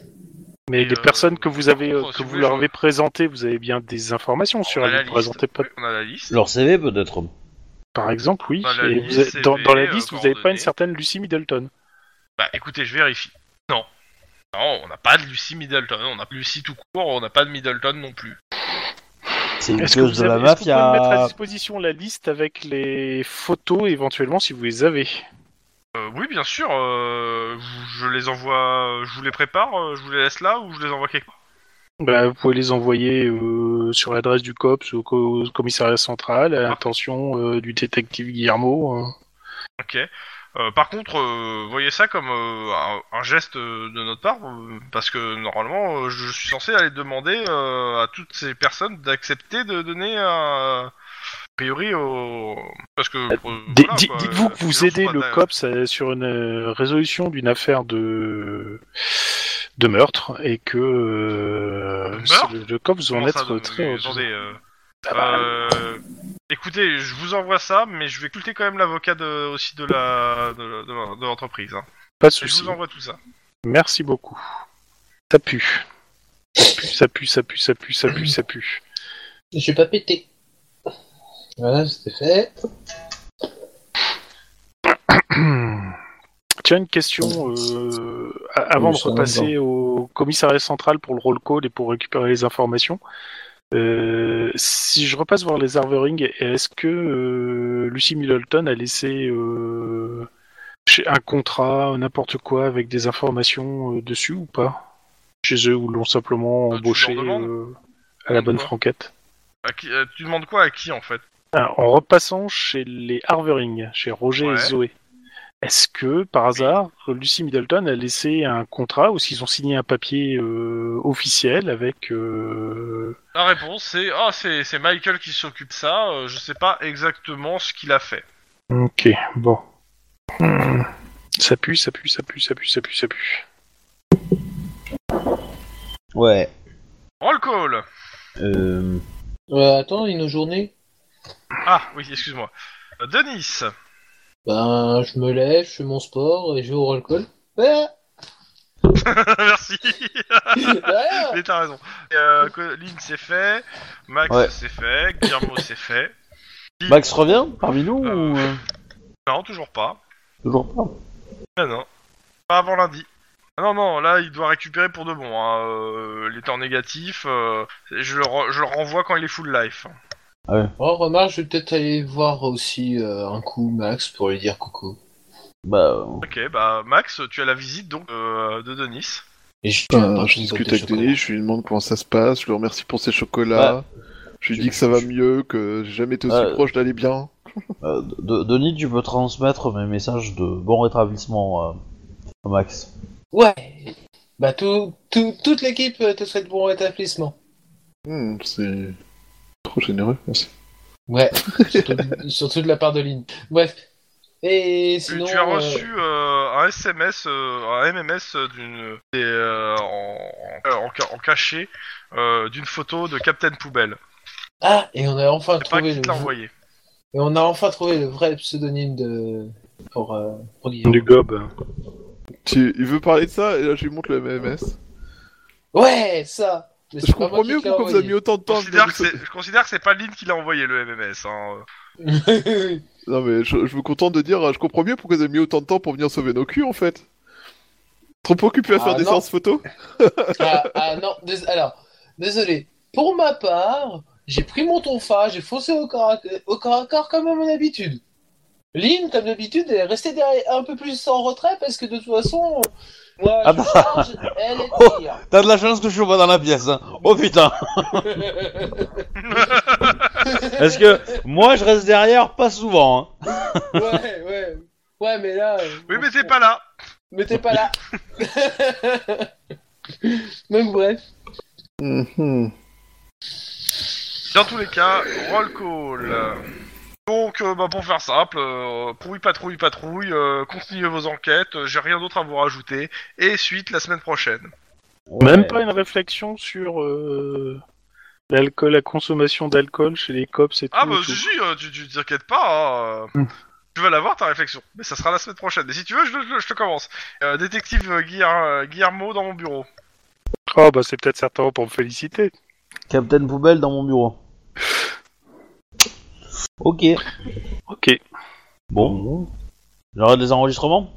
Speaker 2: Mais
Speaker 1: Et,
Speaker 2: les
Speaker 1: euh,
Speaker 2: personnes que vous avez, euh,
Speaker 1: contre, si
Speaker 2: que
Speaker 1: vous
Speaker 2: vous
Speaker 1: voulez,
Speaker 2: leur
Speaker 1: je-
Speaker 2: avez présentées, vous avez bien des informations sur
Speaker 1: on a la
Speaker 2: elles. Vous
Speaker 1: liste.
Speaker 2: présentez pas,
Speaker 1: Oui, On a la liste.
Speaker 3: Leur CV peut-être.
Speaker 2: par exemple, oui.
Speaker 1: Dans la
Speaker 2: et
Speaker 1: liste,
Speaker 2: vous avez-
Speaker 1: CV,
Speaker 2: dans, dans la
Speaker 1: euh,
Speaker 2: liste, vous n'avez pas une
Speaker 1: coordonnées.
Speaker 2: certaine Lucy Middleton.
Speaker 1: Bah écoutez, je vérifie. Non. Non, on n'a pas de Lucy Middleton. On a Lucy tout court. On n'a pas de Middleton non plus.
Speaker 3: C'est une
Speaker 2: Est-ce que
Speaker 3: cause
Speaker 2: vous,
Speaker 3: de la
Speaker 2: avez, est-ce que vous pouvez me mettre à
Speaker 3: mafia.
Speaker 2: disposition la liste avec les photos éventuellement si vous les avez
Speaker 1: Euh, oui, bien sûr. euh, je- je les envoie. Je vous les prépare. euh, Je vous les laisse là ou je les envoie quelque part.
Speaker 2: Bah, vous pouvez les envoyer euh, sur l'adresse du COPS au, co- au commissariat central
Speaker 1: Ah.
Speaker 2: à l'intention euh, du détective Guillermo. euh.
Speaker 1: Ok. Euh, par contre, euh, voyez ça comme euh, un, un geste euh, de notre part, euh, parce que normalement, euh, je suis censé aller demander euh, à toutes ces personnes d'accepter de donner un... A priori au... Parce que... euh,
Speaker 2: Di-
Speaker 1: voilà,
Speaker 2: di-
Speaker 1: quoi,
Speaker 2: Dites-vous
Speaker 1: euh,
Speaker 2: que
Speaker 1: les
Speaker 2: vous
Speaker 1: gens
Speaker 2: aidez
Speaker 1: sont
Speaker 2: le
Speaker 1: pas-
Speaker 2: COPS à- sur une euh, résolution d'une affaire de de meurtre et que euh,
Speaker 1: De meurtre
Speaker 2: le, le COPS va en
Speaker 1: Comment ça,
Speaker 2: être
Speaker 1: de-
Speaker 2: très...
Speaker 1: attendez, euh, euh, écoutez, je vous envoie ça, mais je vais consulter quand même l'avocat de- aussi de la de, la- de la- de l'entreprise. hein.
Speaker 2: Pas de
Speaker 1: Et Je
Speaker 2: souci.
Speaker 1: vous envoie tout ça.
Speaker 2: Merci beaucoup. Ça pue. Ça pue, ça pue, ça pue, ça pue, ça pue.
Speaker 5: Je vais pas péter. Voilà, c'était fait.
Speaker 2: (clears throat) Tiens, une question euh, a- avant
Speaker 5: Oui,
Speaker 2: de
Speaker 5: ça va
Speaker 2: repasser au commissariat central pour le roll call et pour récupérer les informations. Euh, si je repasse voir les Harvering, est-ce que euh, Lucy Middleton a laissé euh, chez- un contrat, n'importe quoi, avec des informations euh, dessus ou pas Chez eux, ou l'ont simplement
Speaker 1: Euh, tu
Speaker 2: embauché
Speaker 1: leur demandes Mmh.
Speaker 2: euh, à la bonne
Speaker 1: Quoi
Speaker 2: franquette
Speaker 1: À qui- euh, tu demandes quoi à qui en fait
Speaker 2: alors, Ah, en repassant chez les Harvering, chez Roger et
Speaker 1: Ouais.
Speaker 2: Zoé, est-ce que, par hasard, Lucy Middleton a laissé un contrat ou s'ils ont signé un papier euh, officiel avec... euh,
Speaker 1: La réponse c'est ah c'est c'est Michael qui s'occupe de ça. euh, je sais pas exactement ce qu'il a fait.
Speaker 2: Ok, bon. Hmm. Ça pue, ça pue, ça pue, ça pue, ça pue, ça pue.
Speaker 3: Ouais.
Speaker 1: Roll call.
Speaker 3: Euh...
Speaker 5: Euh, attends, une journée
Speaker 1: Ah oui excuse-moi. Euh, Denis. (laughs)
Speaker 5: Ben, je me lève, je fais mon sport et je vais au roll call.
Speaker 1: (laughs)
Speaker 5: Ouais,
Speaker 1: Merci.
Speaker 5: ouais.
Speaker 1: Mais t'as raison. Euh, Lynn c'est fait. Max
Speaker 3: Ouais.
Speaker 1: c'est fait. Guillermo c'est fait.
Speaker 3: Max revient parmi nous
Speaker 1: Euh.
Speaker 3: ou euh,
Speaker 1: Non toujours pas.
Speaker 3: toujours pas
Speaker 1: Non, non. Pas avant lundi. Ah non, non, là, il doit récupérer pour de bon. hein. Euh, il est en négatif. euh, je, le re- je le renvoie quand il est full life.
Speaker 5: Bon, remarque, Oh, je vais peut-être aller voir aussi euh, un coup Max pour lui dire coucou.
Speaker 3: Bah,
Speaker 1: Ok, bah, Max, tu as la visite donc euh, de Denis.
Speaker 5: Et je,
Speaker 4: Enfin, je discute avec Denis, je lui demande comment ça se passe,
Speaker 5: Bah,
Speaker 4: je le remercie pour ses chocolats. Je lui dis que ça va mieux, que j'ai jamais été aussi
Speaker 3: Euh.
Speaker 4: proche d'aller bien.
Speaker 3: Euh, de- Denis, tu peux transmettre mes messages de bon rétablissement euh, à Max.
Speaker 5: Ouais. Bah, tout, tout- toute l'équipe euh, te souhaite bon rétablissement.
Speaker 4: Hmm, c'est trop généreux, merci. (laughs)
Speaker 5: Ouais. surtout, surtout de la part de Lynn. Bref. Et
Speaker 1: Tu-
Speaker 5: sinon.
Speaker 1: tu as
Speaker 5: euh,
Speaker 1: reçu euh, un SMS, euh, un MMS d'une, des, euh, en, en- en ca- en cachet euh, d'une photo de Captain Poubelle.
Speaker 5: Ah, et on a enfin
Speaker 1: C'est pas
Speaker 5: trouvé
Speaker 1: qui
Speaker 5: le.
Speaker 1: te l'a envoyé.
Speaker 5: Et on a enfin trouvé le vrai pseudonyme de. Pour, euh, pour Guillaume.
Speaker 2: Du gob.
Speaker 4: Tu- Il veut parler de ça et là je lui montre le MMS.
Speaker 5: Ouais, ça Mais c'est
Speaker 4: Je
Speaker 5: pas moi
Speaker 4: comprends
Speaker 5: qui
Speaker 4: mieux
Speaker 5: te l'ai
Speaker 4: pourquoi vous avez mis
Speaker 5: envoyé.
Speaker 4: autant de
Speaker 1: Je
Speaker 4: temps. à me
Speaker 1: considère,
Speaker 4: dire
Speaker 1: que
Speaker 4: que
Speaker 1: c'est, je considère que c'est pas Lynn qui l'a envoyé le MMS. hein.
Speaker 4: c'est- Non mais je, je me contente de dire, je comprends mieux pourquoi vous avez mis autant de temps pour venir sauver nos culs en fait. Trop occupé à
Speaker 5: Ah,
Speaker 4: faire des
Speaker 5: non.
Speaker 4: séances photo
Speaker 5: (laughs) ah, ah, non, dés- alors, désolé. Pour ma part, j'ai pris mon tonfa, j'ai foncé au corps, à... au corps à corps comme à mon habitude. Lynn, comme d'habitude, elle est restée derrière, un peu plus en retrait parce que de toute façon, moi,
Speaker 3: Ah
Speaker 5: je
Speaker 3: bah.
Speaker 5: charge, elle est tire.
Speaker 3: T'as de la chance que je sois pas dans la pièce. hein. Oh putain Parce que moi, je reste derrière pas souvent. hein.
Speaker 5: (laughs) ouais, ouais. Ouais, mais là. euh,
Speaker 1: Oui,
Speaker 5: on-
Speaker 1: mais t'es pas là.
Speaker 5: Mais t'es pas (laughs) là. Donc, bref. Mm-hmm.
Speaker 4: Mhm.
Speaker 1: Dans tous les cas, roll call. Donc, euh, bah, pour faire simple, euh, pourri patrouille patrouille, euh, continuez vos enquêtes, euh, j'ai rien d'autre à vous rajouter, et suite la semaine prochaine.
Speaker 2: Même pas une réflexion sur euh, l'alcool, la consommation d'alcool chez les cops et tout.
Speaker 1: Ah bah
Speaker 2: et tout.
Speaker 1: si, si, euh, tu tu t'inquiètes pas, hein, euh,
Speaker 2: Mm.
Speaker 1: tu vas l'avoir ta réflexion, mais ça sera la semaine prochaine. Et si tu veux, je, je- je te commence. Euh, détective euh, Guilla- euh, Guillermo dans mon bureau.
Speaker 2: Oh bah c'est peut-être certainement pour me féliciter.
Speaker 3: Captain Poubelle dans mon bureau. Ok.
Speaker 2: Ok.
Speaker 3: Bon. J'arrête les enregistrements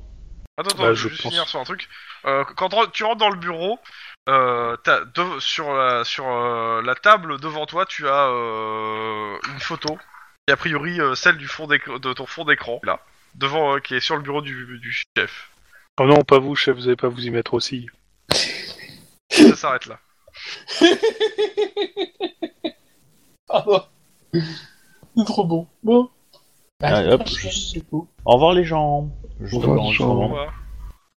Speaker 1: Attends, attends,
Speaker 2: Bah,
Speaker 1: je
Speaker 2: je
Speaker 1: vais juste
Speaker 2: pense.
Speaker 1: finir sur un truc. Euh, quand re- tu rentres dans le bureau, euh, t'as de- sur, la, sur euh, la table devant toi, tu as euh, une photo, qui est a priori euh, celle du fond d'éc- de ton fond d'écran, là, devant, euh, qui est sur le bureau du, du chef.
Speaker 2: Oh non, pas vous, chef, vous allez pas vous y mettre aussi.
Speaker 1: Ça s'arrête là.
Speaker 5: Pardon. C'est Ah, bah. trop bon. Bon.
Speaker 3: Allez, hop. Au revoir les gens. Juste
Speaker 4: revoir,
Speaker 3: l'enregistrement.
Speaker 1: Au revoir.